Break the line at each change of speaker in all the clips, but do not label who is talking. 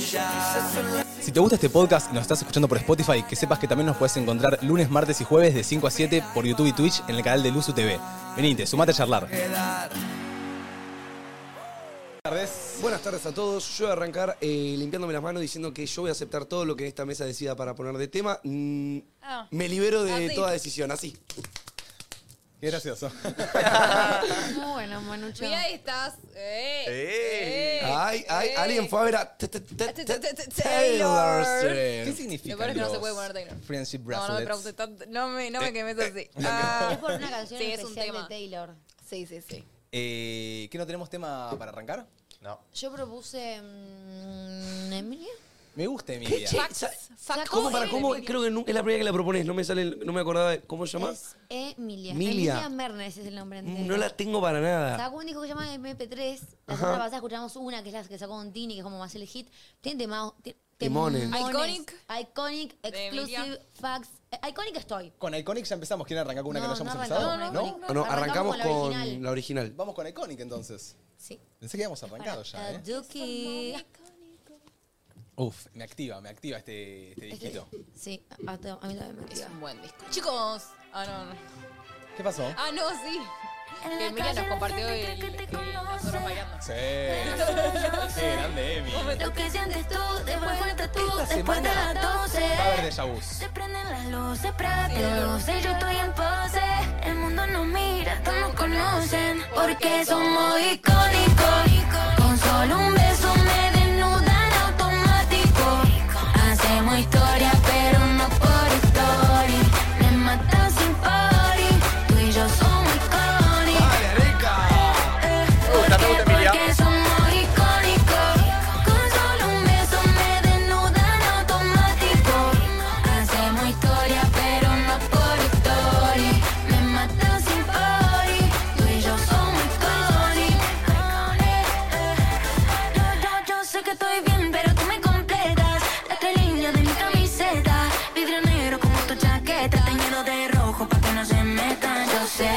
Si te gusta este podcast y nos estás escuchando por Spotify, que sepas que también nos puedes encontrar lunes, martes y jueves de 5 a 7 por YouTube y Twitch en el canal de Luzu TV. Venite, sumate a charlar.
Buenas tardes a todos. Yo voy a arrancar eh, limpiándome las manos diciendo que yo voy a aceptar todo lo que esta mesa decida para poner de tema. Mm,
Ah.
Me libero de
Así.
toda decisión, así.
Qué gracioso.
Muy bueno, Manucho.
Mira, ahí estás. ¡Eh! ¡Eh!
¡Eh! Ay, ay,
¡Eh! Ah,
alguien fue a ver a T- T- T- T- Taylor
¿Qué
Swift.
significa?
Lo peor es que no
los
se puede poner Taylor.
Friendship
No, no me
bracelets.
preguntes tanto. No me,
Eh,
no me quemes así. Ah.
Es por una canción
Sí, es un
especial
tema.
de Taylor.
Sí, sí, sí.
Eh, ¿Qué no tenemos tema para arrancar?
No.
Yo propuse. mm, ¿Emilia?
Me gusta Emilia.
che-
Facts.
Sa-
Facts.
¿Cómo para
Sí,
cómo?
sí, sí.
Creo que nu- es la primera que la propones, no me sale, el- no me acordaba de cómo se llama.
Es Emilia.
Emilia.
Emilia Mernes es el nombre
Mm,
entero.
No la tengo para nada.
Sacó un disco que se llama MP3. La semana pasada escuchamos una que es la que sacó con Tini, que es como más el hit. Tiene tema- ti-
Timones.
Iconic.
Iconic,
De
exclusive,
Emilia.
facts. Eh, Iconic estoy.
Con Iconic ya empezamos. ¿Quieren arrancar con una que no hayamos
arrancamos
empezado?
con
¿No?
Iconic.
No, Ah, no, arrancamos
la
con
original.
la original.
Vamos con Iconic entonces.
Sí.
Pensé que habíamos arrancado ya,
Eh,
¿eh?
Duki.
Uf, me activa, me activa este, este disquito.
Sí, a, a mí también me
Es
activa.
un buen disco. Chicos. Ah, no, no.
¿Qué pasó?
Ah, no, sí. Que Emilia nos compartió el, el- nosotros bailando.
Sí. Qué grande, Emi. Va
Lo que sientes tú, después cuenta tú,
Esta
después de
semana
las 12.
a haber déjà vus.
Se prenden las luces, prate luces, yo estoy en pose. El mundo nos mira, todos nos conocen. Porque somos icónicos. Con solo un beso me desnudan automático. Hacemos historia, pero no por story. Me matan sin party. Tú y yo somos icónicos.
¡Vale, rica!
Porque, porque somos icónicos. Con solo un beso me desnudan automático. Hacemos historia, pero no por story. Me matan sin party. Tú y yo somos icónicos. Yo, yo, yo sé que estoy bien, pero tú me completas. Las tres líneas de mi camiseta. Vidrio negro como tu chaqueta. Teñido de rojo para que no se metan. Yo sé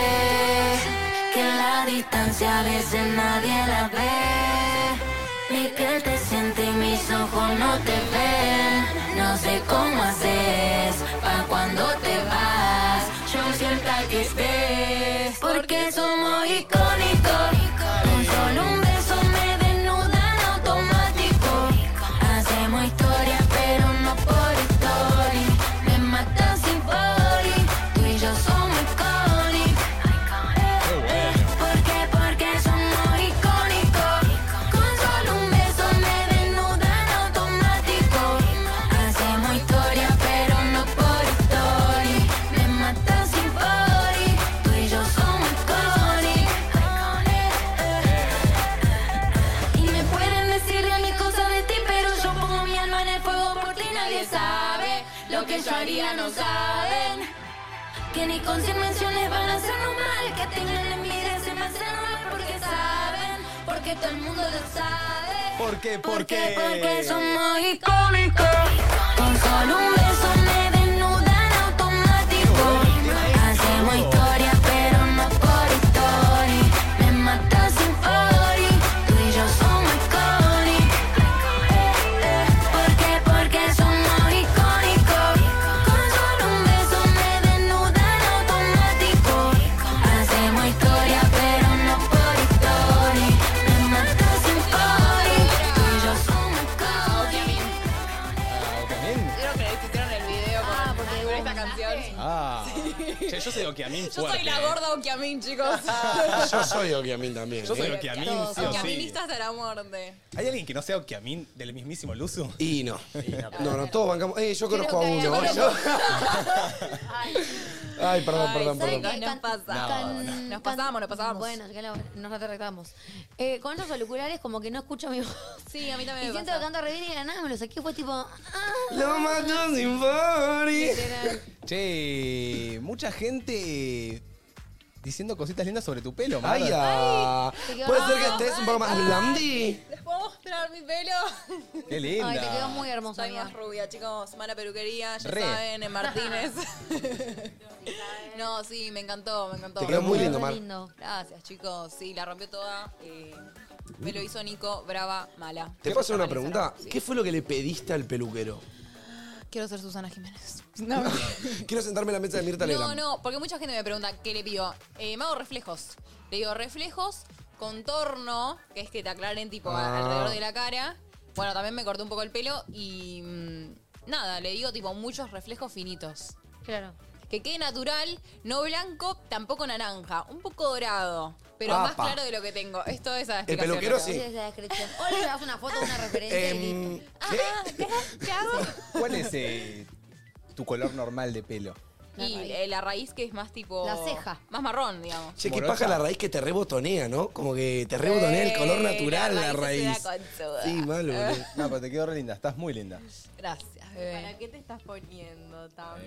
que la distancia a veces nadie la ve. Mi piel te siente y mis ojos no te ven. No sé cómo haces pa' cuando te vas. Yo siempre que estés. Porque somos icónicos. Con solo un beso me desnudan automático. Hacemos historia, pero no por story. Me matan sin body. Tú y yo somos icónicos. Porque, porque somos icónicos. Con solo un beso me desnudan automático. Hacemos historia, pero no por story. Me matan sin body. Tú y yo somos icónicos. Y me pueden decir de mis cosas de ti, pero yo pongo mi alma en el fuego por ti. Nadie sabe lo que yo haría, no saben. Que ni con cien menciones van a hacernos mal. Que tengan envidia, se me hace normal porque saben. Porque todo el mundo lo sabe.
¿Por qué? ¿Por
Porque,
qué?
porque somos icónicos. Con solo un beso me desnudan automático. Hacemos historia, pero no por story. Me mata sin fori. Tú y yo somos icónicos. Porque, porque somos icónicos. Con solo un beso me desnudan automático. Hacemos historia, pero no por story. Me mata sin fori. Tú y yo somos icónicos.
Ah, Okiamin.
Creo que les hicieron el video con,
Ah, porque
con
hubo
esta
un
canción.
Ah. Che, yo soy Okiamin
Yo soy la gorda Okiamin, chicos.
Ah,
Ah, Yo soy Okiamin también.
Yo soy
¿eh?
Okiamin,
Todos
sí o sí.
Okiaministas de la muerte.
¿Hay alguien que no sea Okiamin del mismísimo Luzu?
Y no. No, no, todos bancamos. Eh, yo conozco a
que
uno.
haya-
yo- Ay, perdón,
Ay,
perdón,
¿saben
perdón.
qué? Nos pasa.
pasábamos,
Nos pasábamos, nos pasábamos.
Bueno, ya lo- nos retractamos. Eh, con esos auriculares como que no escucho mi voz.
Sí, a mí
Y
también me
siento que
pasa.
canto re bien y de la nada me lo saqué fue tipo... ah,
Lo mató sin body.
literal.
Che, mucha gente diciendo cositas lindas sobre tu pelo, Mar.
Ay, ah.
te quedó-
Puede ser que
Ay,
estés un poco más blandi.
¿Les puedo mostrar mi pelo?
Qué linda.
Ay, te quedó muy hermoso,
Soy
amiga.
más rubia, chicos. Mala peluquería, ya
Re.
saben, en Martínez. no, sí, me encantó, me encantó.
Te quedó muy lindo,
Re
Mar.
lindo.
Gracias, chicos. Sí, la rompió toda. eh, Me lo hizo Nico, brava, mala.
¿Te puedo hacer una pregunta?
Analizarlo, sí.
¿Qué fue lo que le pediste al peluquero?
Quiero ser Susana Jiménez. No,
Quiero sentarme en la mesa de Mirta
no,
Legrand.
no, porque mucha gente me pregunta, ¿qué le pido? Eh, me hago reflejos. Le digo reflejos, contorno, que es que te aclaren tipo a-
Ah.
alrededor de la cara. Bueno, también me corté un poco el pelo y mm, nada, le digo tipo muchos reflejos finitos.
Claro.
Que quede natural, no blanco, tampoco naranja, un poco dorado, pero más
Apa.
claro de lo que tengo. Esto es la
El peluquero
explicación,
sí.
Esa es la descripción. O le das una foto, una referencia y listo.
Em, ¿qué?
¿no? Ah, ¿Qué hago?
¿Cuál es eh, tu color normal de pelo?
Y
La raíz.
eh, la raíz que es más tipo...
La ceja.
Más marrón, digamos.
Che, qué
Morocha.
paja la raíz que te rebotonea, ¿no? Como que te rebotonea el color
Eh,
natural la raíz.
se da con toda.
Sí, malo, boludo.
No, pero te quedó re linda, estás muy linda.
Gracias, bebé.
¿Para qué te estás poniendo tan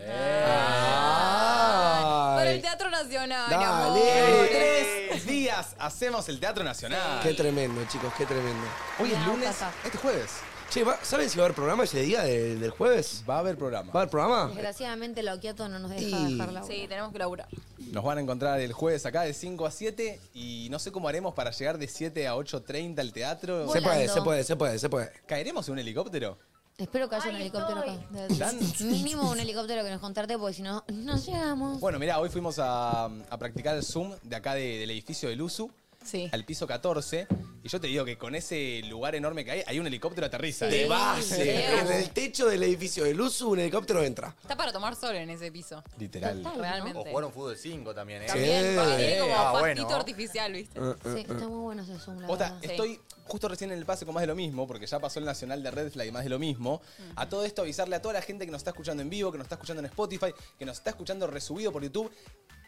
Para
Ay,
el Teatro Nacional,
Dale.
En
amor.
Eh, tres días hacemos el Teatro Nacional.
Qué tremendo, chicos, qué tremendo.
Hoy es
No,
lunes,
papá.
este jueves.
Che, ¿va- ¿saben si va a haber programa ese día del, del jueves?
Va a haber programa.
¿Va a haber programa?
Desgraciadamente, la Okiato no nos deja
Y-
dejar la
Sí, tenemos que laburar.
Nos van a encontrar el jueves acá de 5 a 7 y no sé cómo haremos para llegar de 7 a 8.30 al teatro.
Se
Volando.
puede, se puede, se puede, se puede.
¿Caeremos en un helicóptero?
Espero que haya un
Ahí
helicóptero acá.
Dan-
Mínimo un helicóptero que nos contrate, porque si no, no llegamos.
Bueno, mirá, hoy fuimos a, a practicar el Zoom de acá de- del edificio del USU.
Sí.
Al piso 14. Y yo te digo que con ese lugar enorme que hay, hay un helicóptero aterriza.
De
¿eh?
base, en el techo del edificio del USU, un helicóptero entra.
Está para tomar sol en ese piso.
Literal.
Total, ¿no?
O
Realmente.
jugaron fútbol 5 también, ¿eh?
También, porque tiene como
Ah,
pastito
bueno.
artificial, ¿viste?
Sí, está muy bueno ese Zoom, la
Posta,
verdad.
estoy justo recién en el pase con más de lo mismo, porque ya pasó el Nacional de Red Flag y más de lo mismo. A todo esto avisarle a toda la gente que nos está escuchando en vivo, que nos está escuchando en Spotify, que nos está escuchando resubido por YouTube.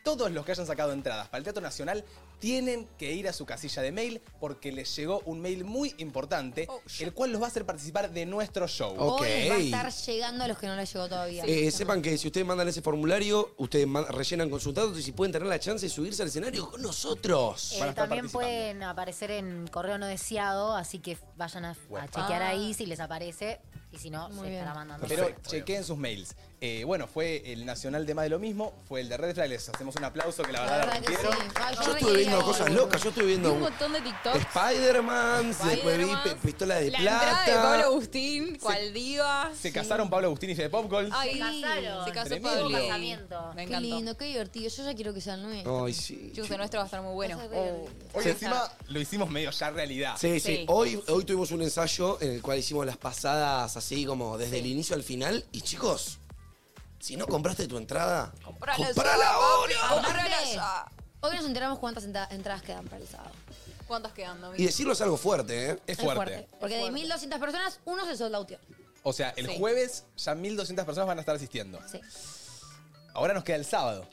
Todos los que hayan sacado entradas para el Teatro Nacional tienen que ir a su casilla de mail porque les llegó un mail muy importante,
Oh,
el cual los va a hacer participar de nuestro show.
Oh.
Hoy les va a
ok.
estar llegando a los que no les llegó todavía.
Eh, sepan que si ustedes mandan ese formulario, ustedes man- rellenan con sus datos y si pueden tener la chance de subirse al escenario con nosotros.
Eh,
Van a estar
también
participando.
pueden aparecer en correo no deseado, así que vayan a, a chequear ahí si les aparece y si no, se
bien.
estará mandando.
Pero
Perfecto.
chequeen sus mails. Eh, bueno, fue el Nacional de más de lo mismo, fue el de Red Flag. Les hacemos un aplauso que la
La
verdad, la
verdad que sí.
rompieron.
Ay,
Yo
re
estuve
quería
viendo
ir,
cosas
boludo.
locas, yo estuve
Vi
viendo
un montón de TikToks.
Spider-Man, Este después vi
Spider-Man,
pi- pistola de
la
plata.
entrada de Pablo Agustín, cual diva.
Se casaron Pablo Agustín y Fede Popcorn.
Ay,
Se casaron.
Se casó
Tremendo.
Pablo.
Hubo
casamiento.
Me
Qué
encantó.
lindo, qué divertido. Yo ya quiero que sea el nuestro.
Ay, sí.
Chicos, el nuestro va a estar muy bueno.
Vas a ver.
Oh.
Hoy encima lo hicimos medio ya realidad.
Sí, sí.
Sí.
Hoy, hoy tuvimos un ensayo en el cual hicimos las pasadas así como desde el inicio al final. Y chicos, si no compraste tu entrada,
Comprala
comprala
ya,
ahora.
Comprala ya.
Hoy nos enteramos cuántas enta- entradas quedan para el sábado.
¿Cuántas quedan, Domi?
Y decirlo es algo fuerte, ¿eh?
Es
Es
fuerte.
Porque
Es
de
fuerte.
1.200 personas, uno se soldautió.
O sea, el
Sí.
jueves ya 1.200 personas van a estar asistiendo.
Sí.
Ahora nos queda el sábado.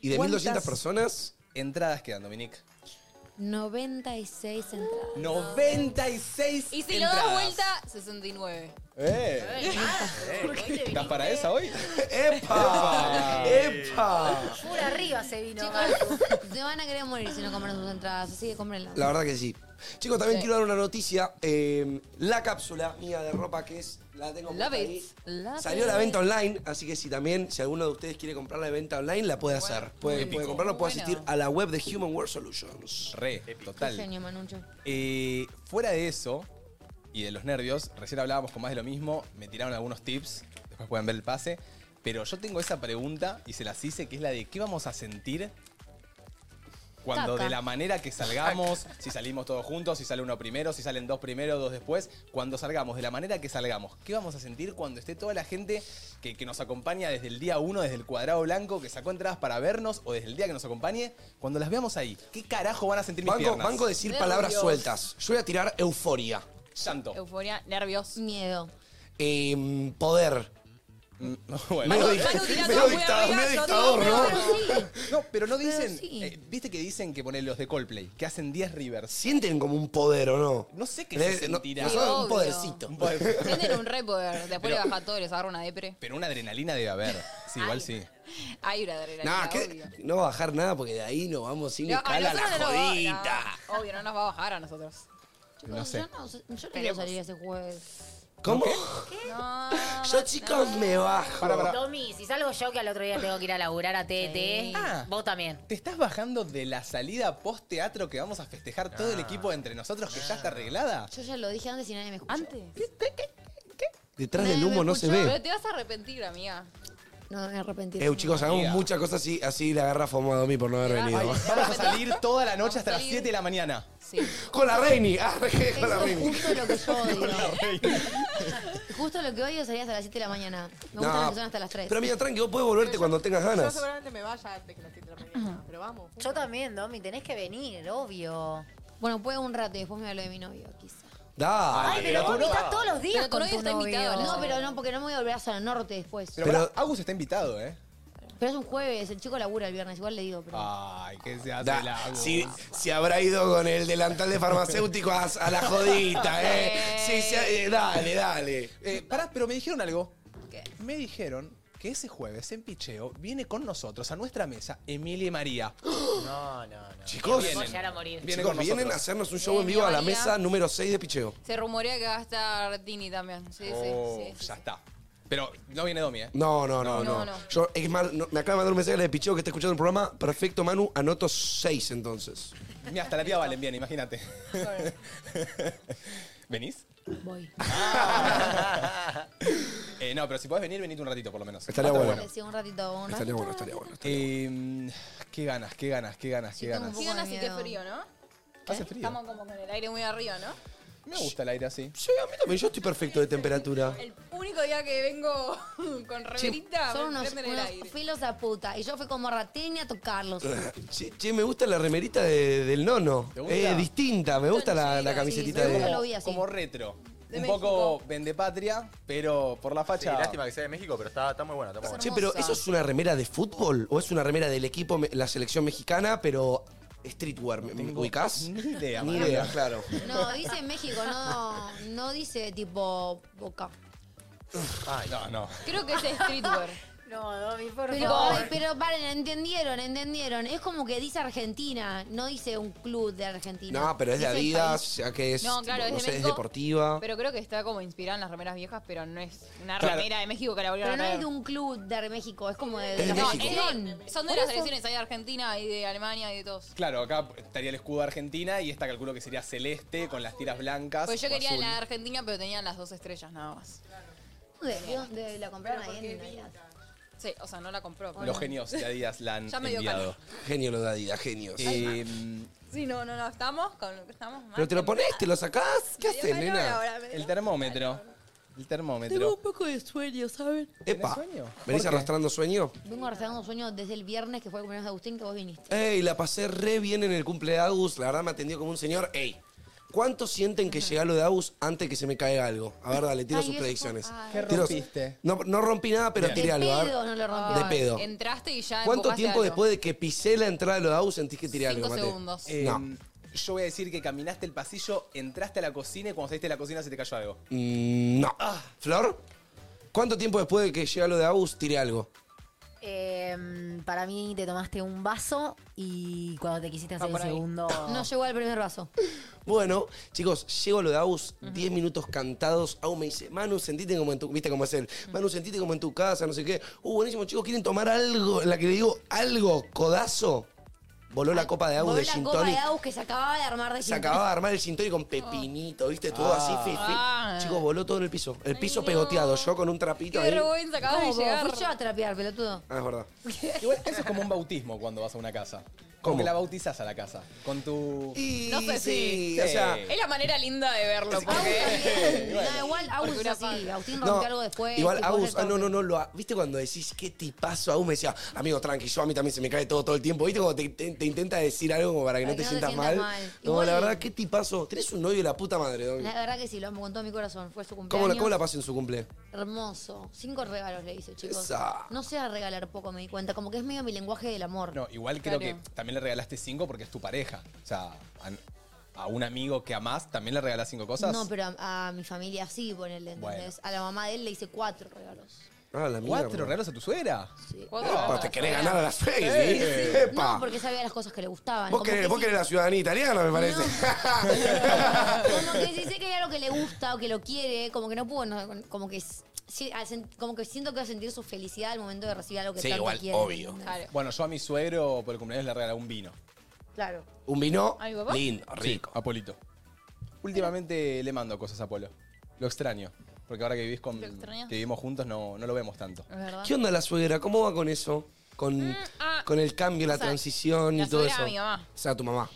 Y de
¿Cuántas
1.200 personas,
Entradas quedan, Dominic.
96 entradas.
96
Y si lo
entradas.
das vuelta, 69.
¡Eh! ¿Estás para esa hoy?
¡epa! ¡epa!
Pura arriba se vino.
Chicos, se van a querer morir si no compran sus entradas, así que cómprenlas.
La verdad que sí. Chicos, también quiero dar una noticia. Eh, la cápsula mía de ropa que es, la tengo
Love
puesta
it.
ahí.
Love
Salió a la venta online, así que si también, si alguno de ustedes quiere comprar la venta online, la puede hacer. Puede, puede comprarlo, puede
Bueno.
asistir a la web de Human Wear Solutions.
Re,
Qué
total.
genio, Manucho.
Eh, fuera de eso y de los nervios, recién hablábamos con más de lo mismo, me tiraron algunos tips, después pueden ver el pase, pero yo tengo esa pregunta y se las hice, que es la de qué vamos a sentir cuando
Caca.
de la manera que salgamos, si salimos todos juntos, si sale uno primero, si salen dos primero, dos después, cuando salgamos, de la manera que salgamos, ¿qué vamos a sentir cuando esté toda la gente que, que nos acompaña desde el día uno, desde el cuadrado blanco, que sacó entradas para vernos, o desde el día que nos acompañe, cuando las veamos ahí? ¿Qué carajo van a sentir mis
Banco,
piernas?
banco decir palabras sueltas. Yo voy a tirar euforia,
Llanto.
Euforia, nervios.
Miedo.
eh, poder.
Bueno.
Medio
Manu
dic-
tira
medio
todo muy
dicta-
arriba,
medio
yo
dictador,
digo,
¿no?
pero-
No, pero no dicen.
sí.
eh, Viste que dicen que ponen los de Coldplay, que hacen 10 rivers.
Sienten como un poder, ¿o no?
No sé qué
Le-
se
no-
sentirá.
nosotros
Sí,
un
obvio.
podercito.
Un poder-
Tienen un re poder. Después
Pero-
le baja todo y les agarra una depre.
Pero una adrenalina debe haber. Sí, igual sí.
Hay una adrenalina,
Nah, ¿qué?
obvio.
no va a bajar nada porque de ahí nos vamos sin
No, a
escala a la
nosotros no nos va-
jodita.
no, obvio, no nos va a bajar a nosotros.
Chicos,
No sé.
Yo no, yo no quiero
Veremos.
salir ese jueves.
¿Cómo?
No,
Yo, chicos, me bajo.
Pará, pará.
Tommy, si salgo yo que al otro día tengo que ir a laburar a TT,
Ah.
vos también.
Te estás bajando de la salida post teatro que vamos a festejar todo
Ah.
el equipo entre nosotros que ya está arreglada.
Yo ya lo dije antes y nadie me escuchó.
antes.
Detrás del humo no se ve.
Pero te vas a arrepentir, amiga.
No, me arrepentí.
Eh, chicos, hagamos
Amiga.
muchas cosas así, así la agarra fumado a mí por no haber
Ay.
venido.
Vamos a salir toda la
Vamos
noche
a
hasta las
salir.
7 de la mañana.
Sí.
Con la Reini. Ah, reje, con la
Eso es
Reini.
justo lo que yo odio. justo lo que odio sería hasta las 7 de la mañana. Me gustan las
No,
que son hasta las 3.
Pero mira, tranqui, vos podés volverte cuando tengas
Yo
ganas.
seguramente me vaya antes que las 7 de la mañana, pero vamos.
Yo también, Domi, tenés que venir, obvio.
Bueno, puedo un rato y después me hablo de mi novio, quizá.
Dale.
Ay, pero
tu
vos
novio.
estás todos los días
Pero tu
con
novio
tu
está invitado a la
novio.
No, pero no, porque no me voy a volver a zona norte después. Pero,
Pero,
Pero-
pará, Agus está invitado, ¿eh?
es un jueves, el chico labura el viernes, igual le digo. Pero...
Ay, ¿qué se hace
Da-
el Agus?
si, si habrá ido con el delantal de farmacéutico a, a la jodita, ¿eh? Sí, sí, eh, dale, dale.
Eh, pará, pero me dijeron algo. Me dijeron que ese jueves en Picheo viene con nosotros a nuestra mesa Emilia y María.
No, no, no.
Chicos,
Vamos a llegar a morir. Eh,
Viene
chicos,
con
vienen
nosotros.
a hacernos un show en
Emilia
vivo a la
María.
mesa número 6 de Picheo.
Se rumorea que va a estar Tini también. Sí, sí,
Oh,
sí, sí,
ya
sí.
está. Pero no viene Domi, ¿eh?
No, no, no,
No,
no.
no.
Yo, es más, no- me acaba de mandar un mensaje la de Picheo que está escuchando el programa. Perfecto, Manu, anoto 6 entonces.
Mira, hasta la tía Valen viene, imagínate. ¿Venís?
Voy.
Eh, no, pero si podés venir, venite un ratito por lo menos.
Estaría
Va a estar
bueno.
Sí, un ratito, un ratito.
Estaría bueno, estaría bueno.
Eh, qué ganas, qué ganas, qué ganas,
Sí,
qué
tengo
ganas.
Un
Sí,
poco de
así que
miedo.
frío, ¿no? Eh,
Hace frío.
Estamos como con el aire muy arriba, ¿no?
Me gusta el aire así.
Sí, a mí también. Yo estoy perfecto de temperatura.
El único día que vengo con reverita,
Son
me
unos,
prenden el
unos
aire.
filos a puta. Y yo fui como ratini a tocarlos.
Che, che, me gusta la remerita de- del nono.
¿Te gusta?
Es distinta, me gusta la, la camisetita
sí,
Medio
nunca
de.
lo vi así.
como retro.
De
un
México.
poco vendepatria, pero por la
Sí,
facha.
lástima que sea de México, pero está, está muy buena. Está muy buena.
Che, pero
hermosa.
¿eso es una remera de fútbol? ¿O es una remera del equipo, me- la selección mexicana, pero streetwear? ¿Me, me ubicás?
Ni idea,
Ni
María.
idea, claro.
No, dice en México, no, no dice tipo boca.
Ay,
No, no.
Creo que es streetwear.
No, Domi, por
Pero,
favor.
ay, pero paren, entendieron, entendieron. Es como que dice Argentina, no dice un club de Argentina.
No, pero es de
Dice el
Adidas,
país.
ya que es,
No, claro, es
no
de
sé, es
México,
deportiva.
Pero creo que está como inspirada en las remeras viejas, pero no es una
Claro.
remera de México que la volvieron
Pero
a
no
traer.
es de un club de México, es como de,
Es de
la
No,
México.
es de- son de
Por
las
eso.
selecciones, hay de Argentina, hay de Alemania, y de todos.
Claro, acá estaría el escudo de Argentina y esta calculo que sería celeste con las tiras blancas.
Pues yo
o
quería
azul.
la de Argentina, pero tenían las dos estrellas nada más.
¿De dónde la compraron ahí en Adidas?
Sí, o sea, no la compró. pero-
Los genios de Adidas la han
Ya me dio
enviado.
Genio lo de Adidas, genios.
Eh,
Sí, no, no, no, estamos con lo que estamos mal.
¿Pero te lo pones? ¿Te lo sacás? ¿Qué
Me dio
haces,
calor
nena?
ahora, me dio-
el termómetro. El termómetro.
poco de sueño, ¿saben?
Epa,
sueño? ¿Por
¿venís
qué?
arrastrando sueño?
Vengo arrastrando un sueño desde el viernes que fue el cumpleaños de Agustín que vos viniste.
Ey, la pasé re bien en el cumple de Agus. La verdad me atendió como un señor. Ey, ¿cuántos sienten que llega lo de Agus antes que se me caiga algo? A ver, dale, tiro
Ay,
sus
eso-
predicciones.
ay.
¿Qué
Tiro-
rompiste?
No, no rompí nada, pero
Bien.
tiré
de
algo. a ver.
pedo no lo rompió.
de pedo.
Entraste y ya
¿Cuánto
empujaste
tiempo
algo.
después de que pisé la entrada de lo de Agus sentís que tiré
Cinco
algo, Mate?
segundos.
Eh,
No.
Yo voy a decir que caminaste el pasillo, entraste a la cocina y cuando saliste de la cocina se te cayó algo.
Mm, no. ¿Flor? ¿Cuánto tiempo después de que llega lo de Agus tiré algo?
Eh, para mí te tomaste un vaso y cuando te
Ah,
quisiste hacer
por
el
ahí.
segundo.
No llegó al primer vaso.
Bueno, chicos, llego a lo de Agus, 10 minutos cantados. Agus me dice, Manu, sentite como en tu... ¿Viste cómo es él? Manu, sentite como en tu casa, no sé qué. Uh, buenísimo, chicos, ¿quieren tomar algo? En la que le digo, algo, codazo. Voló la copa de Agus
Voló
de
la
gin
copa
tonic.
de Agus que se acababa de armar de
Se
gin
acababa de armar el gin tonic con pepinito, ¿viste? Todo así, fifi.
Ah.
Chicos, voló todo en el piso. El piso pegoteado, yo con un trapito
Qué
ahí.
vergüenza,
tonic.
acabas de
¿Cómo vos?
llegar.
Fui yo a trapear, pelotudo.
Ah, es verdad.
Igual, eso es como un bautismo cuando vas a una casa. Como
¿Cómo?
que la bautizás a la casa. Con tu.
Y
No sé
sí,
si-
o sea,
Sí.
Es la manera linda de verlo, porque...
No, igual Agus es
Cultura
así.
punk.
Agustín rompió
No,
algo después.
Igual
tipo,
Agus,
se
ah, no,
rompe.
no, no, lo, ha- viste cuando decís qué tipazo, Agus me decía, amigo, tranqui, yo a mí también se me cae todo todo el tiempo, viste cuando te, te- te intenta decir algo como para que
Para
no te
que no te
sientas
sientas
mal.
mal.
No,
Igual-
la verdad, qué tipazo, tenés un novio de la puta madre, Domi.
La verdad que sí, lo amo con todo mi corazón. Fue su
¿Cómo, la-
cumpleaños.
¿Cómo la pasó en su cumple?
Hermoso. Cinco regalos le hice, chicos.
Esa.
No sé a regalar poco, me di cuenta. Como que es medio mi lenguaje del amor.
No, igual creo
Claro.
que también le regalaste cinco porque es tu pareja. O sea, a, a un amigo que amás también le regalás cinco cosas.
No, pero a, a mi familia sí, ponele, ¿entendés? A la mamá de él le hice cuatro regalos.
Ah, la mierda.
¿Cuatro regalos a tu suegra?
Cuatro
Epa,
horas.
te querés ganar a las seis,
Sí.
¿sí? Epa.
No, porque sabía las cosas que le gustaban.
vos,
Como
querés,
que
vos
si-
querés la ciudadanía italiana, me parece.
Como que si sé que hay algo que le gusta o que lo quiere, como que no puedo, no- como que s- si- al sen- como que siento que va a sentir su felicidad al momento de recibir algo que
Sí,
tanto
igual,
quiere.
obvio.
¿entendés?
Claro.
Bueno, yo a mi suegro por el cumpleaños le regalé un vino.
Claro.
Un vino
Ay, papá.
lindo, rico.
Sí, Apolito. Últimamente le mando cosas a Polo. Lo extraño. Porque ahora que vivís con.
¿Lo extrañas?
Que vivimos juntos no, no lo vemos tanto.
Es
Ah.
verdad.
¿Qué onda la suegra? ¿Cómo va con eso? Con,
Mm,
ah.
con el cambio, la
O sea,
transición
la
y todo
suegra
eso.
de mi mamá.
O sea, tu mamá.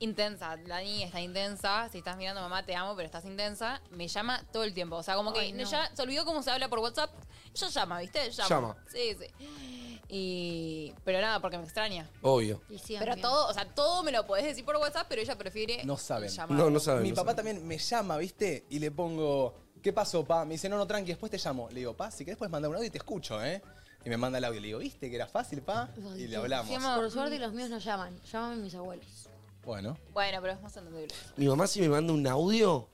Intensa, la niña está intensa. Si estás mirando, mamá, te amo, pero estás intensa. Me llama todo el tiempo. O sea, como que
Ay, no.
ya se olvidó cómo se habla por WhatsApp. Ella llama, ¿viste? Llama.
Llama.
Sí, sí. Y... Pero nada, porque me extraña.
Obvio.
Y sí,
Pero
obvio.
todo, o sea, todo me lo podés decir por WhatsApp, pero ella prefiere
No saben.
llamar.
No, no sabes.
Mi papá también me llama, ¿viste? Y le pongo, ¿qué pasó, pa? Me dice, no, no, tranqui, después te llamo. Le digo, pa, si querés puedes mandar un audio y te escucho, ¿eh? Y me manda el audio. Le digo, ¿viste que era fácil, pa?
Ay,
Y
sí.
le hablamos.
Llama-
Por suerte los míos no llaman, llaman mis abuelos.
Bueno.
Bueno, pero es más entendible.
Mi mamá si me manda un audio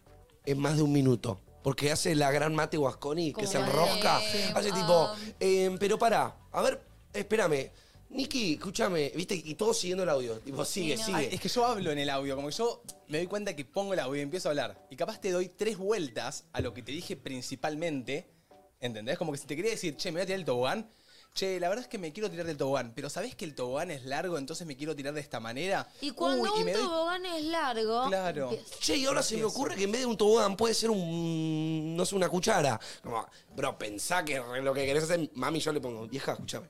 es más de un minuto. Porque hace la gran mate Guasconi, que
Como
se
la de-
enrosca.
Sí.
Hace
Ah.
tipo, "Em, pero pará, a ver, espérame. Niki, escúchame, ¿viste? Y todo siguiendo el audio. Tipo, sigue,
no.
sigue.
Ay, Ah, es que yo hablo en el audio, como que yo me doy cuenta que pongo el audio y empiezo a hablar. Y capaz te doy tres vueltas a lo que te dije principalmente, ¿entendés? Como que si te quería decir, che, me voy a tirar el tobogán. Che, la verdad es que me quiero tirar del tobogán, pero ¿sabés que el tobogán es largo, entonces me quiero tirar de esta manera?
Y cuando
Uy, y
un
me doy-
tobogán es largo,
Claro.
empie-
Che, y ahora se me ocurre que en vez de un tobogán puede ser un. no sé, una cuchara. Como, bro, pensá que re- lo que querés hacer. Mami, yo le pongo, vieja, escúchame.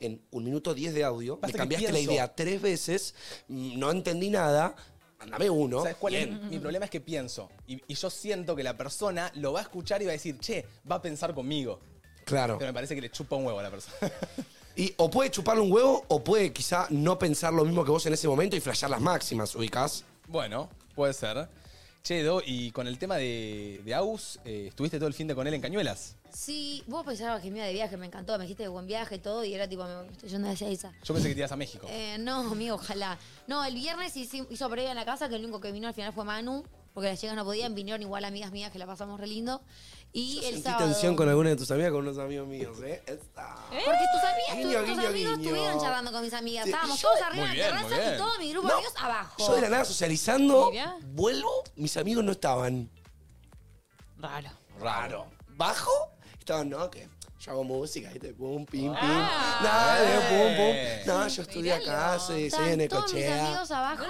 En un minuto 10 de audio,
Basta
me
que
cambiaste la
pienso.
idea tres veces, mm, no entendí nada, andame uno.
¿Sabes cuál es?
Bien.
Mi problema es que pienso. Y, y yo siento que la persona lo va a escuchar y va a decir, che, va a pensar conmigo.
Claro.
Pero me parece que le chupa un huevo a la persona.
Y o puede chuparle un huevo, o puede quizá no pensar lo mismo que vos en ese momento y flashear las máximas, ubicás.
bueno, puede ser. Che, Do, y con el tema de, de Agus, eh, estuviste todo el fin de con él en Cañuelas.
sí, vos pensabas que me iba de viaje, me encantó, me dijiste de buen viaje y todo, y era tipo, me me estoy yendo hacia esa.
Yo pensé que te ibas a México.
Eh, no, amigo, ojalá. No, el viernes hici- hizo previa en la casa, que el único que vino al final fue Manu, porque las chicas no podían, vinieron igual amigas mías que la pasamos re lindo. Y el
Sentí
sábado.
tensión con alguna de tus amigas, con unos amigos míos, ¿eh? Esta.
Porque tus amigas, tus,
Guiño,
tus
guiño,
amigos
guiño.
estuvieron charlando con mis amigas.
Sí,
Estábamos
yo-
todos arriba
Muy
en
bien,
la
muy
terraza y
bien.
todo mi grupo
No,
de amigos abajo.
Yo de la nada socializando,
Mirá.
vuelvo, mis amigos no estaban.
Raro.
Raro. ¿Bajo? Estaban, no, que yo hago música, ¿viste? Pum, pim, pim.
Ah.
Dale, pum,
Eh.
pum. No, yo estudié acá, soy, soy
Estaban
en
todos mis
Ecochea.
amigos abajo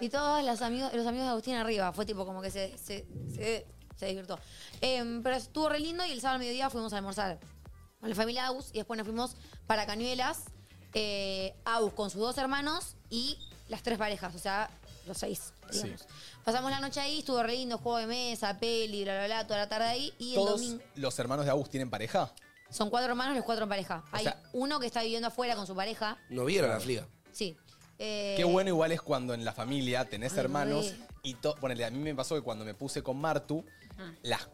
y todos los amigos, los amigos de Agustín arriba. Fue tipo como que se, se, se, se divirtió. Em, pero estuvo re lindo y el sábado al mediodía fuimos a almorzar con la familia Agus y después nos fuimos para Cañuelas. Eh, Agus con sus dos hermanos y las tres parejas, o sea, los seis, digamos. Pasamos la noche ahí, estuvo re lindo, juego de mesa, peli, bla, bla, bla, toda la tarde ahí. Y el
¿Todos
domingo...
los hermanos de Agus tienen pareja?
Son cuatro hermanos, los cuatro en pareja. Hay
sea-
uno que está viviendo afuera con su pareja,
No vieron la fliga.
sí. Eh,
Qué bueno igual es cuando en la familia tenés
Ay,
hermanos
re.
y todo. Ponele, a mí me pasó que cuando me puse con Martu,
Ah.
las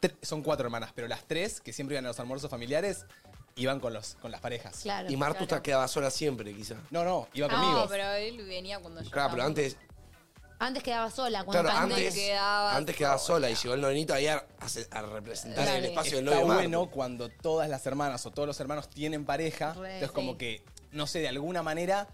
tre- son cuatro hermanas, pero las tres que siempre iban a los almuerzos familiares iban con, los, con las parejas.
Claro.
Y Martu
claro.
está quedaba sola siempre, quizá.
No, no, iba conmigo.
No, pero él venía cuando yo.
Claro, pero
Ah.
estaba.
antes,
Antes quedaba sola. Cuando
claro,
antes-
antes,
quedaba
antes quedaba sola y llegó el novenito ahí a, a- a representar el
Dale.
espacio del
Está
pues. novio. de Martu.
bueno cuando todas las hermanas o todos los hermanos tienen pareja.
Re,
entonces,
sí.
como que, no sé, de alguna manera,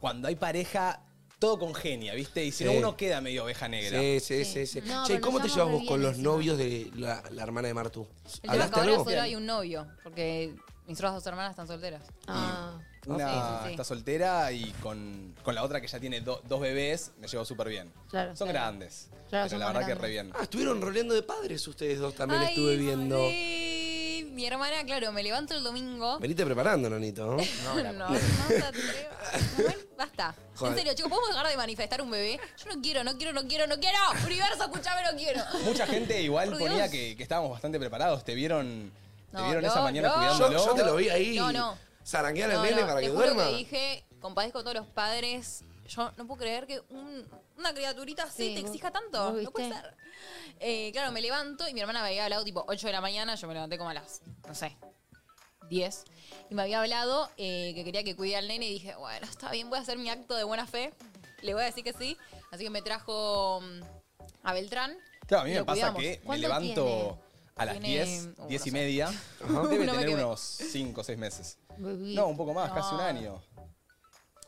cuando hay pareja, todo congenia, ¿viste? Y si no,
Sí.
uno queda medio oveja negra.
Sí, sí, sí, sí.
No,
che,
pero
¿cómo
nos llevamos
te llevas
re
vos
bien
con los
encima.
novios de la, la hermana de
El
Martu?
tema es que
¿Hablaste
ahora
algo?
solo hay un novio, porque mis otras dos hermanas están solteras.
Ah.
Una
Sí, sí, sí.
está soltera y con, con la otra que ya tiene do- dos bebés, me llevo súper bien.
Claro.
son
Claro.
grandes.
Claro,
pero
son
la
más
verdad que
grandes.
re bien.
Ah, estuvieron roleando de padres ustedes dos también,
Ay,
estuve viendo.
sí. Mi hermana, claro, me levanto el domingo.
Venite preparando, Nonito. ¿no?
No, no, no se atreva. Bueno, basta.
Joder.
En serio, chicos, ¿podemos dejar de manifestar un bebé? Yo no quiero, no quiero, no quiero, no quiero. Universo, escúchame, no quiero.
Mucha gente igual
Por
ponía
Dios.
que, que estábamos bastante preparados. Te vieron, te
No,
vieron
no,
esa mañana
no.
Yo,
cuidándolo.
yo te lo vi ahí.
No, no.
Zaranguear al
No,
nene
no,
para
te
que
juro
duerma.
que dije, compadezco a todos los padres. Yo no puedo creer que un- una criaturita así
Sí,
te
vos-
exija tanto.
vos
No puede
viste.
ser. Eh, claro, me levanto y mi hermana me había hablado tipo 8 de la mañana. Yo me levanté como a las, no sé, 10. Y me había hablado eh, que quería que cuide al nene. Y dije, bueno, está bien, voy a hacer mi acto de buena fe. Le voy a decir que sí. Así que me trajo mm, a Beltrán.
Claro, a mí
y
me
lo
pasa
cuidamos.
que me
¿Cuánto
levanto
tiene?
a las
Tiene-
10,
uh,
10 y
no sé.
media.
No
Debe
me
tener
quemé.
unos 5 o 6 meses.
Bebé.
No, un poco más, casi un
No.
año.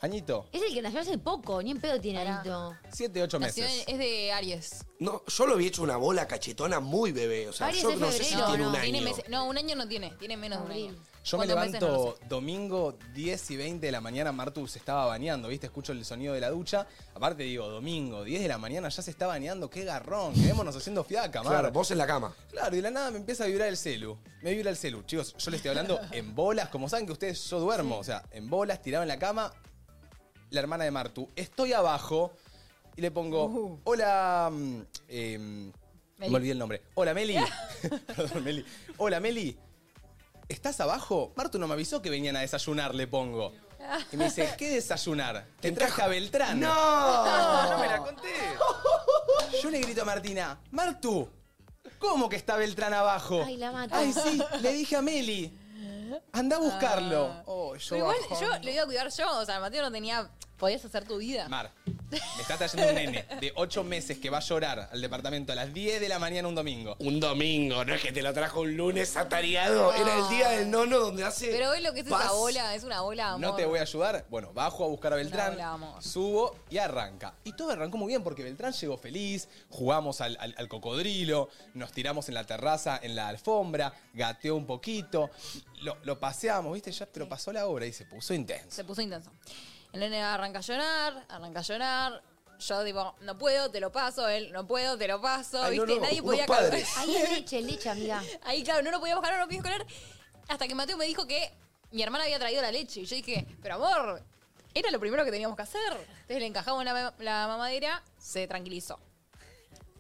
Añito.
Es el que nació hace poco, ni en pedo tiene
Pará.
arito.
7, 8
Nació en-
meses.
es de Aries.
No, yo lo había hecho una bola cachetona muy bebé. O sea,
Aries
yo
es
no sé si
febrero,
tiene
no,
un año.
Tiene meses- no, un año no tiene, tiene menos de un
Abril.
año.
Yo me
¿Cuántos meses? No lo
levanto
sé.
domingo 10 y 20 de la mañana, Martu se estaba bañando, ¿viste? Escucho el sonido de la ducha. Aparte digo, domingo 10 de la mañana ya se está bañando, qué garrón, quedémonos haciendo fiaca, Mar.
Claro, vos en la cama.
Claro, y de la nada me empieza a vibrar el celu. Me vibra el celu. Chicos, yo les estoy hablando en bolas. Como saben que ustedes, yo duermo. O sea, en bolas, tirado en la cama. La hermana de Martu. Estoy abajo. Y le pongo, hola... mm, em, me olvidé el nombre. Hola, Meli. Perdón, Meli. Hola, Meli. ¿Estás abajo? Martu no me avisó que venían a desayunar, le pongo. Y me dice, ¿qué desayunar? Te traje a Beltrán.
¡No!
No me la conté.
Yo le grito a Martina, Martu, ¿cómo que está Beltrán abajo?
Ay, la mata.
Ay, sí, le dije a Meli. Anda a buscarlo. Oh, yo
Pero igual
bajón.
yo lo iba a cuidar yo, o sea, Mateo no tenía, podías hacer tu vida.
Mar, me está trayendo un nene de 8 meses que va a llorar al departamento a las 10 de la mañana un domingo.
Un domingo, no es que te lo trajo un lunes atareado. Era el día del nono donde hace.
Pero hoy lo que es
paz.
esa bola, es una bola, amor.
No te voy a ayudar. Bueno, bajo a buscar a Beltrán,
Hola, amor.
subo y arranca. Y todo arrancó muy bien porque Beltrán llegó feliz, jugamos al, al- al cocodrilo, nos tiramos en la terraza, en la alfombra, gateó un poquito, lo, lo paseamos, ¿viste? Ya pero pasó la hora y se puso intenso.
Se puso intenso. El nene arranca a llorar, arranca a llorar. Yo digo, no puedo, te lo paso. Él, no puedo, te lo paso.
Ay, no,
¿Viste?
no,
Nadie
unos
podía
padres.
Ahí es leche, leche, amiga.
Ahí, claro, no lo podíamos jalar, no lo podíamos jalar. Hasta que Mateo me dijo que mi hermana había traído la leche. Y yo dije, pero amor, era lo primero que teníamos que hacer. Entonces le encajamos la, la mamadera, se tranquilizó.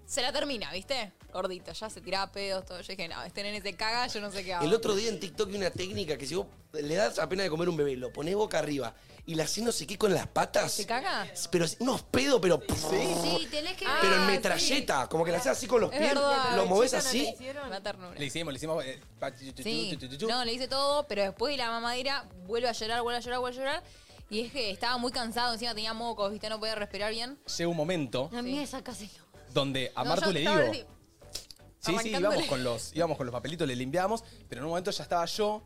Se la termina, ¿viste? Gordito, ya se tiraba pedos, todo. Yo dije, no, este nene se caga, yo no sé qué hago.
El otro día en TikTok hay una técnica que si vos le das apenas de comer un bebé, lo ponés boca arriba y la hacés no sé qué con las patas.
¿Se caga?
Pero unos pedos, pero.
Sí, tenés que.
Ah,
Pero en
sí.
metralleta, como que la haces así con los
Es
pies,
verdad.
lo movés
¿Esa no
así.
la hicieron?
Me da ternura.
Le hicimos, le hicimos. eh, pa- chu, chu, chu,
Sí.
chu, chu, chu.
No, le hice todo, pero después la mamadera vuelve a llorar, vuelve a llorar, vuelve a llorar. Y es que estaba muy cansado, encima tenía mocos, viste, no podía respirar bien.
Llega un momento
La mía, sacáselo.
donde a
No,
Martu
yo
le digo.
estaba así,
Sí, sí,
arrancándole.
íbamos con, los, íbamos con los papelitos, le limpiábamos, pero en un momento ya estaba yo.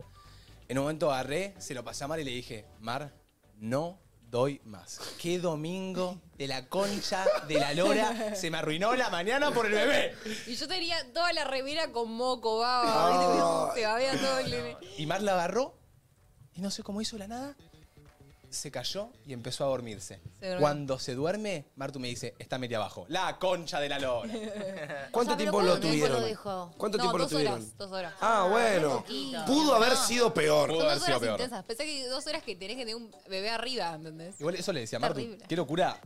En un momento agarré, se lo pasé a Mar y le dije, Mar, no doy más. Qué domingo de la concha de la lora se me arruinó la mañana por el bebé.
Y yo tenía toda la remera con moco,
Ah.
baba. ¿viste? Se babea todo el nene.
Y Mar la agarró y no sé cómo hizo la nada. Se cayó y empezó a dormirse.
Se durmió.
Cuando se duerme, Martu me dice, está media abajo. La concha de la lora.
¿Cuánto
O sea, pero
tiempo lo
¿cuánto tiempo
tuvieron?
lo dejó?
¿Cuánto
No,
tiempo lo
dos
tuvieron?
horas, dos horas.
Ah, bueno. Pudo haber sido peor.
Pudo
Son
haber
dos
sido
horas
peor.
intensas. Pensé que dos horas que tenés que tener un bebé arriba, ¿entendés?
Igual eso le decía a Martu.
Terrible.
Qué locura.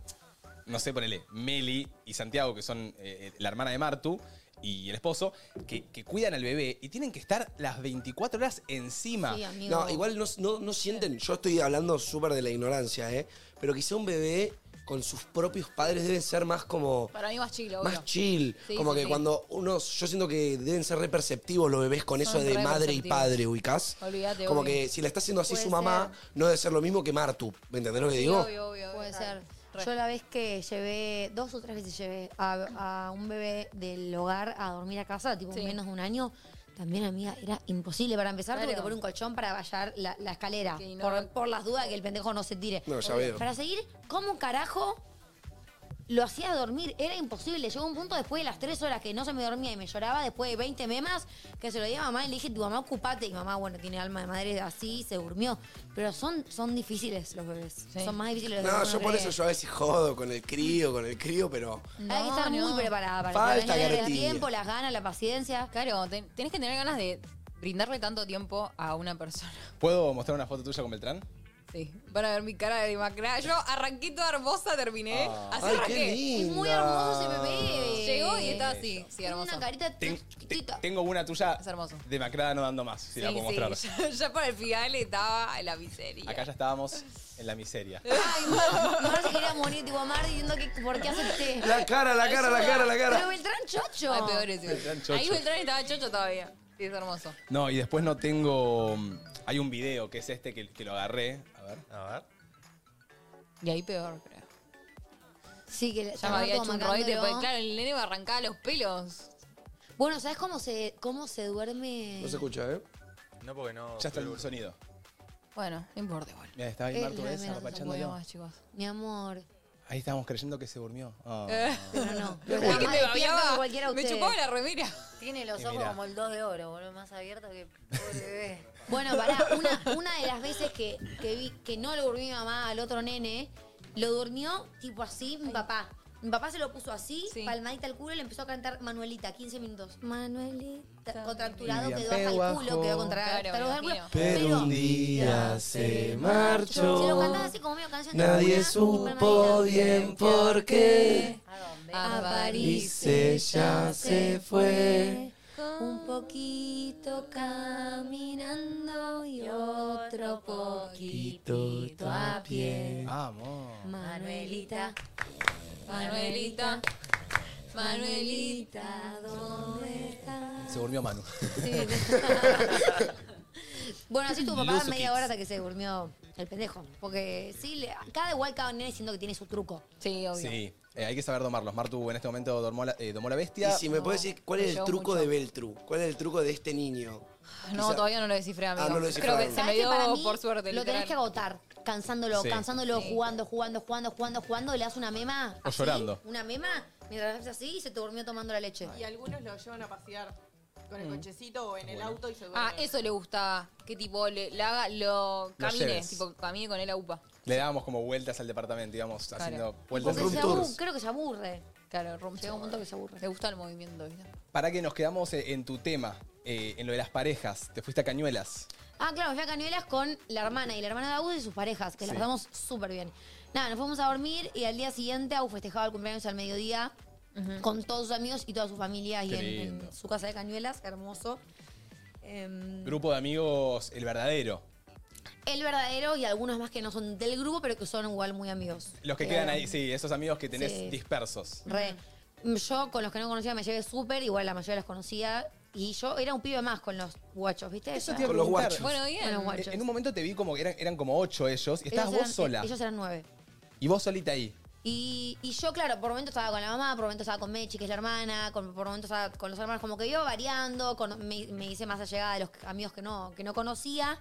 No sé, ponele, Meli y Santiago, que son eh, eh, la hermana de Martu y el esposo, que, que cuidan al bebé y tienen que estar las 24 horas encima.
Sí, amigo.
No, igual no, no- no sienten, yo estoy hablando súper de la ignorancia, ¿eh? Pero quizá un bebé con sus propios padres deben ser más como...
Para mí más chilo, obvio.
Más chill,
Sí,
como
sí,
que
sí.
cuando unos, yo siento que deben ser re perceptivos los bebés con
Son
eso de
re
madre y
perceptivos.
padre, ubicás.
Olvídate,
Como
obvio.
que si la está haciendo así
Puede
su mamá,
ser.
no debe ser lo mismo que Martu, ¿me entendés lo que
Sí,
digo?
obvio, obvio.
Puede
obvio.
ser.
Re.
Yo la vez que llevé, dos o tres veces llevé a, a un bebé del hogar a dormir a casa, tipo
Sí.
menos de un año, también amiga, era imposible. Para empezar, tuve
Claro.
que poner un colchón para vallar la, la escalera.
Sí, no.
por, por las dudas que el pendejo no se tire.
No, ya veo.
Para seguir, ¿cómo carajo lo hacía dormir? Era imposible. Llegó un punto después de las tres horas que no se me dormía y me lloraba después de 20 memas que se lo di a mamá y le dije, tu mamá ocupate. Y mamá, bueno, tiene alma de madre así, se durmió. Pero son, son difíciles los bebés.
Sí.
Son más difíciles los
No,
bebés.
yo por
Re-
eso yo a veces jodo con el crío, con el crío, pero...
hay que estar
No, no.
muy preparada para
Falta
tener el
garantía.
tiempo, las ganas, la paciencia.
Claro, ten- tenés que tener ganas de brindarle tanto tiempo a una persona.
¿Puedo mostrar una foto tuya con Beltrán?
Sí. Van a ver mi cara de demacrada. Yo arranqué toda hermosa, terminé. Así
Ah. ¡Ay,
arranqué.
qué lindo!
Es muy hermoso ese bebé.
Llegó y estaba así. Sí,
Tiene
hermoso.
una carita
Ten-
tan
te-
chiquitita.
tengo una tuya
Es hermoso.
demacrada no dando más, si la
Sí,
puedo
sí. Ya,
mostrar.
ya para el final estaba en la miseria.
Acá ya estábamos en la miseria.
Ay, Mar, Mar se quería morir, tipo Mar diciendo que por qué acepté.
La cara, la cara, la cara, la
Pero
cara.
Beltrán Chocho.
Hay peores.
Beltrán
igual.
chocho.
Ahí Beltrán estaba chocho todavía. Sí, es hermoso.
No, y después no tengo... mm, Hay un video que es este que, que lo agarré. A ver.
A ver.
Y ahí peor, creo.
Sí, que
Ya me había hecho un roete,
roete
porque claro, el nene me arrancaba los pelos.
Bueno, ¿sabes cómo se, cómo se duerme?
No se escucha, ¿eh?
No, porque no.
Ya está el sonido.
Bueno, no importa igual.
Mira, estaba ahí
Eh,
Martu
la
ves,
mierda,
arrapachando
Podemos
yo.
más, chicos.
Mi amor.
Ahí estábamos creyendo que se durmió. Ah.
Eh,
Pero no.
es que
Está más
me
despierto que
babeaba.
cualquiera de
Me
ustedes.
chupaba la remera.
Tiene los
Y
ojos
mirá.
como el 2 de oro, boludo, más abiertos que pobre bebé.
Bueno, pará, una, una de las veces que, que vi que no lo durmió mi mamá al otro nene, lo durmió tipo así mi papá. Mi papá se lo puso así,
Sí.
palmadita al culo, y le empezó a cantar Manuelita, 15 minutos. Manuelita.
Y
Contracturado,
bien,
quedó hasta el culo,
peguajo.
quedó contra
Claro,
hasta los del
me
culo.
imagino.
Pero un día se marchó.
Se lo cantaba así como medio canción de
Nadie
cuna,
supo
palmadita.
bien por qué.
¿A dónde?
Ah,
A París
ella se fue.
Un poquito caminando y otro poquitito a pie.
Vamos.
Manuelita,
Manuelita,
Manuelita, ¿dónde estás?
Se durmió Manu.
Bueno, así tu papá
Luzu
media
Kids.
hora hasta que se durmió el pendejo. Porque sí, le- cada igual cada nene siento que tiene su truco.
Sí, obvio.
Sí, eh, hay que saber domarlos. Martu en este momento dormó la- eh, domó la
Y
bestia.
si me puedes decir, ¿cuál es el
Yo
truco
mucho.
de Beltru? ¿Cuál es el truco de este niño?
No,
Quizá-
todavía no lo descifré, amigo.
Ah, no lo
Creo que
descifraron.
se me
¿Sabes que para
dio
mí
por suerte.
Lo tenés
literal.
que agotar, cansándolo,
Sí.
cansándolo,
Sí.
jugando, jugando, jugando, jugando, jugando, le das una mema.
O
así,
llorando.
Una mema, mientras haces así y se te durmió tomando la leche.
Y algunos lo llevan a pasear con el cochecito o en el auto y se duermen.
Ah, eso le gustaba. Que tipo, le, le haga, lo camine.
lleves.
tipo, camine con él a UPA.
Le dábamos como vueltas al departamento, íbamos
Claro.
haciendo vueltas.
Porque
room
se
tours.
abu- creo que se aburre.
Claro, rompe.
Llega un punto que se aburre.
Le gusta el movimiento, ¿viste?
Para que nos quedamos eh, en tu tema, eh, en lo de las parejas. Te fuiste a Cañuelas.
Ah, claro, me fui a Cañuelas con la hermana y la hermana de Agus y sus parejas, que las
Sí.
pasamos súper bien. Nada, nos fuimos a dormir y al día siguiente Agus festejaba el cumpleaños al mediodía con todos sus amigos y toda su familia y
Qué
en, en
lindo.
su casa de Cañuelas, hermoso. Em,
Grupo de amigos, el verdadero.
el verdadero y algunos más que no son del grupo, pero que son igual muy amigos.
Los que
Eh,
quedan ahí, sí, esos amigos que tenés
sí.
dispersos.
Re. Yo con los que no conocía me llevé súper, igual la mayoría los conocía. Y yo era un pibe más con los guachos, ¿viste?
Eso
Ya.
te iba a
Con los
preguntar.
guachos.
Bueno, bien.
Bueno, guachos.
En en un momento te vi como que eran, eran como ocho ellos y
Ellos
estabas
eran-
vos sola.
Ellos eran nueve.
Y vos solita ahí.
Y, y yo, claro, por momentos estaba con la mamá, por momentos estaba con Mechi, que es la hermana, con- por momentos estaba con los hermanos, como que iba variando, con- me, me hice más allegada de los amigos que no, que no conocía,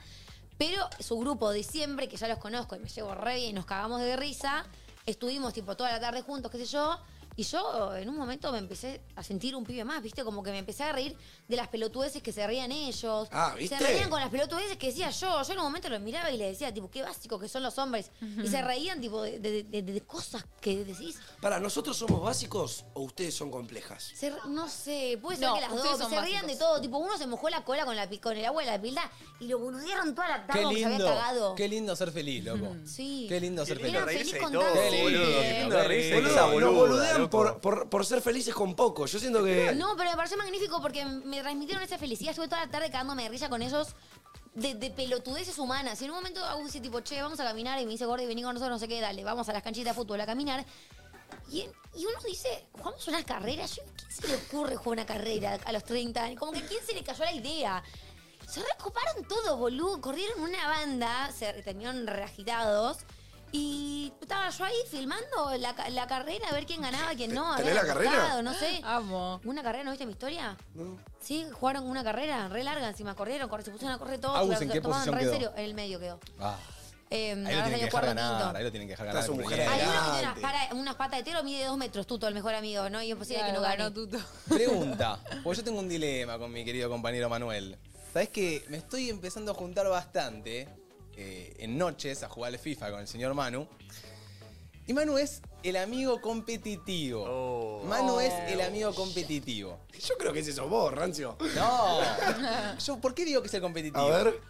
pero su grupo de siempre, que ya los conozco y me llevo re bien y nos cagamos de risa, estuvimos tipo toda la tarde juntos, qué sé yo, y yo en un momento me empecé a sentir un pibe más, ¿viste? Como que me empecé a reír de las pelotudeces que se rían ellos.
Ah, ¿viste?
Se reían con las pelotudeces que decía yo. Yo en un momento los miraba y les decía, tipo, qué básico que son los hombres. Y se reían, tipo, de, de- de- de cosas que decís.
Para, ¿nosotros somos básicos o ustedes son complejas?
Se re- no sé, puede ser
No,
que las
ustedes
dos que
son
se rían de
básicos.
todo. Tipo, uno se mojó la cola con, la, pi- con el agua de la pilda y lo boludearon toda la tarde
Qué
como que se había
lindo.
cagado. Mm.
Qué lindo ser feliz, loco.
Sí.
Qué lindo ser
Qué
feliz.
lindo
Era
reírse
feliz
de
con
todo,
Dante.
boludo. Qué lindo
Qué
reírse de
lindo.
esa
Boludo, nos boludean
boluda,
por,
loco.
por, por ser felices con poco. Yo siento que...
No, pero me pareció magnífico porque me transmitieron esa felicidad. Estuve toda la tarde cagándome de risa con ellos de, de pelotudeces humanas. Y en un momento Agus dice tipo, che, vamos a caminar. Y me dice, Gordy, vení con nosotros, no sé qué, dale, vamos a las canchitas de fútbol a caminar. Y, en- y uno dice, jugamos una carrera. Yo, ¿A quién se le ocurre jugar una carrera a los 30 años? Como que a quién se le cayó la idea. Se recoparon todo, boludo. Corrieron una banda, se terminaron reagitados. Y estaba yo ahí filmando la, ca- la carrera, a ver quién ganaba, quién no.
¿Tenés
habían
la carrera?
apostado, No
Ah,
sé.
Amo.
¿Una carrera? ¿No viste mi historia? Sí, jugaron una carrera re larga, encima corrieron, corrieron, se pusieron a correr todos.
Agus,
se la-
¿en
se
qué
la tomaron
posición
re
quedó?
En serio, en el medio quedó.
Ah,
Eh,
ahí lo
ahora
tienen que
salió
dejar
cuarto
ganar. Ahí
quinto.
lo tienen que dejar ganar.
Esta es una
en
mujer.
primera.
Hay
Adelante.
uno que tiene unas, para- unas patas de tero, mide dos metros, tuto, el mejor amigo, ¿no? Y es posible que no gane.
ganó Tuto.
Pregunta, porque yo tengo un dilema con mi querido compañero Manuel. Sabes que me estoy empezando a juntar bastante eh, en noches a jugar al FIFA con el señor Manu. Y Manu es el amigo competitivo.
Oh.
Manu es el amigo competitivo.
Yo creo que ese sos vos, Rancio.
No. Yo, ¿por qué digo que es el competitivo?
A ver,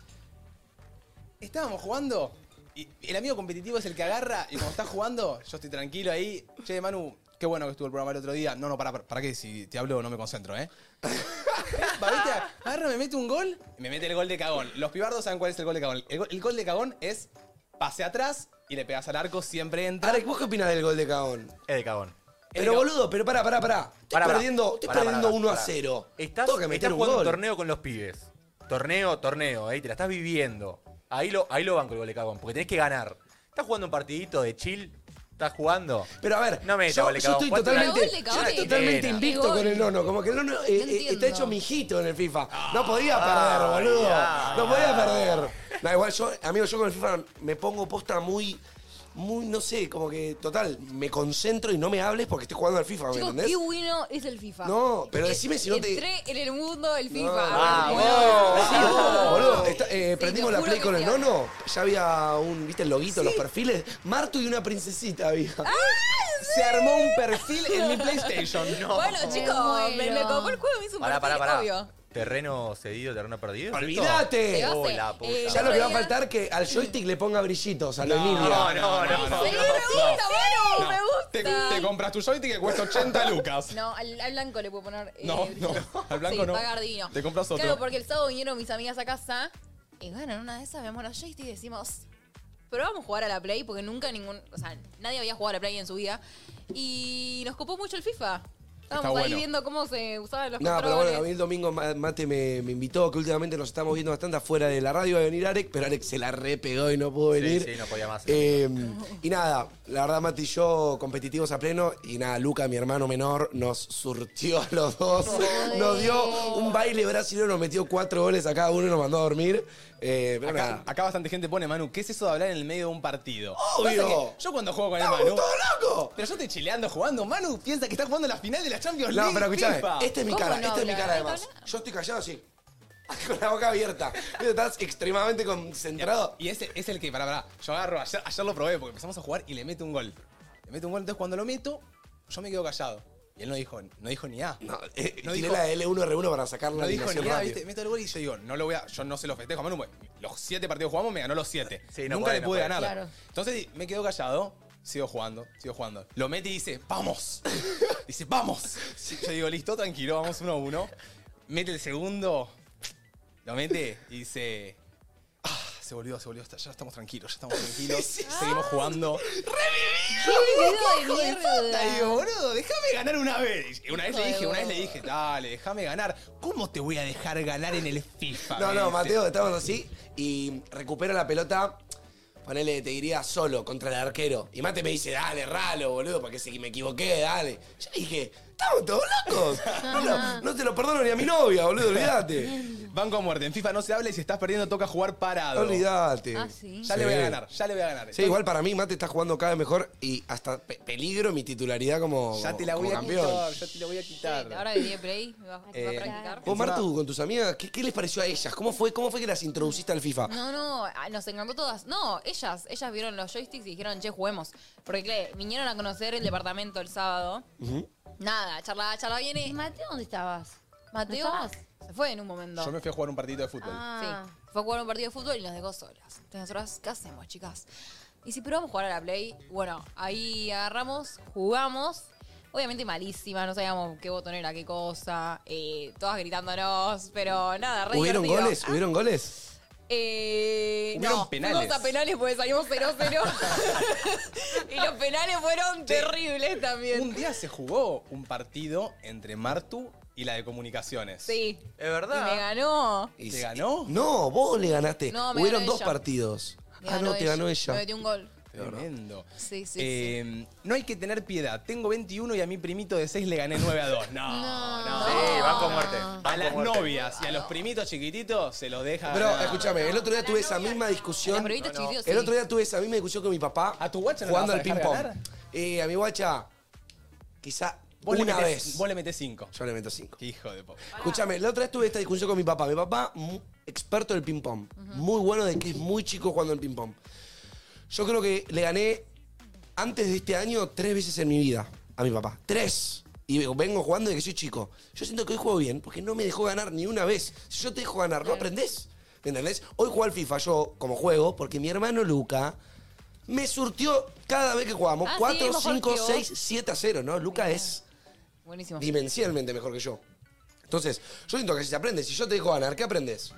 Estábamos jugando y el amigo competitivo es el que agarra y como está jugando, yo estoy tranquilo ahí. Che, Manu, qué bueno que estuvo el programa el otro día. No, no, para, para, para qué, si te hablo no me concentro, ¿eh? Va, ¿viste? Agarra, me mete un gol y me mete el gol de cagón. Los pibardos saben cuál es el gol de cagón. El, go- el gol de cagón es pase atrás y le pegas al arco, siempre entra.
Tarek, ¿vos qué opinás del gol de Cagón?
Es Eh, de cagón.
Pero
Pero-
boludo, pero pará, pará, pará. Estás
Pará, pará.
perdiendo, estás
Pará, pará,
perdiendo
pará,
1
pará.
a 0.
Estás,
Tengo que
estás
meter un
jugando
gol.
un torneo con los pibes. Torneo, torneo, ahí te la estás viviendo. Ahí lo, ahí lo banco el gol de cagón, porque tenés que ganar. Estás jugando un partidito de chill, ¿Estás jugando?
Pero a ver,
No meta,
yo,
vale,
yo
cagón.
estoy
¿Cuánto
totalmente,
era? Vale,
yo
cagón.
estoy totalmente
Nena.
invicto
Igual.
con el nono. Como que el nono eh, eh,
entiendo.
está hecho mi hijito en el FIFA.
Ah,
No podía perder,
ay,
boludo.
ay,
no podía
ay.
perder. No, igual yo, amigo, yo con el FIFA me pongo posta muy... Muy, no sé, como que, total, me concentro y no me hables porque estoy jugando al FIFA, ¿me
Chicos,
entendés?
qué bueno es el FIFA.
No, pero decime si no te-
Entré en el mundo del FIFA.
Ah,
Bueno,
vos.
Sí, boludo, está- eh,
Sí,
prendimos
te
la
juro
play
que
con el
sí.
nono. Ya había un, ¿viste el loguito, los perfiles? Martu y una princesita había.
¡Ah,
Se armó un perfil en mi PlayStation. No.
Bueno, chicos, me, me copó el juego, me hizo un
Pará, pará,
perfil,
pará.
obvio.
¿Terreno cedido, terreno perdido? ¿es esto?
¡Olvídate!
Sebastián,
Oh, la puta.
eh,
Ya lo que va a
otro día-
faltar que al joystick le ponga brillitos a lo Emilia.
No, no, no. no.
Sí, me gusta, Manu, me
Te,
gusta.
te compras tu joystick que cuesta 80 lucas.
No, al, al blanco le puedo poner. eh,
No,
brillo.
no, al blanco
sí,
no.
pagar divino.
Te compras otro.
Claro, porque el sábado vinieron mis amigas a casa y bueno, en una de esas vemos la joystick y decimos, pero vamos a jugar a la Play porque nunca ningún, o sea, nadie había jugado a la Play en su vida y nos copó mucho el FIFA. Estábamos ahí
bueno.
viendo cómo se usaban los
No, pero
controles.
bueno, a mí el domingo Ma- Mate me, me invitó, que últimamente nos estamos viendo bastante afuera de la radio, va a venir Arek, pero Arek se la repegó y no pudo
Sí,
venir.
sí, no podía más.
Eh, y nada, la verdad Mati y yo competitivos a pleno y nada, Luca, mi hermano menor, nos surtió a los dos, nos dio un baile brasileño, nos metió cuatro goles a cada uno y nos mandó a dormir. Eh, pero
Acá,
nada,
acá bastante gente pone, Manu, ¿qué es eso de hablar en el medio de un partido?
Obvio.
Pasa que Yo cuando juego con el
¡estamos
Manu.
todos locos!
Pero yo estoy chileando jugando. Manu piensa que está jugando la final de la Champions
No,
League.
pero escuchame, este
FIFA.
esta es mi
¿Cómo
cara,
no
esta es mi
hablar?
cara
Hay que
además.
hablar.
Yo estoy callado así, con la boca abierta. Viste, Estás extremadamente concentrado.
Y ese es el que, pará, pará. Yo agarro, ayer, ayer lo probé porque empezamos a jugar y le meto un gol. Le meto un gol, entonces cuando lo meto, yo me quedo callado. Y él no dijo, no dijo ni A.
No, eh,
No
tiré
dijo-
la L1R1 para sacar la
No dijo ni
alineación
nada,
rápido.
¿viste? Meto el gol y yo digo, no lo voy a. Yo no se lo festejo a Manu. porque Los siete partidos jugamos, me ganó los siete.
Sí, no
Nunca
puede,
le
no
pude
puede.
ganar.
Claro.
Entonces me quedo callado, sigo jugando, sigo jugando. Lo mete y dice, ¡vamos! dice, ¡vamos! Yo digo, listo, tranquilo, vamos uno a uno. Mete el segundo, lo mete y dice. "Ah, Se volvió, se volvió, ya estamos tranquilos, ya estamos tranquilos. Seguimos jugando.
¡Qué video de
Puta,
mierda!
digo, boludo, déjame ganar una vez. Una vez
Hijo
le
de
dije, una vez
boludo.
le dije, dale, déjame ganar. ¿Cómo te voy a dejar ganar en el FIFA?
No,
me
no,
dice?
Mateo, estamos así y recupera la pelota. Ponele, te diría solo contra el arquero. Y Mate me dice, dale, ralo, boludo, porque si me equivoqué, dale. Yo dije, estamos todos locos. No, no, no te lo perdono ni a mi novia, boludo, olvídate.
Banco a muerte. En FIFA no se habla y si estás perdiendo toca jugar parado.
Olvídate.
Ah, sí.
Ya le voy a ganar, ya le voy a ganar.
Sí, igual para mí Mate está jugando cada vez mejor y hasta pe- peligro mi titularidad como,
Ya te la
como
voy a
campeón.
quitar, ya te la voy a quitar.
Ahora que viene Play, me va, me va
Eh,
a practicar.
Vos,
Encima-
Martu, con tus amigas, ¿qué, qué les pareció a ellas? ¿Cómo fue, ¿Cómo fue que las introduciste al FIFA?
No, no, ah, nos encantó todas. No, ellas, ellas vieron los joysticks y dijeron, che, juguemos. Porque claro, vinieron a conocer el departamento el sábado. Nada, charla, charla viene.
Mateo, ¿dónde estabas?
Mateo
¿No estabas?
se fue en un momento.
Yo me fui a jugar un partidito de fútbol.
Ah.
Sí. Fue a jugar un partido de fútbol y nos dejó solas. Entonces nosotras, ¿qué hacemos, chicas? Y si pero vamos a jugar a la Play, bueno, ahí agarramos, jugamos. Obviamente malísima, no sabíamos qué botón era, qué cosa. eh, todas gritándonos, pero nada, re
¿Hubieron
divertido.
goles?
Ah,
¿Hubieron goles?
eh,
Hubieron
no,
penales.
fuimos a penales porque salimos 0-0. y los penales fueron terribles
Un
también.
día se jugó un partido entre Martu y la de comunicaciones.
Sí.
Es
Y me
verdad.
ganó.
¿Y se ganó?
No, vos le ganaste.
No, me
Hubieron
ganó
dos
ella.
partidos.
Me
ah, no, te ganó
Me
ella.
metió un gol.
Tremendo.
Sí, sí,
Eh, No hay que tener piedad. Tengo 21 y a mi primito de 6 le gané 9 a 2. No, no.
Ah.
Sí, banco a muerte.
A
banco
las
muerte.
novias y a los primitos chiquititos se los deja.
Pero,
ganar.
escúchame, el otro día tuve esa misma
Los
discusión.
primitos chiquititos,
El
sí.
otro día tuve esa misma discusión con mi papá.
¿A tu guacha no la
Jugando
vas
al
a dejar
ping-pong.
ganar?
Eh, a mi guacha, quizá
Vos le
una
metés-
vez.
Vos le metés 5.
Yo le meto cinco.
Qué hijo de pobre.
Escúchame, la otra vez tuve esta discusión con mi papá. Mi papá, mu- experto del ping-pong. Muy bueno de que es muy chico jugando al ping-pong. Yo creo que le gané antes de este año tres veces en mi vida a mi papá. Tres. Y vengo- vengo jugando desde que soy chico. Yo siento que hoy juego bien porque no me dejó ganar ni una vez. Si yo te dejo ganar, no aprendés. ¿Me entendés? Hoy juego al FIFA yo como juego porque mi hermano Luca me surtió cada vez que jugamos
Ah, sí,
4,
mejor
5,
que vos.
6, 7 a 0, ¿no? Luca es
Buenísimo.
dimensionalmente mejor que yo. Entonces, yo siento que si se aprende, si yo te digo ganar, ¿qué aprendes?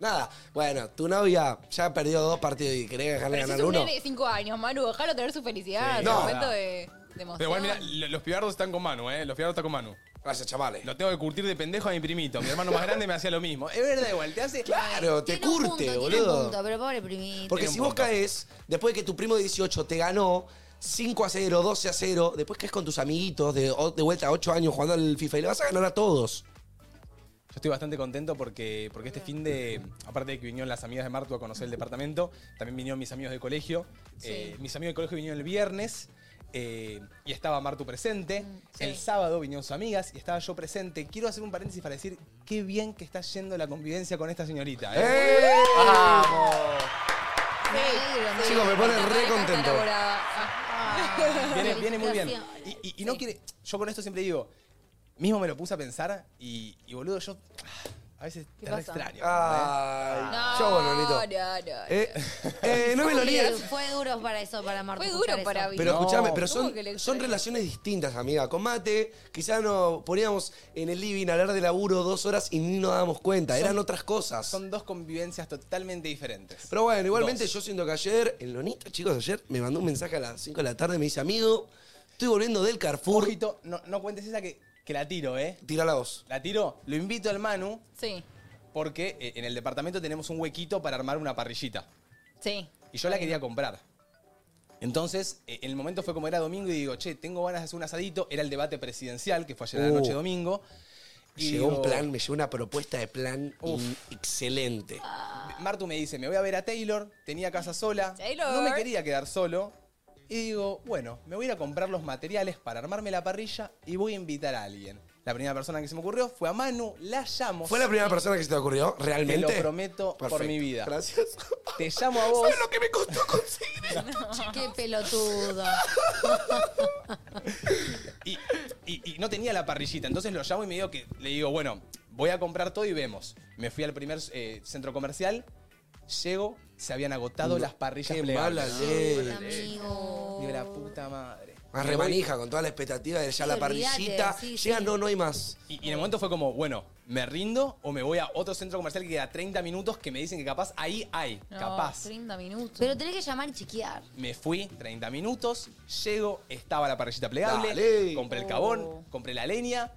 Nada. Bueno, tu novia ya perdió dos partidos y quería dejarle
Pero si
ganar
es un
uno.
nene de 5 años, Manu, déjalo tener su felicidad.
Sí,
un
no.
momento de, de emoción.
Pero igual, mira, lo- los pibardos están con Manu, ¿eh? Los pibardos están con Manu.
Gracias, chavales.
Lo tengo que curtir de pendejo a mi primito. Mi hermano más grande me hacía lo mismo. Es verdad, igual, te hace.
Claro, te
Tiene un
curte,
punto, tiene un
boludo.
punto, pero pobre primito.
Porque
Tiene un
si vos
punto.
caes, después de que tu primo de 18 te ganó, 5 a 0, 12 a 0, después caes con tus amiguitos de, o- de vuelta a 8 años jugando al FIFA y le vas a ganar a todos.
Yo estoy bastante contento porque, porque este fin de, aparte de que vinieron las amigas de Martu a conocer el departamento, también vinieron mis amigos de colegio. Eh, mis amigos de colegio vinieron el viernes eh, y estaba Martu presente. El sábado vinieron sus amigas y estaba yo presente. Quiero hacer un paréntesis para decir qué bien que está yendo la convivencia con esta señorita. ¿eh?
¡Vamos!
Chicos, me pone
Esta
re
pareja está
contento.
enamorada. Ah.
Viene, viene muy bien.
Felicitaciones.
Y, y- y no quiere. Yo con esto siempre digo, mismo me lo puse a pensar y, y, boludo, yo ah, a veces te re
pasa?
extraño.
Ah. Ay, Ah. yo,
no,
bonito.
no, no.
Eh, eh, no me lo niegues.
Fue duro para eso, para Marta.
Fue duro para mí.
Pero
No.
escúchame, pero
¿Cómo
son,
que le
son
extraño?
relaciones distintas, amiga. Con mate, quizás nos poníamos en el living a hablar de laburo dos horas y ni nos dábamos cuenta. Eran otras cosas.
Son dos convivencias totalmente diferentes.
Pero bueno, igualmente
Dos.
yo siento que ayer, el Lonito, chicos, ayer me mandó un mensaje a las 5 de la tarde y me dice, amigo, estoy volviendo del Carrefour.
Ojito, no, no cuentes esa que, que la tiro, ¿eh?
Tira la voz.
La tiro, lo invito al Manu
Sí,
porque eh, en el departamento tenemos un huequito para armar una parrillita.
sí.
Y yo la quería comprar. Entonces, eh, en el momento fue como era domingo y digo, che, tengo ganas de hacer un asadito. Era el debate presidencial que fue ayer a la
Uh.
noche domingo. Y
Llegó un
digo,
plan, me llegó una propuesta de plan
Uf.
in- excelente.
Martu me dice, me voy a ver a Taylor, tenía casa sola,
Taylor.
no me quería quedar solo. Y digo, bueno, me voy a ir a comprar los materiales para armarme la parrilla y voy a invitar a alguien. La primera persona que se me ocurrió fue a Manu, la llamo.
¿Fue la primera persona que se te ocurrió? ¿Realmente?
Te lo prometo por mi vida. Pues
Gracias.
Te llamo a vos.
¿Sabes lo que me costó conseguir?
Qué pelotudo.
Y, y- y no tenía la parrillita, entonces lo llamo y me digo que le digo, bueno, voy a comprar todo y vemos. Me fui al primer eh, centro comercial, llego, se habían agotado las parrillas
Qué
plegables.
mala ley.
Amigo.
Digo, la puta madre.
Más
Me voy-
remanija con toda la expectativa de ya
Eh, Sí,
la
olvídate,
parrillita.
sí,
Llega,
sí.
no, no hay más.
Y, y en el momento fue como, bueno, ¿me rindo o me voy a otro centro comercial que queda 30 minutos que me dicen que capaz ahí hay?
No,
capaz.
30 minutos.
Pero tenés que llamar y chequear.
Me fui 30 minutos, llego, estaba la parrillita plegable,
Dale.
compré el cabón, compré la leña,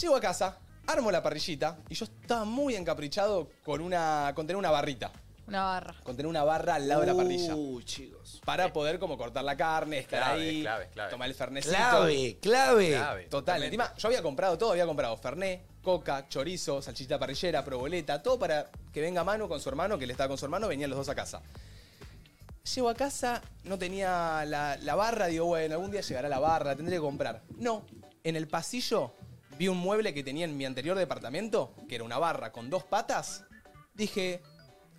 llego a casa, armo la parrillita y yo estaba muy encaprichado con, una, con tener una barrita,
Una barra.
con tener una barra al lado de la parrilla.
Uh, chicos.
Para poder como cortar la carne, estar
Clave,
ahí,
clave, clave.
tomar el fernecito.
Clave, clave.
Clave.
Total, encima yo había comprado todo, había comprado Fernet, coca, chorizo, salchichita parrillera, proboleta, todo para que venga Manu con su hermano, que él estaba con su hermano, venían los dos a casa. Llego a casa, no tenía la, la barra, digo, bueno, algún día llegará la barra, la tendré que comprar. No, en el pasillo vi un mueble que tenía en mi anterior departamento, que era una barra con dos patas. Dije,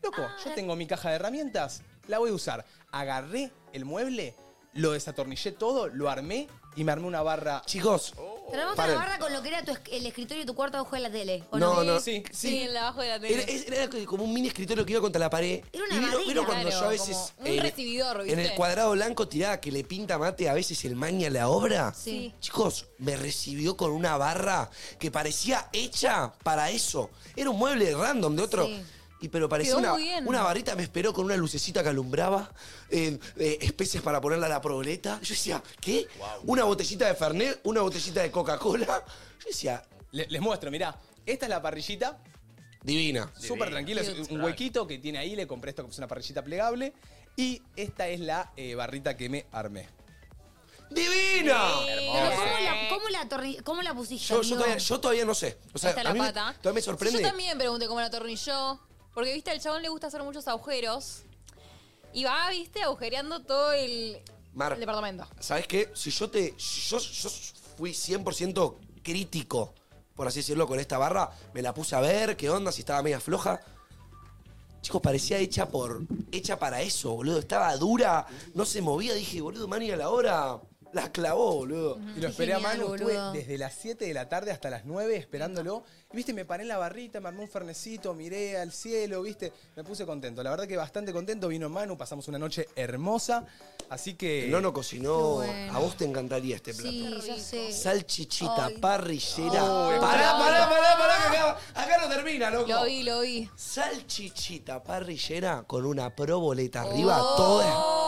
loco, yo tengo mi caja de herramientas, la voy a usar. Agarré el mueble, lo desatornillé todo, lo armé y me armé una barra
Chicos,
Tenemos la
Paren.
barra con lo que era tu es- el escritorio y tu cuarto abajo de la tele. ¿o
no,
no?
no.
Sí, sí.
Sí, en la abajo de la tele.
Era, es- era como un mini escritorio que iba contra la pared.
Era una
Y vieron-
madera,
vieron cuando
claro,
yo a veces. eh,
como un recibidor,
En
¿viste?
el cuadrado blanco tirada que le pinta mate a veces el maña la obra.
Sí.
Chicos, me recibió con una barra que parecía hecha para eso. Era un mueble random de otro.
Sí.
Y pero parecía
Quedó
una,
muy bien.
una barrita, me esperó con una lucecita que alumbraba, eh, eh, especies para ponerla a la proboleta. Yo decía, ¿qué? Una botellita de Fernet, una botellita de Coca-Cola. Yo decía,
Le- les muestro, mirá. Esta es la parrillita,
divina.
súper tranquila, es un huequito que tiene ahí, le compré esto que es una parrillita plegable. Y esta es la eh, barrita que me armé.
¡Divina!
Pero ¿cómo la, cómo la, torri- cómo la pusiste?
Yo, yo
amigo?
todavía, yo todavía no sé. O sea,
Ahí está
a
la
mí me-
pata.
todavía me sorprende.
Sí, yo también pregunté cómo la atornilló. Porque, viste, al chabón le gusta hacer muchos agujeros. Y va, viste, agujereando todo el,
Mar.
el departamento.
¿Sabes qué? Si yo te. Yo, yo fui 100% crítico, por así decirlo, con esta barra. Me la puse a ver, qué onda, si estaba media floja. Chicos, parecía hecha por. hecha para eso, boludo. Estaba dura, no se movía. Dije, boludo, Mani a la hora. La clavó, boludo.
Y lo
Mm, Qué
esperé a
genial,
mano,
boludo.
estuve desde las 7 de la tarde hasta las 9 esperándolo. Y viste, me paré en la barrita, me armé un fernecito, miré al cielo, viste, me puse contento. La verdad que bastante contento, vino Manu, pasamos una noche hermosa. Así que.
El nono cocinó.
Qué bueno.
A vos te encantaría este plato.
Sí, ya sé.
Salchichita,
Ay.
parrillera.
Ay.
pará, pará, pará, pará, que acá, acá no termina, loco.
Lo vi, lo vi.
Salchichita parrillera con una proboleta arriba,
Oh.
toda.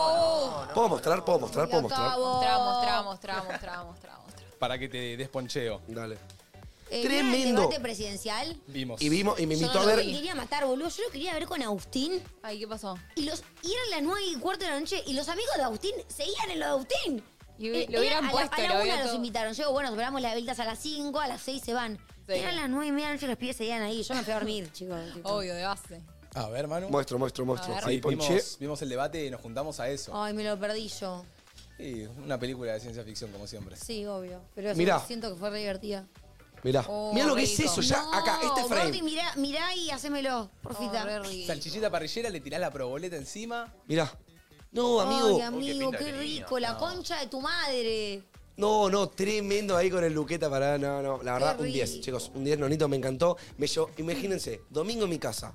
¿Puedo mostrar? ¿Puedo mostrar? ¿Puedo
Lo
Oh.
mostrar?
acabo.
Mostrá, mostrá, mostrá, mostrá, mostrá, mostrá.
Para que te desponcheo.
Dale.
Eh, ¿vieron
Tremendo.
el debate presidencial?
Vimos.
Y vimos, y me
Yo
invitó a
no lo
ver.
quería matar, boludo. Yo lo quería ver con Agustín.
Ay, ¿qué pasó?
Y, los, y eran las 9 y cuarto de la noche y los amigos de Agustín seguían en lo de Agustín.
Y
Eh,
lo hubieran
era a la-
puesto,
A
lo
la,
hubiera
una los
todo.
invitaron. Yo, digo, bueno, sobramos las velitas a las 5, a las 6 se van.
Sí.
Eran las 9 y media de la noche y los pibes seguían ahí. Yo me fui a dormir, chicos.
Obvio, de base.
A ver, Manu.
Muestro, muestro, muestro.
A ver.
Sí,
Ahí ponché.
vimos, vimos el debate y nos juntamos a eso.
Ay, me lo perdí yo.
Sí, una película de ciencia ficción, como siempre.
Sí, obvio. Pero
Mirá.
sí, siento que fue re divertida.
Mirá.
Oh,
Mirá lo que
rico.
es eso, ya acá, este frame.
Gordi, mirá, mirá y hacémelo, porfita.
Oh, re rico.
Salchichita parrillera, le tirás la proboleta encima.
Mirá. No, amigo. Oh,
Ay, amigo,
pinta
qué,
que tenía.
rico. La concha de tu madre.
No, no, tremendo ahí con el Luqueta para. No, no, la verdad,
Qué
un 10,
rico.
chicos. Un 10, Nonito, me encantó. Me llevó- imagínense, domingo en mi casa.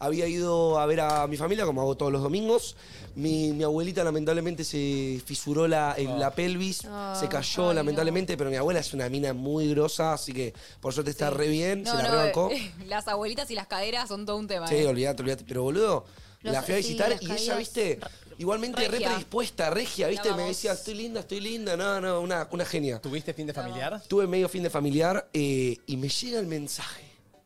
Había ido a ver a mi familia, como hago todos los domingos. Mi, mi abuelita, lamentablemente, se fisuró la, el- la pelvis, se cayó, lamentablemente, pero mi abuela es una mina muy grosa, así que por suerte está re bien, se la rebancó.
eh, las abuelitas y las caderas son todo un tema.
Sí,
eh.
olvídate, olvídate. Pero boludo,
Los-
la fui a
sí,
visitar
las
y ella,
caídas.
viste, igualmente re
Regia.
predispuesta, regia, viste,
La
me
vamos.
decía, estoy linda, estoy linda, no, no, una, una genia.
¿Tuviste fin de familiar?
Tuve medio fin de familiar eh, y me llega el mensaje.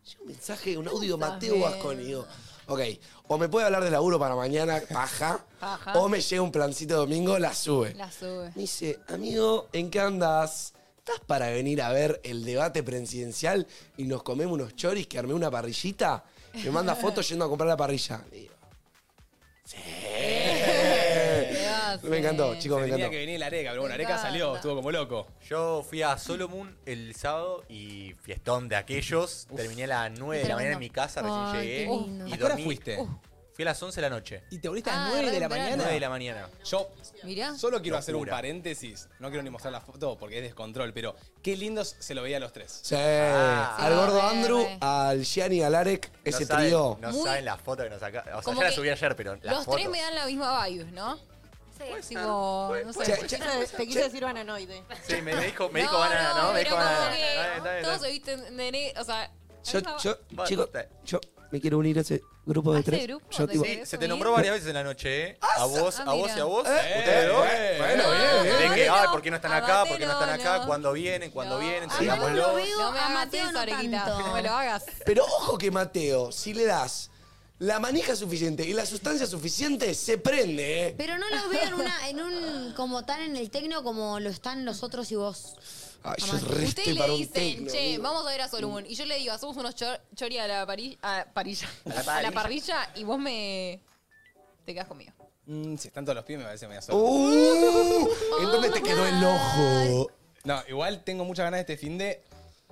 Llega un mensaje, un audio de Mateo Vasconi. Digo, ok, o me puede hablar de laburo para mañana, paja,
Paja.
o me llega un plancito domingo, la sube.
La sube.
Me dice, amigo, ¿en qué andas? ¿Estás para venir a ver el debate presidencial y nos comemos unos choris que armé una parrillita? Me manda fotos yendo a comprar la parrilla. Le digo,
Gracias.
Me encantó, chicos, me
Tenía
encantó.
que venir la areca, pero bueno,
Me
areca
encanta.
salió, estuvo como loco.
Yo fui a Solomon el sábado y fiestón de aquellos. Terminé a las 9 de la mañana en mi casa, recién
Ay, qué
llegué.
lindo.
Y
¿A qué hora
dormí-
fuiste?
Fui a las 11 de la noche.
¿Y te volviste a
Ah,
las 9 de la
re temprano.
mañana?
9 de la mañana.
Yo
Mirá.
solo quiero hacer un
Locura.
paréntesis. No quiero ni mostrar la foto porque es descontrol, pero qué lindos se lo veía a los tres.
Sí,
Ah.
al
Sí,
gordo
re,
Andrew,
re.
al Gianni y al Arek, ese
no saben,
trío.
No
Muy-
saben las fotos que nos sacaron. O sea,
Como
yo la
que
subí ayer, pero las
Los
fotos.
tres me dan la misma vibe, ¿no? Sí. Tipo, no sé.
Che, che,
Te- Te quise decir bananoide.
Sí, me, me dijo, me dijo banana, ¿no? Me
pero
dijo banana.
como que
Está bien, está bien, está
Todos se
bien.
visten de negro, o sea...
Yo,
la misma
yo,
Bueno,
chicos,
está-
yo me quiero unir a ese grupo
¿A
de
ese
tres.
grupo
Yo,
de
tipo,
tres?
Sí, se te
Bien.
nombró varias veces en la noche, ¿eh? A vos,
ah,
a vos
mira.
y a vos.
Eh,
Ustedes dos.
eh,
Bueno,
no,
bien,
no,
bien.
no,
De que,
no.
ay, ¿por qué no están acá? ¿Por qué no están
Abatero,
acá?
no. Ah,
¿Cuándo vienen? ¿Cuándo vienen?
A Manu lo
Sigámoslo.
veo,
No me
a
hagas
Mateo
eso,
no
Arequita,
tanto.
No me lo hagas.
Pero ojo que Mateo, si le das la manija suficiente y la sustancia suficiente, se prende, ¿eh?
Pero no lo veo en, una, en un como tan en el tecno como lo están los otros y vos.
Ay, yo
Amante.
re estoy
Ustedes le
para un
dicen,
tecno,
che,
amigo.
vamos a ver a Solomon. Y yo le digo, hacemos unos chor- chori a la pari- a parilla. A la, parrilla y vos me. Te quedas conmigo.
Mm, si están todos los pies me parece medio solo.
¡Uh! ¿En dónde
Oh
te quedó el ojo?
No, igual tengo muchas ganas de este fin de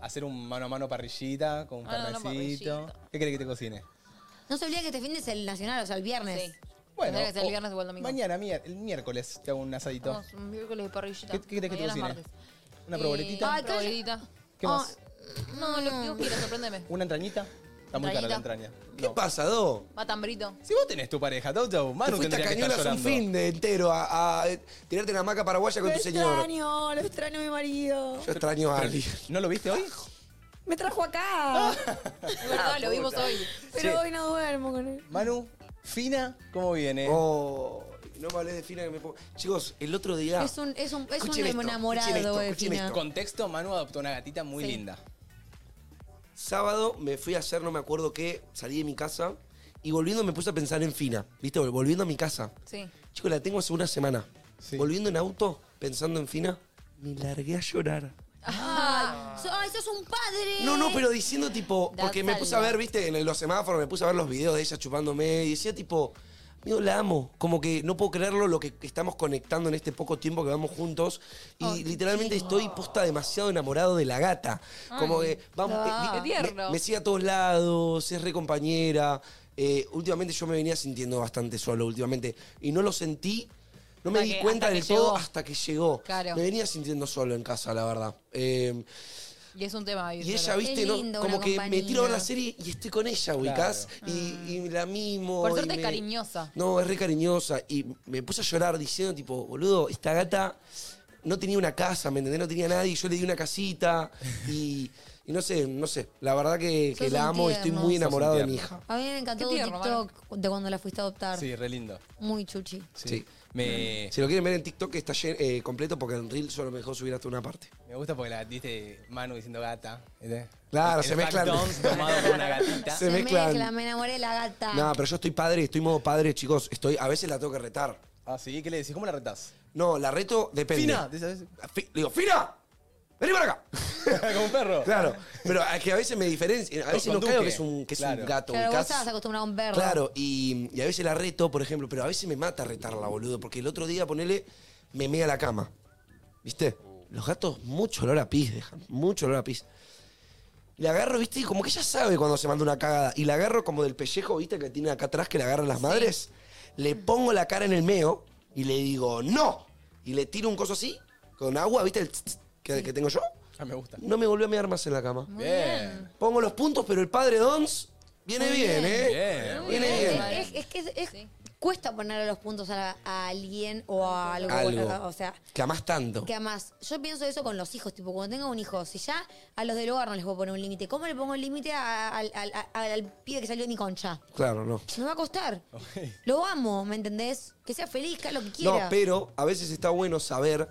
hacer un mano a mano parrillita con un
Mano a mano
carnecito.
parrillita.
¿Qué crees que te cocine?
No se olvide que este fin de es el nacional, o sea, el viernes.
Sí. Tendría que ser el
o
viernes o el domingo.
Mañana, mier- el miércoles, te hago un asadito.
Vamos, un miércoles de parrillita.
¿Qué, qué crees que te
Mañana
cocine?
es martes.
¿Una
Eh,
proboletita?
Ay, ah. proboletita.
¿Qué más?
No, lo que vos quieras, sorpréndeme.
¿Una entrañita? Está muy cara la entraña.
¿Qué
No.
pasa, Do?
Matambrito.
Si vos tenés tu pareja, Dojo,
Te
Manu
fuiste a
tendría que estar
cañolas un
llorando.
fin de entero a, a, eh, tirarte en la hamaca paraguaya con tu señor.
lo extraño a mi marido.
Yo extraño a Ali.
¿No lo viste hoy?
Me trajo acá.
Es verdad, lo vimos hoy.
Pero Sí. hoy
no duermo con él.
Manu, Fina, ¿cómo viene?
Oh, no me hables de Fina que me pongo. Chicos, el otro día.
Es un, es un, es un
Escuchen Ah. esto, escuchen esto,
enamorado, eh,
escuchen
Fina.
esto.
Contexto, Manu adoptó una gatita muy linda.
Sábado me fui a hacer, no me acuerdo qué, salí de mi casa y volviendo me puse a pensar en Fina. ¿Viste? Vol- Volviendo a mi casa.
Sí.
Chicos, la tengo hace una semana.
Sí.
Volviendo en auto, pensando en Fina, me largué a llorar.
Ay, so- ay, sos un padre.
No, no, pero diciendo tipo,
That's
porque me puse a
algo.
ver, viste, en los semáforos, me puse a ver los videos de ella chupándome y decía tipo, amigo, la amo. Como que no puedo creerlo lo que estamos conectando en este poco tiempo que vamos juntos. Y literalmente estoy posta demasiado enamorado de la gata. Como que, vamos,
Ah.
eh, vi-
Qué tierno.
me, me sigue a todos lados, es re compañera. Eh, últimamente yo me venía sintiendo bastante solo, últimamente. Y no lo sentí, no me
Hasta
di
que-
cuenta
hasta
del
que
todo
llegó.
hasta que llegó.
Claro.
Me venía sintiendo solo en casa, la verdad. Eh,
Y es un tema vivir
y ella,
solo.
viste,
Es
no,
lindo,
como
una Ah.
que me
compañía.
tiro a ver la serie y estoy con ella, ubicás. Y, y la mimo.
Por
y
suerte es
me-
cariñosa.
No, es re cariñosa. Y me puse a llorar diciendo, tipo, boludo, esta gata no tenía una casa, ¿me entendés? No tenía nadie. Yo le di una casita y, Y no sé, no sé. La verdad que, que
Sos
la
un
amo y estoy
tierno.
muy
Sos
enamorado
un
de mi
tierno.
hija.
A mí me encantó
Qué
tu
tierno,
TikTok de cuando la fuiste a adoptar.
Sí, re lindo.
Muy chuchi.
Sí.
Sí.
Me,
Si lo quieren ver en TikTok, está llen- eh, completo porque en Reel solo me dejó subir hasta una parte.
me gusta porque la diste Manu diciendo gata. ¿viste?
Claro,
El
se mezclan.
McDonald's tomado por una gatita.
Se mezclan.
me enamoré de la gata.
No, pero yo estoy padre, estoy modo padre, chicos. Estoy, a veces la tengo que retar.
Ah, sí, ¿qué le decís? ¿Cómo la retás?
No, la reto depende.
Fina, ¿te sabes?
Fi- le digo, ¡Fina! ¡Vení para acá!
Como un perro.
Claro, pero a que a veces me diferencia, a veces
Con
no creo
Duque.
que es un, que es un
Claro.
gato.
Claro, vos
ubicás.
estabas acostumbrado a un perro.
Claro, y, y a veces la reto, por ejemplo, pero a veces me mata retarla, boludo, porque el otro día, ponele, me mea la cama. ¿Viste? Los gatos mucho olor a pis dejan, mucho olor a pis. Le agarro, ¿viste? Y como que ya sabe cuando se manda una cagada. Y la agarro como del pellejo, ¿viste? Que tiene acá atrás que le agarran las madres. Le pongo la cara en el meo y le digo, ¡no! Y le tiro un coso así, con agua, ¿viste? El tss, tss, que, que tengo yo.
Ah, me gusta.
No me volvió a mear más en la cama.
Bien.
Pongo los puntos, pero el padre Dons viene bien, ¿eh?
Bien.
Viene
Es,
bien.
es- es que es- es- cuesta ponerle los puntos a, la- a alguien o a algo.
Algo.
O sea,
Que amás tanto.
que además, yo pienso eso con los hijos. Tipo, cuando tenga un hijo, si ya a los del hogar no les puedo poner un límite, ¿cómo le pongo el límite a- al- al- al- al pibe que salió de mi concha?
Claro, no.
Me va a costar. Lo amo, ¿me entendés? Que sea feliz, que haga lo que quiera.
No, pero a veces está bueno saber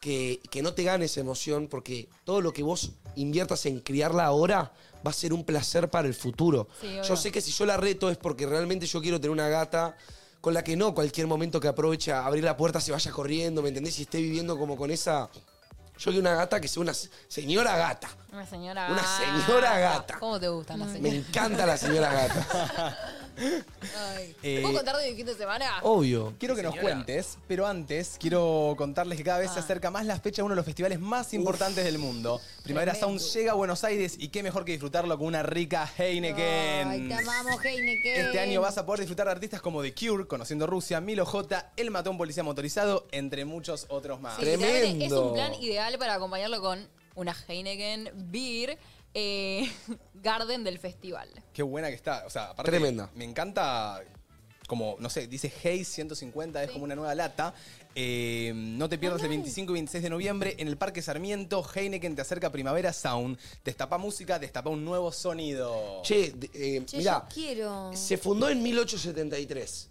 que, que no te ganes emoción porque todo lo que vos inviertas en criarla ahora va a ser un placer para el futuro.
Sí, obvio.
yo sé que si yo la reto es porque realmente yo quiero tener una gata con la que no cualquier momento que aprovecha abrir la puerta se vaya corriendo, ¿me entendés? Y esté viviendo como con esa... Yo quiero una gata que sea una se- señora gata.
Una señora
Una señora gata.
¿Cómo te gustan las
Me
señoras?
encanta la señora gata.
Ay.
Eh,
¿Puedo contar de mi fin de semana?
Obvio.
Quiero que nos cuentes, pero antes quiero contarles que cada vez se
Ah.
acerca más la fecha de uno de los festivales más importantes del mundo. Primavera Sound llega a Buenos Aires y qué mejor que disfrutarlo con una rica Heineken.
Ay, te amamos, Heineken.
Este año vas a poder disfrutar de artistas como The Cure, Conociendo Rusia, Milo J, El Matón Policía Motorizado, entre muchos otros más.
Sí, literalmente
Tremendo.
Es un plan ideal para acompañarlo con una Heineken Beer eh, Garden del festival.
Qué buena que está. O sea, aparte.
Tremenda.
Me encanta. Como, no sé, dice Hey 150, es como una nueva lata. Eh, no te pierdas el 25 y 26 de noviembre en el Parque Sarmiento. Heineken te acerca a Primavera Sound. Destapa música, destapa un nuevo sonido.
Che, de- eh,
Che,
mirá.
yo quiero.
Se fundó en 1873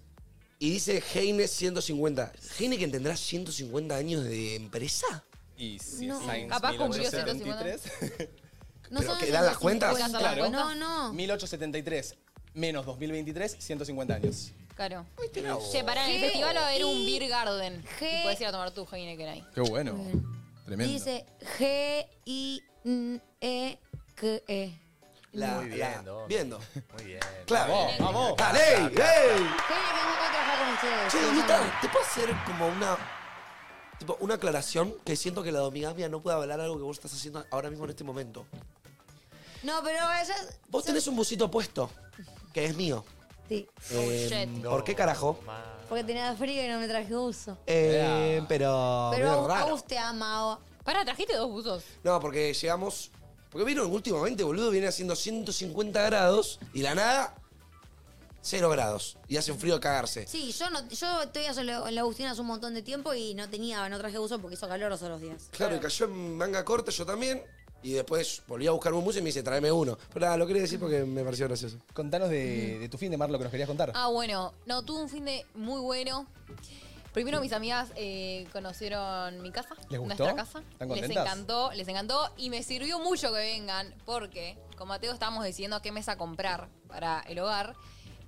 y dice Heine 150. ¿Heineken tendrá 150 años de empresa?
Y si
No.
es Sainz
Capaz cumplió
1873.
No
¿Pero
son
que dan las
150.
cuentas?
Claro.
No, no.
1873 menos 2023, 150 años.
Claro. Che, pará, en el festival va a haber un Beer Garden.
G-
Y puedes ir a tomar tu Heineken ahí.
Qué bueno. Tremendo.
Dice E, G-I-N-E-K-E.
La-
Muy bien,
la-
Don.
Viendo.
Muy bien.
Claro.
Vamos, vamos.
Dale, ey, ey.
Heineken nunca va a trabajar con ustedes.
Che,
se los amo.
Donita, ¿te puedo hacer como una. Tipo, una aclaración que siento que la domigamia no puede avalar algo que vos estás haciendo ahora mismo en este momento.
No, pero ella.
Vos tenés un busito puesto, que es mío.
Sí,
Eh,
shit.
¿Por qué carajo?
porque tenía frío y no me traje uso.
Eh, pero. medio
Pero
raro.
Agus te ama. o-
Pará, trajiste dos buzos.
No, porque llegamos. Porque vieron, últimamente, boludo, viene haciendo 150 grados y la nada, 0 grados. Y hace un frío a cagarse.
Sí, yo no, yo estoy solo en la Agustina hace un montón de tiempo y no tenía, no traje uso porque hizo calor todos los días.
Claro, y cayó en manga corta, yo también. Y después volví a buscar un buzo y me dice, tráeme uno. Pero nada, lo quería decir porque me pareció gracioso.
Contanos de, de tu fin de Marlo que nos querías contar.
Ah, bueno. No, tuve un fin de muy bueno. Primero mis amigas eh, conocieron mi casa,
¿Les gustó?
nuestra casa.
¿Están
les
contentas?
encantó, les encantó y me sirvió mucho que vengan porque con Mateo estábamos decidiendo qué mesa comprar para el hogar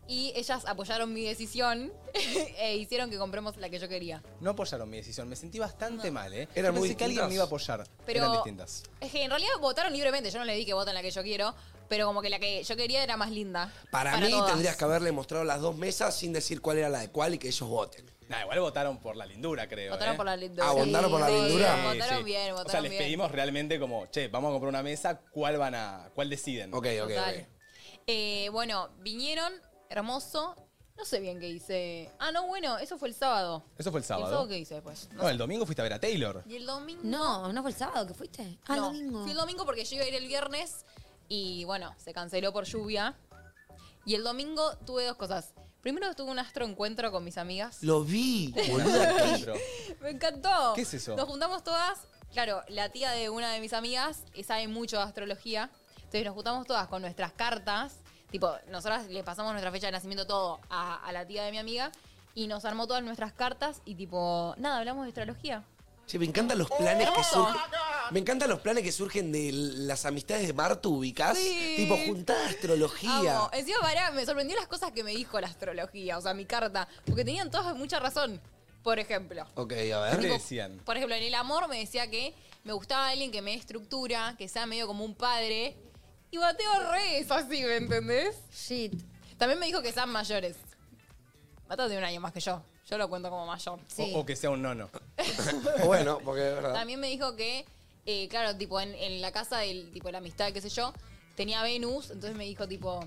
y ellas apoyaron mi decisión e hicieron que compremos la que yo quería.
No apoyaron mi decisión, me sentí bastante mal, ¿eh?
Eran
Yo
muy
pensé que alguien
distintas.
me iba a apoyar.
Pero
Eran distintas.
Es que en realidad votaron libremente, yo no les di que voten la que yo quiero, pero como que la que yo quería era más linda.
Para, mí
todas.
tendrías que haberle mostrado las dos mesas sin decir cuál era la de cuál y que ellos voten.
Nah, igual votaron por la lindura, creo.
Votaron
¿eh?
por la lindura.
Ah, ¿votaron por la
Sí,
lindura?
Sí,
Votaron
sí.
bien, votaron
O sea, les
bien.
pedimos realmente como, che, vamos a comprar una mesa, ¿cuál van a, cuál deciden?
Ok, ok,
Total.
ok.
Eh, bueno, vinieron, hermoso. No sé bien qué hice. Ah, no, bueno, eso fue el sábado.
Eso fue el
¿Y el sábado
sábado.
qué hice después? No
No,
sé.
el domingo fuiste a ver a Taylor.
¿Y el domingo?
No, no fue el sábado que fuiste. Ah, el
No,
domingo.
Fui el domingo porque yo iba a ir el viernes y bueno, se canceló por lluvia. Y el domingo tuve dos cosas. Primero tuve un astroencuentro con mis amigas.
Lo vi, boludo.
Boludo,
aquí.
Alejandro.
Me encantó.
¿Qué es eso?
Nos juntamos todas Claro, la tía de una de mis amigas eh, sabe mucho de astrología. Entonces nos juntamos todas con nuestras cartas. Tipo, nosotras le pasamos nuestra fecha de nacimiento todo a, a la tía de mi amiga. Y nos armó todas nuestras cartas y tipo, nada, hablamos de astrología.
Che, me encantan los planes que surgen. Me encantan los planes que surgen de las amistades de Martu, ubicás.
Sí.
Tipo, juntada astrología.
Amo. Encima, pará, me sorprendió las cosas que me dijo la astrología, o sea, mi carta. Porque tenían todas mucha razón. Por ejemplo.
Ok, a
¿Qué
ver.
le decían?
Por ejemplo, en el amor me decía que me gustaba alguien que me dé estructura, que sea medio como un padre. Y Mateo re es así, ¿me entendés?
Shit.
También me dijo que sean mayores. Mateo tiene un año más que yo. Yo lo cuento como mayor.
Sí.
O, o que sea un nono.
Bueno, porque es verdad.
También me dijo que, eh, claro, tipo, en, en la casa del tipo de la amistad, qué sé yo, tenía Venus, entonces me dijo, tipo,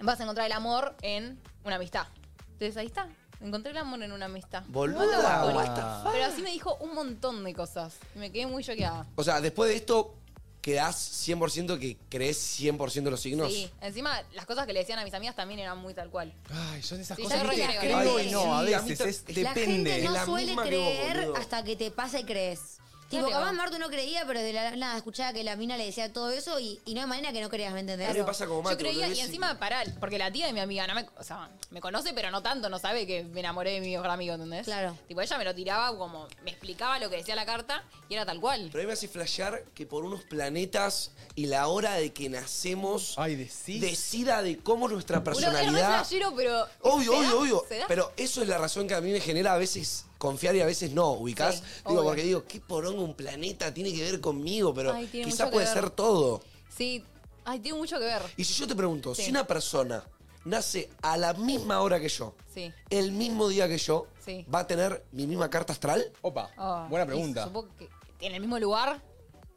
vas a encontrar el amor en una amistad. Entonces ahí está. Encontré el amor en una amistad.
Boluda,
Mateo
what
Marconi.
the fuck.
Pero así me dijo un montón de cosas. Y me quedé muy choqueada.
O sea, después de esto, quedás 100% que crees 100% los signos.
Sí, encima las cosas que le decían a mis amigas también eran muy tal cual.
Ay, son esas
Sí,
cosas
yo
que
re
te
creo.
creo
Ay,
y no, a
sí, a mí
veces
ta-
es,
La
depende.
gente no
la
suele
misma que vos,
creer
boludo.
hasta que te pasa y crees. Tipo,
Claro.
capaz Martu no creía, pero de la nada escuchaba que la mina le decía todo eso y, y no hay manera que no creas, ¿me entendés?
A mí me pasa como Matu,
Yo creía,
boludo,
y
sí.
encima pará, porque la tía de mi amiga no me, o sea, me conoce, pero no tanto, no sabe que me enamoré de mi mejor amigo, ¿entendés?
Claro.
Tipo, ella me lo tiraba como, me explicaba lo que decía la carta y era tal cual.
Pero a mí me hace flashear que por unos planetas y la hora de que nacemos
Ay, decís.
decida de cómo nuestra
Uno es re
personalidad.
flashero, pero.
Obvio,
¿se
obvio,
da?
obvio.
¿Se da?
Pero eso es la razón que a mí me genera a veces confiar y a veces no, ubicás.
Sí,
digo,
obvio.
porque digo, ¿qué porongo un planeta tiene que ver conmigo? Pero
Ay, tiene mucho
quizás
que
puede
ver.
ser todo.
Sí. Ay, tiene mucho que ver.
Y si yo te pregunto,
Sí.
si una persona nace a la misma hora que yo,
Sí.
el mismo día que yo,
Sí.
¿va a tener mi misma carta astral?
Opa,
Oh,
buena
y
pregunta.
Supongo que. ¿En el mismo lugar?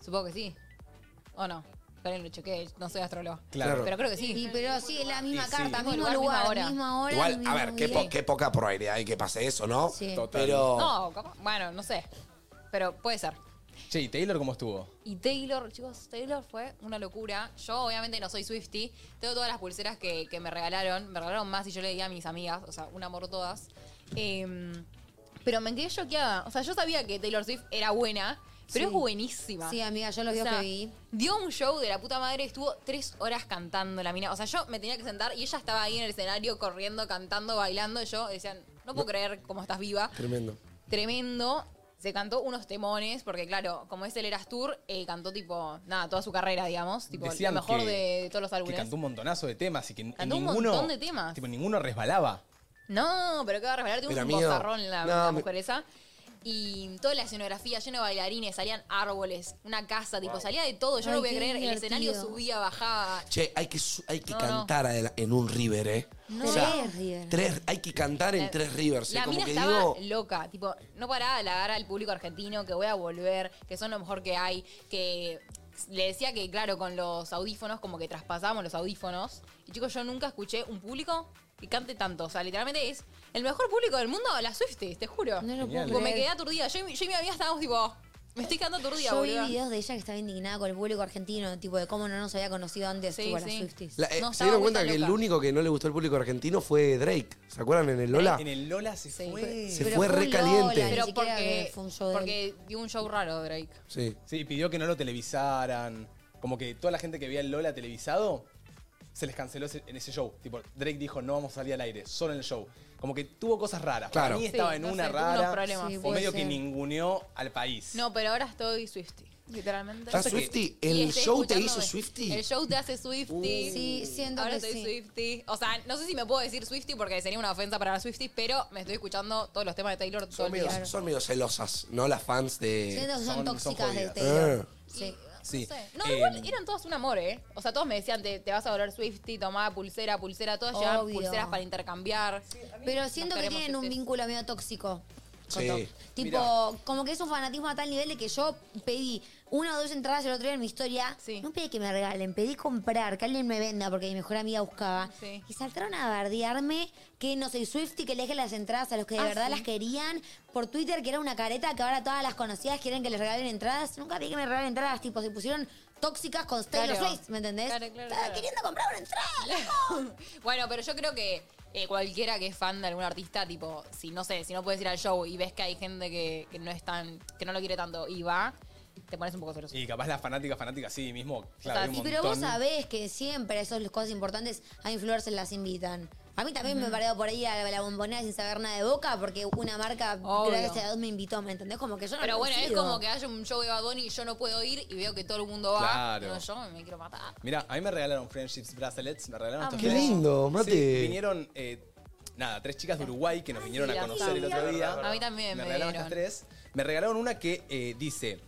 Supongo que sí. ¿O no? Esperen, lo chequeé, no soy astrólogo.
Claro.
Pero creo que sí.
Y, pero sí, es la misma
Y sí.
carta,
Mismo
mismo
lugar, misma
lugar,
hora.
misma hora.
Igual,
mismo
a ver, qué,
día.
po- qué poca probabilidad hay que pase eso, ¿no?
Sí.
Total.
Pero.
No, capaz- bueno, no sé. Pero puede ser.
Che, ¿y Taylor cómo estuvo?
Y Taylor, chicos, Taylor fue una locura. Yo obviamente no soy Swifty. Tengo todas las pulseras que, que me regalaron. Me regalaron más y yo le di a mis amigas. O sea, un amor todas. Eh, pero me quedé choqueada. O sea, yo sabía que Taylor Swift era buena,
Sí.
pero es buenísima.
Sí, amiga, yo los
O
videos
sea,
que vi.
Dio un show de la puta madre, estuvo tres horas cantando la mina. O sea, yo me tenía que sentar y ella estaba ahí en el escenario corriendo, cantando, bailando. Y yo decía, no puedo creer cómo estás viva.
Tremendo.
Tremendo. Se cantó unos temones, porque claro, como es el Eras Tour, eh, cantó tipo, nada, toda su carrera, digamos. Tipo,
Decían
lo mejor
que-
de, de todos los
Que
álbumes.
cantó un montonazo de temas y que en
Cantó un
ninguno.
montón de temas.
Tipo, ninguno resbalaba.
No, pero que va a revelar, tiene
Pero,
un
amigo,
bozarrón la,
no,
la
me-
mujer esa. Y toda la escenografía llena de bailarines, salían árboles, una casa, tipo, salía de todo. Yo
Ay,
no voy a
qué
creer, el
divertido.
escenario subía, bajaba.
Che, hay que, su- hay que
No,
cantar adela- en un river, ¿eh?
No. Tres river.
tres- hay que cantar en tres rivers. ¿eh?
La
Como
mina
que
estaba
digo.
loca, tipo, no paraba de halagar al público argentino, que voy a volver, que son lo mejor que hay, que le decía que, claro, con los audífonos, como que traspasábamos los audífonos. Y chicos, yo nunca escuché un público que cante tanto. O sea, literalmente es el mejor público del mundo, la Swifties, te juro.
No lo
Genial.
puedo
Tipo, me
creer.
quedé aturdida. Yo, y mi- yo y mi amiga estábamos tipo, me estoy quedando aturdida,
Yo vi
boludo.
videos de ella que estaba indignada con el público argentino, tipo de cómo no nos había conocido antes,
Sí,
tipo a las
sí.
Swifties.
La- eh,
No,
se
estaba
dieron
vuelta
cuenta que
loca.
el único que no le gustó al público argentino fue Drake. ¿Se acuerdan en el Lola?
En el Lola se
Sí.
fue.
Se
Pero
fue
fue
re
un
caliente.
Lola, ni
Pero
siquiera
porque,
que fue un show de
porque dio un show raro, Drake.
Sí.
Sí, pidió que no lo televisaran. Como que toda la gente que veía el Lola televisado se les canceló ese- en ese show. Tipo, Drake dijo, no vamos a salir al aire, solo en el show. Como que tuvo cosas raras.
Claro.
Para mí estaba
Sí,
en
no
una
sé, tuvo unos
rara.
problemas.
Sí,
o
puede
medio que
ser.
ninguneó al país.
No, pero ahora estoy Swifty, literalmente.
¿Estás
sé que-
Swifty?
Y
¿El
estoy
show te hizo
escuchándome.
Swifty?
El show te hace Swifty.
Uh. Sí, siento
Ahora
que
soy
sí.
Swifty. O sea, no sé si me puedo decir Swifty porque sería una ofensa para las Swifties, pero me estoy escuchando todos los temas de Taylor todo
Son
el
medio,
día.
son medio celosas, ¿no? Las fans de.
Siento que son,
son- son
tóxicas de
jodidas.
Taylor.
Ah.
Sí.
Sí.
No, sé. no
Eh,
igual eran todos un amor, ¿eh? O sea, todos me decían, te, te vas a volver Swifty, tomaba pulsera, pulsera, todas llevaban
Obvio.
pulseras para intercambiar.
Pero siento
Nos
que
queremos,
tienen un
Swifties.
vínculo medio tóxico. con
Sí.
todo. Tipo,
Mirá.
como que es un fanatismo a tal nivel de que yo pedí una o dos entradas el otro día en mi historia.
Sí.
No pedí que me regalen, pedí comprar, que alguien me venda porque mi mejor amiga buscaba.
Sí.
Y saltaron a bardearme que no soy Swift y que le deje las entradas a los que de
Ah,
verdad
sí.
las querían. Por Twitter, que era una careta que ahora todas las conocidas quieren que les regalen entradas. Nunca pedí que me regalen entradas. Tipo, se pusieron tóxicas con Taylor
Claro.
Swift, ¿me entendés?
Claro, claro,
Estaba
claro.
queriendo comprar una entrada.
bueno, pero yo creo que eh, cualquiera que es fan de algún artista, tipo, si no sé, si no puedes ir al show y ves que hay gente que, que no es tan, que no lo quiere tanto y va, te pones un poco celoso.
Y capaz la fanática, fanática, sí mismo. Claro, hay un
Y pero vos
montón.
sabés que siempre a esas cosas importantes a influencers las invitan. A mí también me he parado por ahí a la, la bombonera sin saber nada de boca porque una marca
Obvio.
gracias a Dios me invitó, ¿me entendés? Como que yo no
Pero
lo
bueno, es
consigo.
como que haya un show de Bad Bunny y yo no puedo ir y veo que todo el mundo va.
Claro.
No, yo me quiero matar.
Mira, a mí me regalaron Friendships Bracelets, me regalaron estos
Ah, Qué
tres.
lindo, Ah, mate.
Sí, vinieron, eh, nada, tres chicas de Uruguay que nos vinieron
sí,
a
las
conocer el otro día.
A mí también me,
regalaron
dieron.
estas tres. Me regalaron una que eh, dice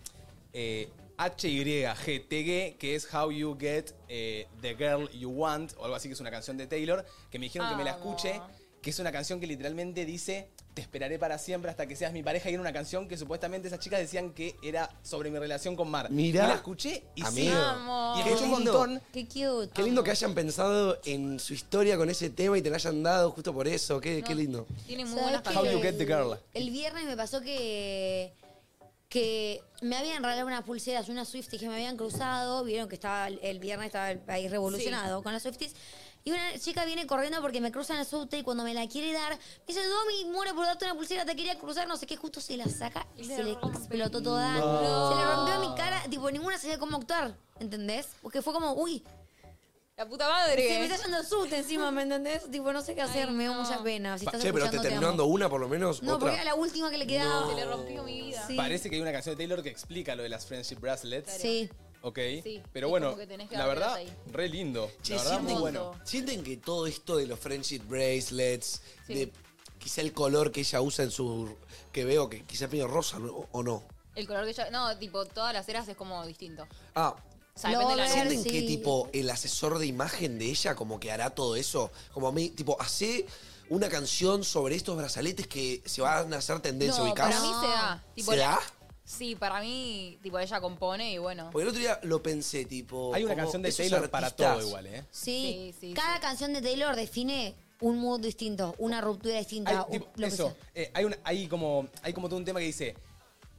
eh, HYGTG, que es How You Get eh, The Girl You Want, o algo así, que es una canción de Taylor, que me dijeron que me la
Amo.
escuche, que es una canción que literalmente dice. Te esperaré para siempre hasta que seas mi pareja. Y era una canción que supuestamente esas chicas decían que era sobre mi relación con Mar.
Mirá.
Y la escuché y sí.
Amigo.
Amo.
Y
Qué
escuché un
lindo.
montón.
Qué cute.
Qué lindo que hayan pensado en su historia con ese tema y te la hayan dado justo por eso. Qué, qué lindo.
Tiene muy
¿Sabés
buenas
qué?
How
canciones.
you get the girl.
El viernes me pasó que que me habían regalado unas pulseras, unas Swifties que me habían cruzado, vieron que estaba el- el viernes estaba el país revolucionado con las Swifties. Y una chica viene corriendo porque me cruzan el subte y cuando me la quiere dar, me dice, Domi, muero por darte una pulsera, te quería cruzar, no sé qué, justo se la saca y se le explotó toda. Se le rompió mi cara, tipo, ninguna sabía cómo actuar, ¿entendés? Porque fue como, uy,
La puta
se me
madre.
está yendo el subte encima, ¿me entendés? Tipo, no sé qué hacer, me dio
no.
mucha pena. Si
Pa-
estás
Che, pero te
escuchando, te
terminó
amo.
dando una por lo menos.
No, porque
otra.
era la última que le quedaba.
Se le rompió mi vida.
Sí.
Parece que hay una canción de Taylor que explica lo de las friendship bracelets.
Sí.
Ok.
Sí,
Pero
es
bueno,
como que tenés que
la
dártelas
verdad,
ahí.
re lindo.
Che,
La verdad,
sienten,
muy bueno.
Hermoso.
sienten que todo esto de los friendship bracelets,
Sí.
de quizá el color que ella usa en su. que veo que quizá medio rosa ¿no? o, no.
El color que yo. No, tipo, todas las eras es como distinto. O
Ah,
sea,
Lo
depende de la
ver,
sienten
sí.
que tipo el asesor de imagen de ella como que hará todo eso, como a mí tipo hace una canción sobre estos brazaletes que se van a hacer tendencia
No,
ubicados.
para mí se da. Tipo,
¿Se
la-
da?
Sí, para mí, tipo, ella compone y bueno.
Porque el otro día lo pensé, tipo.
Hay una
como
canción de
esos
Taylor para todo
artistas-
igual, ¿eh?
Sí.
Sí, sí,
Cada
sí.
canción de Taylor define un mood distinto, una ruptura distinta.
Hay,
un-
tipo,
lo que
eso,
sea.
eh, hay, una- hay como, hay como todo un tema que dice,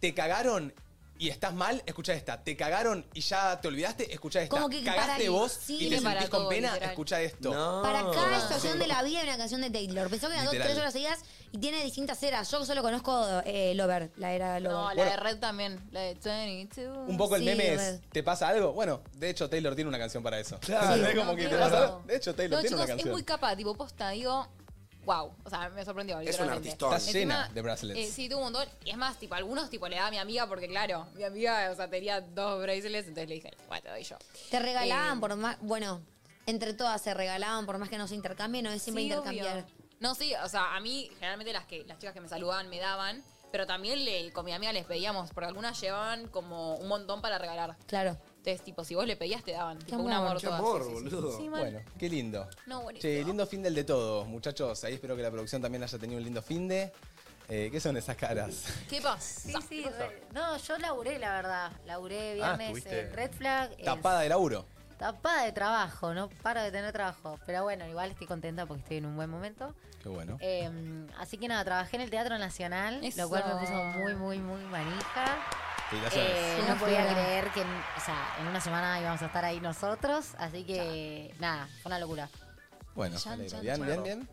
te cagaron y estás mal, escucha esta. Te cagaron y ya te olvidaste, escucha esta.
Como que
Cagaste
para-
vos
sí.
y te
Tiene
para
sentís con
todo,
pena,
literal.
escucha esto.
No.
Para cada estación de la vida hay una canción de Taylor. Pensó que eran dos,
Ah. Literal.
tres horas seguidas y tiene distintas eras. Yo solo conozco eh, Lover, la era de
No,
Lover.
la
Bueno.
de Red también. La de 22.
Un poco el
Sí,
meme
re.
es, ¿te pasa algo? Bueno, de hecho Taylor tiene una canción para eso.
Claro.
Es como que te pasa algo. De hecho Taylor
No,
tiene
chicos,
una
es
canción.
muy capa. Tipo, posta, digo, wow. O sea, me sorprendió.
Es un
literalmente.
artistón.
Está llena de bracelets.
eh, sí, tuvo un montón. Y es más, tipo, algunos tipo le daba a mi amiga porque, claro, mi amiga, o sea, tenía dos bracelets, entonces le dije, bueno, te doy yo.
Te regalaban
Eh,
por más. Bueno, entre todas se regalaban por más que no se intercambien, no es siempre
Sí,
intercambiar.
obvio. No, sí, o sea, a mí generalmente las que las chicas que me saludaban me daban, pero también le, con mi amiga les pedíamos, porque algunas llevaban como un montón para regalar.
Claro.
Entonces, tipo, si vos le pedías, te daban. Tipo, un
amor,
amor
Qué
todas.
amor,
Sí, sí, sí.
boludo.
Sí, mal.
Bueno, qué lindo.
No, buenísimo.
Che, lindo fin del de todos, muchachos. Ahí espero que la producción también haya tenido un lindo fin de. Eh, ¿Qué son esas caras?
¿Qué pasa?
Sí, sí. re- No, yo laburé, la verdad. Laburé viernes
estuviste
en Red Flag. el-
Ah, Tapada de laburo.
tapada de trabajo, no paro de tener trabajo. Pero bueno, igual estoy contenta porque estoy en un buen momento.
Qué bueno.
Eh, así que nada, trabajé en el Teatro Nacional,
Eso.
lo cual me puso muy, muy, muy manija.
Felicitaciones.
Eh,
Sí,
no podía
fuera.
creer que en, o sea, en una semana íbamos a estar ahí nosotros, así que nada, fue una locura.
bueno, me alegro. bien, bien, bien.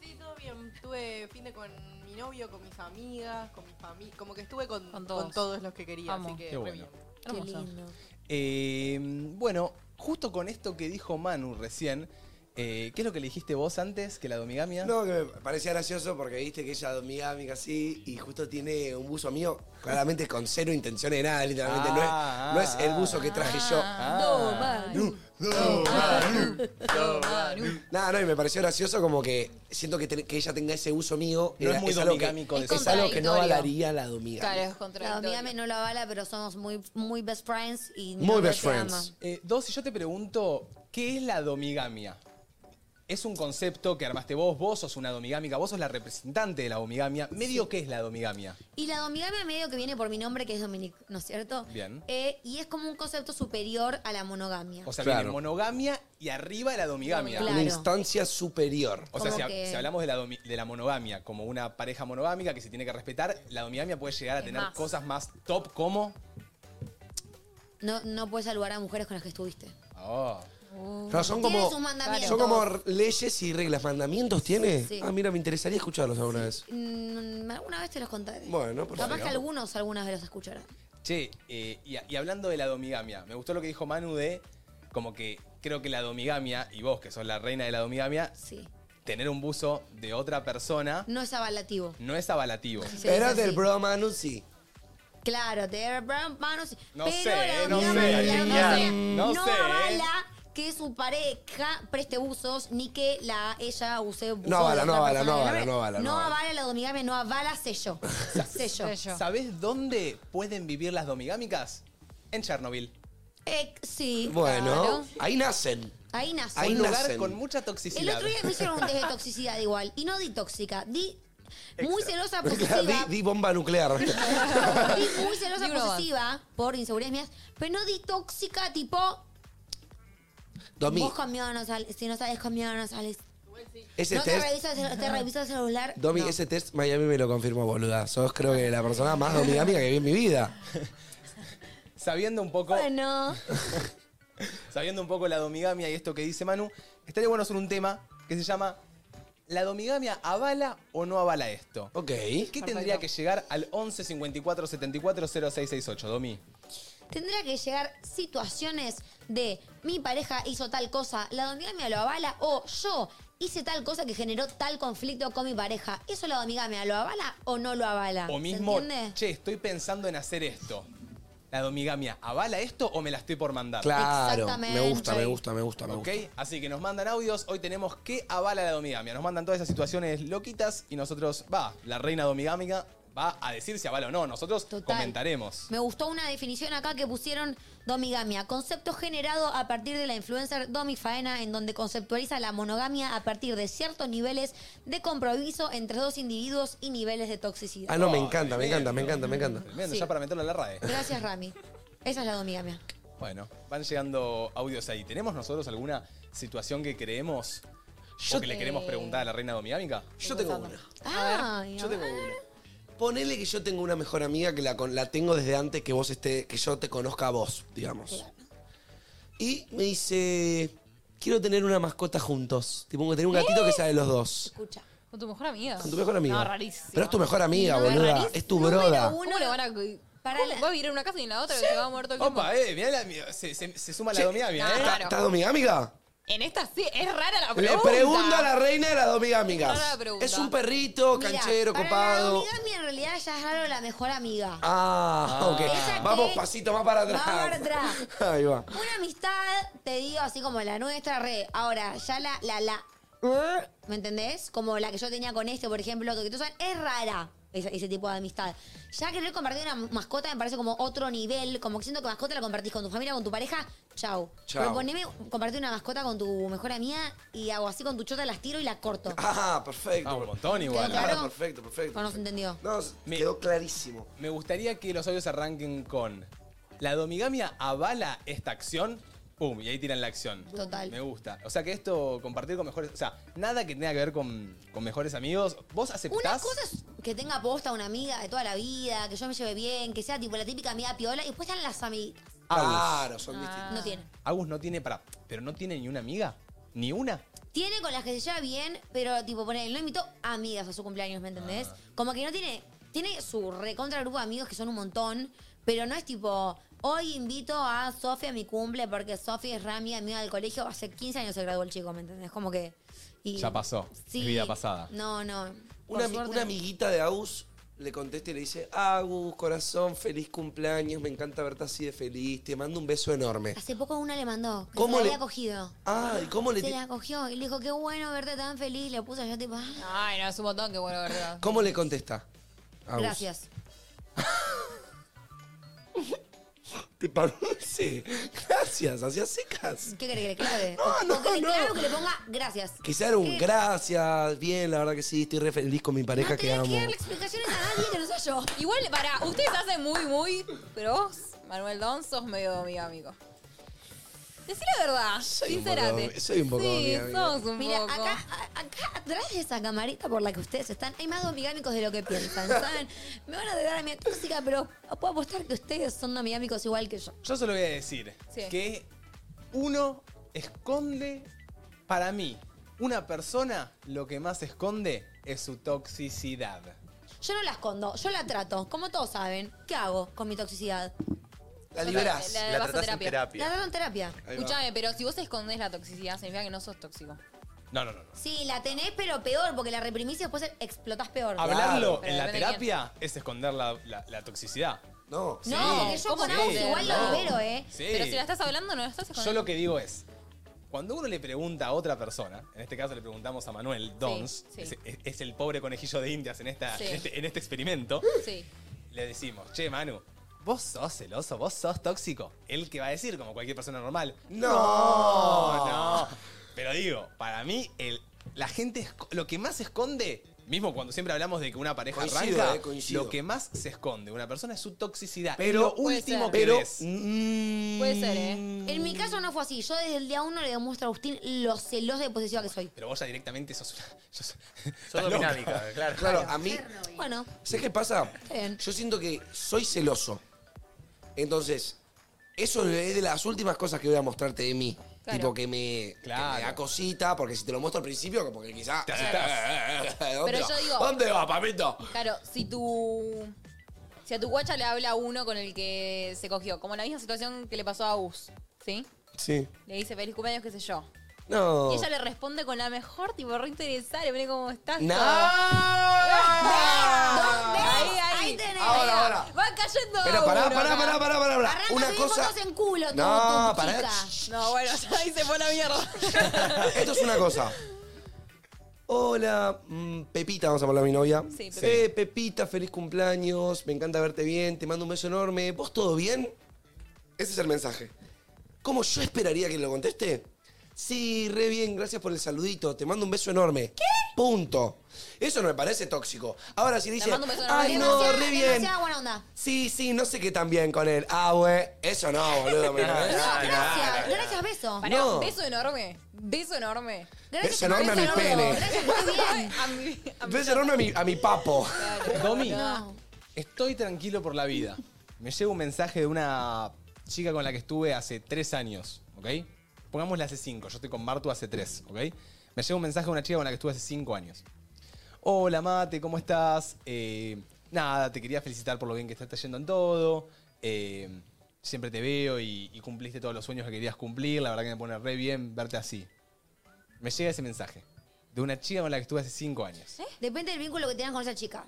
Sí, todo bien. Tuve fin de con mi novio, con mis amigas, con mi familia. Como que estuve con,
Con
con
todos.
todos. los que quería,
Amo.
así que
Qué
re
bueno.
bien.
Qué
Hermoso.
lindo.
Eh, bueno, justo con esto que dijo Manu recién, eh, ¿qué es lo que le dijiste vos antes que la domigamia?
No, que me parecía gracioso porque viste que ella amiga, amiga así y justo tiene un buzo mío claramente con cero intención de nada, literalmente. No es-
Ah,
no, es, el buzo que traje yo.
Ah.
Nada, no, y me pareció gracioso como que siento que, ten- que ella tenga ese buzo mío.
No es muy
algo
domigámico
que,
de
Es algo que no
contradictorio.
avalaría la domiga.
Claro, es
La
contradictorio.
amiga no la avala, pero somos muy, muy best friends y mi
Muy
novio
best
te ama.
friends.
Eh, Dos, si yo te pregunto, ¿qué es la domigamia? Es un concepto que armaste vos, vos sos una domigámica, vos sos la representante de la domigamia. ¿Medio qué es la domigamia?
Y la domigamia medio que viene por mi nombre, que es Dominique, ¿no es cierto?
Bien.
Eh, y es como un concepto superior a la monogamia.
O sea,
Claro.
viene monogamia y arriba la
Domigamia.
domigamia.
Una
Claro.
instancia superior.
O sea,
Como
si, ha-
que-
si hablamos de la, domi- de la monogamia como una pareja monogámica que se tiene que respetar, la domigamia puede llegar a
Es
tener
más.
cosas más top como...
no, no puedes saludar a mujeres con las que estuviste.
Oh.
Claro, son
Mm. Tiene
como,
sus mandamientos.
son como r- leyes y reglas. ¿Mandamientos tiene?
sí.
Ah, mira, me interesaría escucharlos alguna vez.
Mm, alguna vez te los contaré.
Bueno, por
Capaz
favor.
que algunos algunas vez los escucharán.
Che, eh, y, y hablando de la domigamia, me gustó lo que dijo Manu de como que creo que la domigamia, y vos que sos la reina de la domigamia,
Sí.
tener un buzo de otra persona
No es avalativo.
no es avalativo.
Se dice
Era
así.
del bro Manu, sí.
Claro, de Brown manos.
No
pero
sé,
la
eh, no
doña
sé,
María
Virginia,
no
no,
sé, eh.
avala que su pareja preste buzos ni que la ella use buzos.
No avala,
de
no
otra
avala,
persona
no
de
avala,
nombre.
no avala, no
No
avala.
avala la domigamia, no avala sello. sello.
Sello.
¿Sabés dónde pueden vivir las domigámicas? En Chernobyl.
Eh, sí.
Bueno,
claro.
ahí nacen.
Ahí nace.
Ahí
un lugar
nacen.
con mucha
El
toxicidad.
otro día me hicieron un test de toxicidad igual. Y no di tóxica, di muy celosa positiva.
di, di bomba nuclear.
Di muy celosa
Di una
posesiva por inseguridades mías, pero no di tóxica tipo,
Domi,
vos conmigo no sales, si no sabes conmigo no sales.
ese
no te
test.
revisas, el- te revisas el celular.
Domi,
no.
ese test Miami me lo confirmó, boluda. Sos creo que la persona más domigámica que vi en mi vida.
Sabiendo un poco,
Bueno,
sabiendo un poco la domigamia y esto que dice Manu, estaría bueno hacer un tema que se llama ¿La domigamia avala o no avala esto?
Ok.
¿Qué tendría que llegar al 11 54 74 0668, Domi?
tendrá que llegar situaciones de mi pareja hizo tal cosa, la domigamia lo avala, o yo hice tal cosa que generó tal conflicto con mi pareja. ¿Eso la domigamia lo avala o no lo avala?
O mismo,
Ah, ¿Se entiende?
che, estoy pensando en hacer esto. ¿La domigamia avala esto o me la estoy por mandar?
Claro. Me gusta,
Exactamente.
me gusta, me gusta, me
¿Ok?
gusta.
Así que nos mandan audios. Hoy tenemos qué avala la domigamia. Nos mandan todas esas situaciones loquitas y nosotros, va, la reina domigámica va a decir si avala o no. Nosotros
Total.
comentaremos.
Me gustó una definición acá que pusieron domigamia, concepto generado a partir de la influencer Domi Faena, en donde conceptualiza la monogamia a partir de ciertos niveles de compromiso entre dos individuos y niveles de toxicidad.
Ah, no, me
Oh,
encanta, me
tremendo.
encanta, me encanta, me encanta.
Tremendo,
Sí.
ya para meterlo en la RAE.
Gracias, Rami. Esa es la domigamia.
Bueno, van llegando audios ahí. ¿Tenemos nosotros alguna situación que creemos o que le queremos preguntar a la reina domigámica?
Yo tengo una.
Ah,
Yo tengo una.
Ponele que yo tengo una mejor amiga que la, con- la tengo desde antes que vos esté, que yo te conozca a vos, digamos. Y me dice, quiero tener una mascota juntos. Tipo, tener un gatito que sea de los dos.
escucha.
Con tu mejor amiga.
Con tu mejor amiga.
No, rarísimo.
Pero es tu mejor amiga,
No, es
boluda.
rarísimo.
Es tu
Número
broda.
uno.
¿Cómo le van a.?
Para
¿Cómo
la-
va a vivir en una casa y en la otra que se va a morir todo el tiempo?
Opa, eh, mirá la- se, se- se suma la domigamia,
No,
eh.
no,
¿Estás
Claro.
domigámica?
En esta sí, es rara la
Le
pregunta.
pregunto a la reina de las
Rara
domigámicas.
pregunta.
Es un perrito,
Mira,
canchero,
para La
copado.
domigamia en realidad ya es raro la mejor amiga.
Ah, ok.
Esa que-
Vamos pasito más para atrás.
Más para atrás.
Ahí va.
Una amistad, te digo, así como la nuestra, re. Ahora, ya la, la, la, eh, ¿me entendés? Como la que yo tenía con este, por ejemplo, que todos saben, es rara ese, ese tipo de amistad. Ya querer compartir una mascota me parece como otro nivel, como que siento que mascota la compartís con tu familia, con tu pareja, chau.
Chau.
Pero poneme, compartir una mascota con tu mejor amiga y hago así con tu chota, las tiro y la corto.
Ah, perfecto.
Ah, un montón igual.
Claro.
Ah, perfecto, perfecto.
No nos entendió.
No, me quedó clarísimo.
Me gustaría que los audios arranquen con ¿La domigamia avala esta acción? Pum, y ahí tiran la acción.
Total.
Me gusta. O sea que esto, compartir con mejores... O sea, nada que tenga que ver con, con mejores amigos. ¿Vos aceptás?
Una cosa es que tenga posta una amiga de toda la vida, que yo me lleve bien, que sea tipo la típica amiga piola, y después están las amiguitas. Ah.
Agus.
Claro, son distintos.
No tienen.
Agus no tiene para... Pero no tiene ni una amiga. Ni una.
Tiene con las que se lleva bien, pero tipo, por él no invitó amigas a su cumpleaños, ¿me entendés?
Ah.
Como que no tiene. Tiene su recontra grupo de amigos que son un montón, pero no es tipo. Hoy invito a Sofi a mi cumple porque Sofi es re amiga mía del colegio. Hace 15 años se graduó el chico, ¿me entendés? Como que. y-
Ya pasó, es vida pasada.
No, no. por
Una, ami-
suerte
una
no.
amiguita de Agus le contesta y le dice, Agus, corazón, feliz cumpleaños, me encanta verte así de feliz, te mando un beso enorme.
Hace poco una le mandó. Que
¿Cómo
se la
le-
había cogido.
Ay, Ah, ¿cómo le,
Se
ti-
la cogió y le dijo, qué bueno verte tan feliz. Le puso yo tipo, ah,
Ay, no, es un montón, qué bueno, verdad.
¿cómo le contesta? Agus?
gracias.
Te paró, sí. Gracias, hacía secas.
¿Qué querés que le clave?
No,
O- o
no,
que le-
no.
Claro que le ponga gracias.
Quizá era un
¿Qué?
gracias, bien, la verdad que sí, estoy re feliz con mi pareja
Eh. No
que
tenés
amo.
que darle explicaciones a nadie que no soy yo.
Igual, para, ustedes hacen muy, muy. Pero vos, Manuel Don, sos medio domigámico. Decí la verdad,
Soy un poco
sincerate.
domi- soy un poco
Sí,
domigámico.
sos un
Mira,
poco.
acá, a- acá atrás de esa camarita por la que ustedes están, hay más domigámicos de lo que piensan, ¿saben? Me van a deber a mi tóxica, pero puedo apostar que ustedes son domigámicos igual que yo.
Yo solo voy a decir
Sí.
que uno esconde, para mí, una persona lo que más esconde es su toxicidad.
Yo no la escondo, yo la trato. Como todos saben, ¿qué hago con mi toxicidad?
La liberás.
La-
La,
la vas a
tratás en
terapia.
terapia.
La trato en terapia.
Ahí va.
Escúchame, pero si vos escondés la toxicidad, significa que no sos tóxico.
No, no, no. no.
Sí, la tenés, pero peor, porque la reprimís y después explotás peor.
Hablarlo
Pero
en la
depende de
terapia es esconder la, la- la toxicidad.
No.
No,
Sí.
porque yo
¿Cómo
con
sí?
Agus igual lo
No.
libero, ¿eh?
Sí.
Pero si la estás hablando, no la estás
Yo
escondiendo.
lo que digo es, cuando uno le pregunta a otra persona, en este caso le preguntamos a Manuel Dons,
sí.
es, es- es el pobre conejillo de indias en, esta,
Sí.
en, este, en este experimento,
Sí.
le decimos, che, Manu, vos sos celoso, vos sos tóxico. Él que va a decir, como cualquier persona normal,
Oh.
no, no. Pero digo, para mí, el, la gente, esco- lo que más esconde... Mismo cuando siempre hablamos de que una pareja
Coincido,
arranca,
eh, coincido.
lo que más se esconde de una persona es su toxicidad.
Pero-
Es lo
Puede
último
ser.
que
Pero.
ves.
mm,
Puede ser, ¿eh?
En mi caso no fue así. Yo desde el día uno le demuestro a Agustín lo celosa y posesiva que soy.
Pero vos ya directamente sos una. sos- estás
Sos
loca.
dinámica, claro.
Claro, a mí.
Bueno,
¿Sabes qué pasa?
bien.
Yo siento que soy celoso. Entonces, eso es de las últimas cosas que voy a mostrarte de mí.
Claro.
Tipo que me, que
Claro.
me da cosita, porque si te lo muestro al principio, como que eh, quizás.
Te
eh, ¿Dónde,
Pero
va?
yo digo-
¿Dónde va, papito?
Claro, si tu. Si a tu guacha le habla uno con el que se cogió, como la misma situación que le pasó a Gus, ¿sí?
Sí. Oh.
Le dice feliz cumpleaños, qué sé yo.
No.
Y ella le responde con la mejor, tipo, re interesada, le pone cómo estás.
No.
todo.
¿Dónde?
Ahí, ahí.
Ahí tenés.
Ahora,
Ahí va.
ahora.
Va cayendo.
Pero pará,
uno,
pará,
acá.
pará, pará, pará. pará.
Arranca
Una
bien
cosa.
fotos en culo, tú,
No,
tu
pará.
chica.
No, bueno, ahí se fue la mierda.
Esto es una cosa. Hola, mm, Pepita, vamos a llamarla a mi novia.
Sí, Pepita.
Eh, Pepita, feliz cumpleaños. Me encanta verte bien. Te mando un beso enorme. ¿Vos todo bien? Ese es el mensaje. ¿Cómo yo esperaría que lo conteste? Sí, re bien, gracias por el saludito. Te mando un beso enorme. ¿Qué? Punto. Eso no me parece tóxico. Ahora si dice,
mando un beso enorme.
ay no,
Demasiada-
re bien.
demasiada buena onda.
Sí, sí, no sé qué tan bien con él. Ah, güey, eso no, boludo. me parece.
No, gracias, gracias, beso.
Pará,
No.
beso enorme. Beso enorme.
Gracias,
Beso enorme a mi
saludo.
pene.
Gracias, muy bien.
A mi- a mi-
Beso enorme a mi, a mi papo.
Domi,
No.
estoy tranquilo por la vida. Me llega un mensaje de una chica con la que estuve hace tres años, ¿ok? Pongámosle hace cinco, yo estoy con Martu hace tres, ¿ok? Me llega un mensaje de una chica con la que estuve hace cinco años. Hola Mate, ¿cómo estás? Eh, nada, te quería felicitar por lo bien que estás yendo en todo. Eh, siempre te veo y, y cumpliste todos los sueños que querías cumplir. La verdad que me pone re bien verte así. Me llega ese mensaje de una chica con la que estuve hace cinco años.
Depende del vínculo que tengas con esa chica.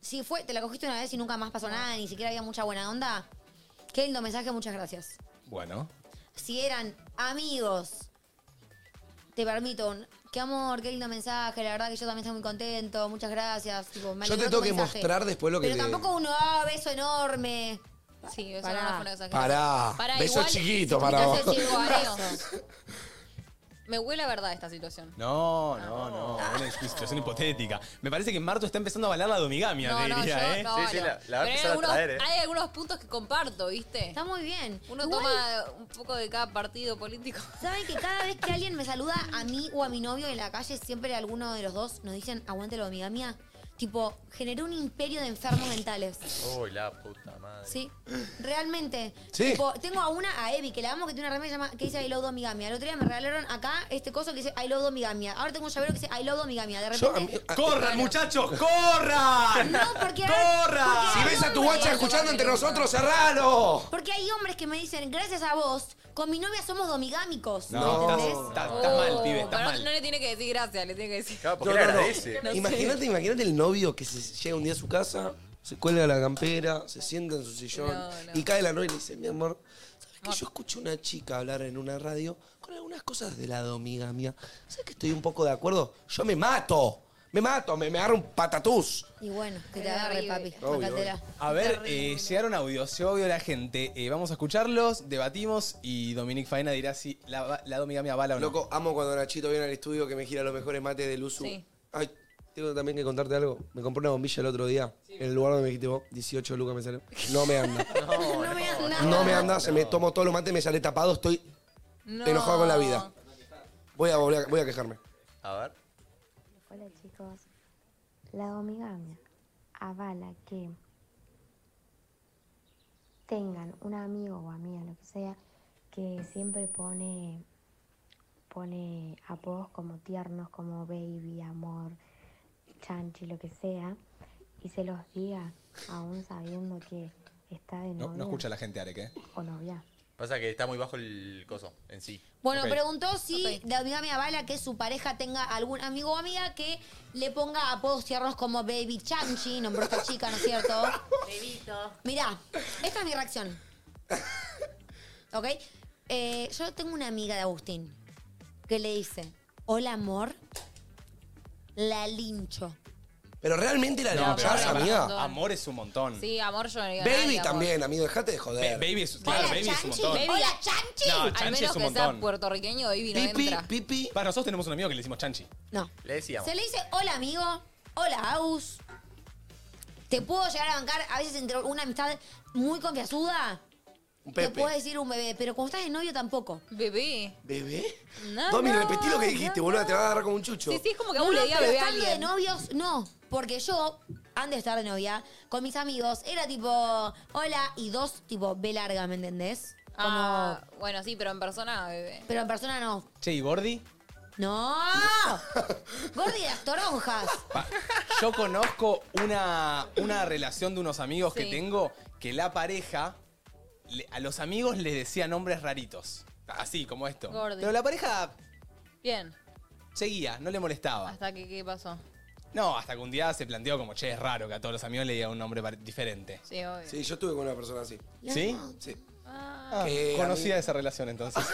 Si fue, te la cogiste una vez y nunca más pasó nada, ni siquiera había mucha buena onda. Qué lindo mensaje, muchas gracias.
Bueno,
Si eran amigos, te permito un. Qué amor, qué lindo mensaje. La verdad que yo también estoy muy contento. Muchas gracias. Tipo, me
Yo te
alegró tu
tengo que
mensaje.
mostrar después lo que
Pero
te-
tampoco uno, ah, beso enorme.
Sí, beso
Pará.
enorme fue una exageración.
Pará.
Pará,
Beso
igual,
chiquito
si
para
tuviste
vos.
hace cinco años. Me huele a verdad esta situación.
No,
Ah,
no, no. Una situación hipotética. Me parece que Marto está empezando a bailar la domigamia,
No,
te
no,
diría,
yo
¿eh?
no.
Sí, sí,
no.
la- la va
Pero
a
hay
empezar a
algunos,
traer, ¿eh?
hay algunos puntos que comparto, ¿viste?
Está muy bien.
Uno
Igual,
toma un poco de cada partido político.
¿Saben que cada vez que alguien me saluda a mí o a mi novio en la calle, siempre alguno de los dos nos dicen, aguántelo, amiga mía? Tipo, generó un imperio de enfermos mentales.
Uy, la puta madre.
Sí, realmente.
Sí.
Tipo, tengo a una, a Evi, que la amo, que tiene una remera que, llama- que dice I love domigamia. El otro día me regalaron acá este coso que dice I love domigamia. Ahora tengo un llavero que dice I love domigamia. De
Yo, a
repente.
mí- a-
¡Corran, muchachos! ¡Corran!
No, porque.
¡Corran!
si
porque-
ves a tu guacha escuchando entre nosotros, cerralo.
Porque hay hombres que me dicen, gracias a vos, con mi novia somos domigámicos. ¿Me
No.
entendés?
Ah,
Estás, estás- estás mal,
Oh,
pibe, estás
pero no-
mal.
No le tiene que decir gracias, le tiene que decir.
Claro, porque
No,
le
no, no.
agradece.
Imagínate, imagínate el novio que se llega un día a su casa, se cuelga la campera, se sienta en su sillón
No, no. Ah.
y cae la novia y le dice, mi amor, ¿sabes que yo escuché a una chica hablar en una radio con algunas cosas de la domigamia? ¿Sabes que estoy un poco de acuerdo? Yo me mato, me mato, me, me agarro un patatús.
Y bueno, que te
Era
agarre,
horrible.
papi.
Obvio,
Bancatela.
A ver, eh, llegaron audios, se obvio la gente. Eh, vamos a escucharlos, debatimos y Dominic Faena dirá si la, la domigamia bala o no.
Loco, amo cuando Nachito viene al estudio que me gira los mejores mates del uso.
Sí.
Ay, tengo también que contarte algo. Me compré una bombilla el otro día. En el lugar donde me dijiste vos, 18 lucas me salió. No me anda.
No me das nada.
No me anda, se me tomo todos los mates, me sale tapado, estoy
No.
enojado con la vida. Voy a, volver- voy a quejarme.
A ver.
Hola chicos, la domigamia avala que tengan un amigo o amiga, lo que sea, que siempre pone, pone apodos como tiernos, como baby, amor, chanchi, lo que sea, y y se los diga, aún sabiendo que está de novio
No, no escucha la gente, Arek, ¿eh?
o novia.
Pasa que está muy bajo el coso en sí.
Bueno,
Ok.
preguntó si de amiga me avala que su pareja tenga algún amigo o amiga que le ponga apodos tiernos como Baby Chanchi, nombró esta chica, ¿no es cierto?
Bebito.
Mirá, esta es mi reacción. ¿Ok? Eh, yo tengo una amiga de Agustín que le dice, hola amor, la lincho.
Pero realmente la
No, pero
linchás,
pará,
amiga.
pará. amor es un montón.
Sí, amor, yo no digo nada,
Baby
amor.
también, amigo, dejate de
Ba-
joder.
baby es,
Hola
claro, baby es un
Chanchi,
montón.
hola Chanchi.
No,
Al
Chanchi
menos
es un
que sea
montón.
puertorriqueño, Baby no
Pipi,
entra.
pipi.
Para nosotros tenemos un amigo que le decimos Chanchi.
No.
Le decíamos.
Se le dice, hola amigo, hola Aus. Te puedo llegar a bancar a veces entre una amistad muy confianzuda.
Un
Te
Pepe.
puedo decir un bebé, pero cuando estás de novio tampoco.
Bebé.
¿Bebé?
No,
Tommy,
no,
repetí lo que dijiste,
no,
boludo, te va a agarrar como un chucho.
Sí, sí, es como que
No,
aún
no,
le diga
pero
bebé a
estando de
alguien.
novios, no. Porque yo, antes de estar de novia, con mis amigos, era tipo, hola, y dos, tipo, B larga, ¿me entendés? Como,
Ah, bueno, sí, pero en persona, bebé.
Pero en persona no.
Che, ¿y Gordi?
¡No! Gordi de las toronjas.
Pa- Yo conozco una, una relación de unos amigos que
Sí.
tengo que la pareja le- a los amigos les decía nombres raritos. Así como esto.
Gordi.
Pero la pareja
Bien.
seguía, no le
Ah.
molestaba.
Hasta que, ¿qué pasó?
No, hasta que un día se planteó como, che, es raro que a todos los amigos le diga un nombre par- diferente.
Sí, obvio.
Sí, yo estuve con una persona así.
¿Sí?
Sí.
Ah,
Que a
conocía
mí-
esa relación entonces.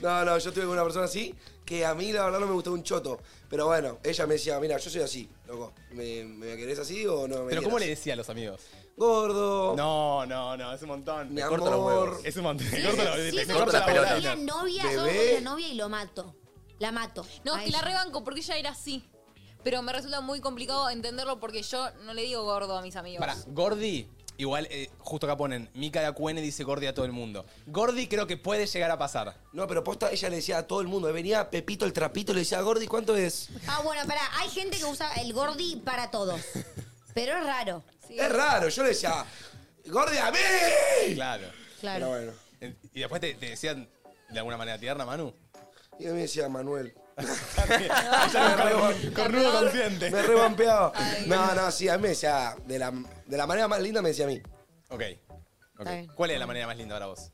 No, no, yo estuve con una persona así que a mí la verdad no me gustó un choto. Pero bueno, ella me decía, mira, yo soy así, loco. ¿Me, me querés así o no me
Pero ¿cómo le
quieras?"
decía a los amigos?
Gordo.
No, no, no, es un montón.
Mi
Me
amor.
corto los huevos. Es un montón. Me corto la,
Sí,
me
sí,
corto
la
la
pelota.
bola.
soy la novia, yo
Bebé.
soy la novia y lo mato. La mato.
No,
A
es que la
ella.
rebanco porque ella era así. Pero me resulta muy complicado entenderlo porque yo no le digo gordo a mis amigos.
Para, Gordi, igual, eh, justo acá ponen, Mika de Acuene dice Gordi a todo el mundo. Gordi creo que puede llegar a pasar.
No, pero posta, ella le decía a todo el mundo. "Eh, Venía Pepito el trapito y le decía, Gordi, ¿cuánto es?
Ah, bueno, pará, hay gente que usa el gordi para todos. Pero es raro.
Sí.
Es raro, yo le decía, Gordi a mí.
Claro.
Pero bueno.
Eh, Y después te, te decían de alguna manera tierna, Manu.
Y a mí me decía Manuel.
Ya me
Cornudo
re- Cornudo consciente.
Me rebampeaba. No, no, sí, a mí me decía, de la, de la manera más linda me decía a mí.
Ok. Ok.
bien.
¿Cuál es la manera más linda para vos?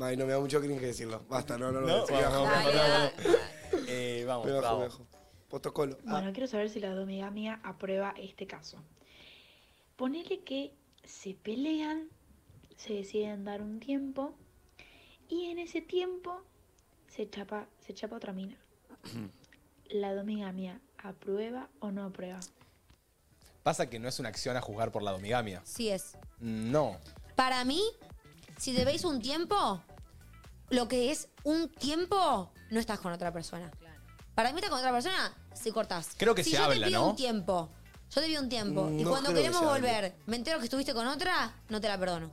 Ay, no me da mucho cringe decirlo. Basta, no, no, no.
No,
no,
vamos,
Dale, dale.
Eh, vamos,
Me bajo, me
vamos.
bajo. Protocolo. Ah.
Bueno, quiero saber si la amiga mía aprueba este caso. Ponele que se pelean, se deciden dar un tiempo y en ese tiempo se chapa, se chapa otra mina. La amiga mía aprueba o no aprueba.
Pasa que no es una acción a juzgar por la domigamia.
Sí es.
No.
Para mí, si debéis un tiempo, lo que es un tiempo, no estás con otra persona. Para mí estás con otra persona, si cortás.
Creo que
si
se
yo
habla,
te pido
¿no?
un tiempo, yo te pido un tiempo, y
No
cuando
creo que
queremos
se hable.
volver, me entero que estuviste con otra, no te la perdono.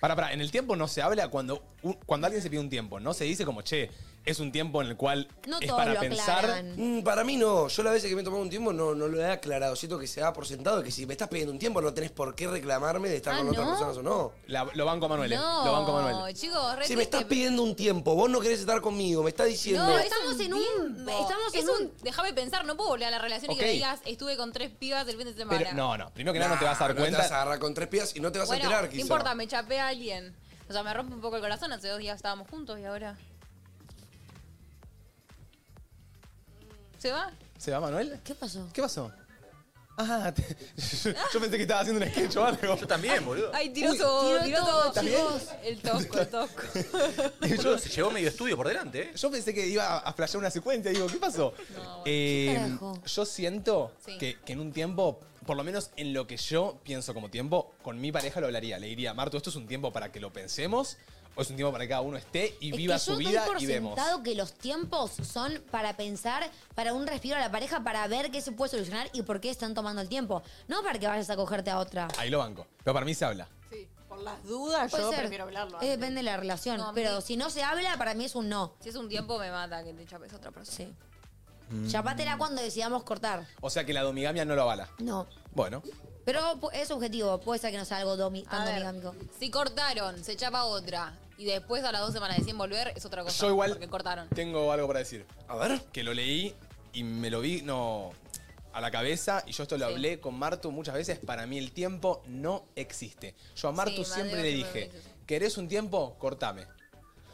Para, para, en el tiempo no se habla cuando, un- cuando alguien se pide un tiempo, no se dice como, che, es un tiempo en el cual
No
es
todos
para
lo
pensar.
aclaran.
Mm, para mí no. Yo las veces que me he tomado un tiempo no, no lo he aclarado. Siento que se da por sentado que si me estás pidiendo un tiempo no tenés por qué reclamarme de estar
Ah,
con otras
¿no?
personas o no.
La- lo banco a Manuel, eh.
No,
Lo banco a Manuel.
chicos, re
Si me
triste,
estás pidiendo un tiempo, vos no querés estar conmigo, me estás diciendo...
No,
Pero
es
estamos en un-
tiempo.
estamos
Es
en
un-
un-
Déjame pensar, no puedo volver a la relación y que
Ok.
me digas, estuve con tres pibas el fin de semana.
Pero, no, no, primero que nada no te vas a dar
Nah,
cuenta.
te vas a agarrar con tres pies y no te vas
bueno,
a enterar,
no
quizá.
importa, me chapé a alguien. O sea, me rompe un poco el corazón, hace dos días estábamos juntos y ahora... ¿Se va?
¿Se va Manuel?
¿Qué pasó?
¿Qué pasó? Ah, te- yo, yo pensé que estaba haciendo un sketch o algo.
Yo también, boludo.
Ay, tiró todo,
tiró
tiró
todo,
todo.
¿también?
El tosco, el tosco.
Boludo, se llevó medio estudio por delante, ¿eh?
Yo pensé que iba a- a flashear una secuencia. Digo, ¿qué pasó? Eh,
¿Qué carajo?
yo siento
Sí.
que, que en un tiempo, por lo menos en lo que yo pienso como tiempo, con mi pareja lo hablaría. Le diría, Marto, ¿esto es un tiempo para que lo pensemos? ¿O es un tiempo para que cada uno esté y
Es
viva
que yo
su
doy
vida
por
y vemos?
sentado que los tiempos son para pensar, para un respiro a la pareja, para ver qué se puede solucionar y por qué están tomando el tiempo. No para que vayas a cogerte a otra.
Ahí lo banco. Pero para mí se habla.
Sí, por las dudas
Puede
yo
ser.
prefiero hablarlo.
Es
antes.
depende de la relación.
No, a mí-
pero si no se habla, para mí es un no.
Si es un tiempo me mata que te chapes a otra persona.
Sí. Chapátela Mm. cuando decidamos cortar.
O sea que la domigamia no lo avala.
No.
Bueno,
Pero pu- es objetivo. Puede ser que no sea algo domi
A
tan
ver,
domigámico.
si cortaron, se chapa otra y después a las dos semanas deciden volver, es otra cosa.
yo igual
Porque cortaron.
tengo algo para decir.
A ver.
que lo leí y me lo vino a la cabeza y yo esto lo
Sí.
hablé con Martu muchas veces. Para mí el tiempo no existe. Yo a Martu
Sí,
siempre
Mateo
le
siempre
dije,
me dice
¿querés un tiempo? Cortame.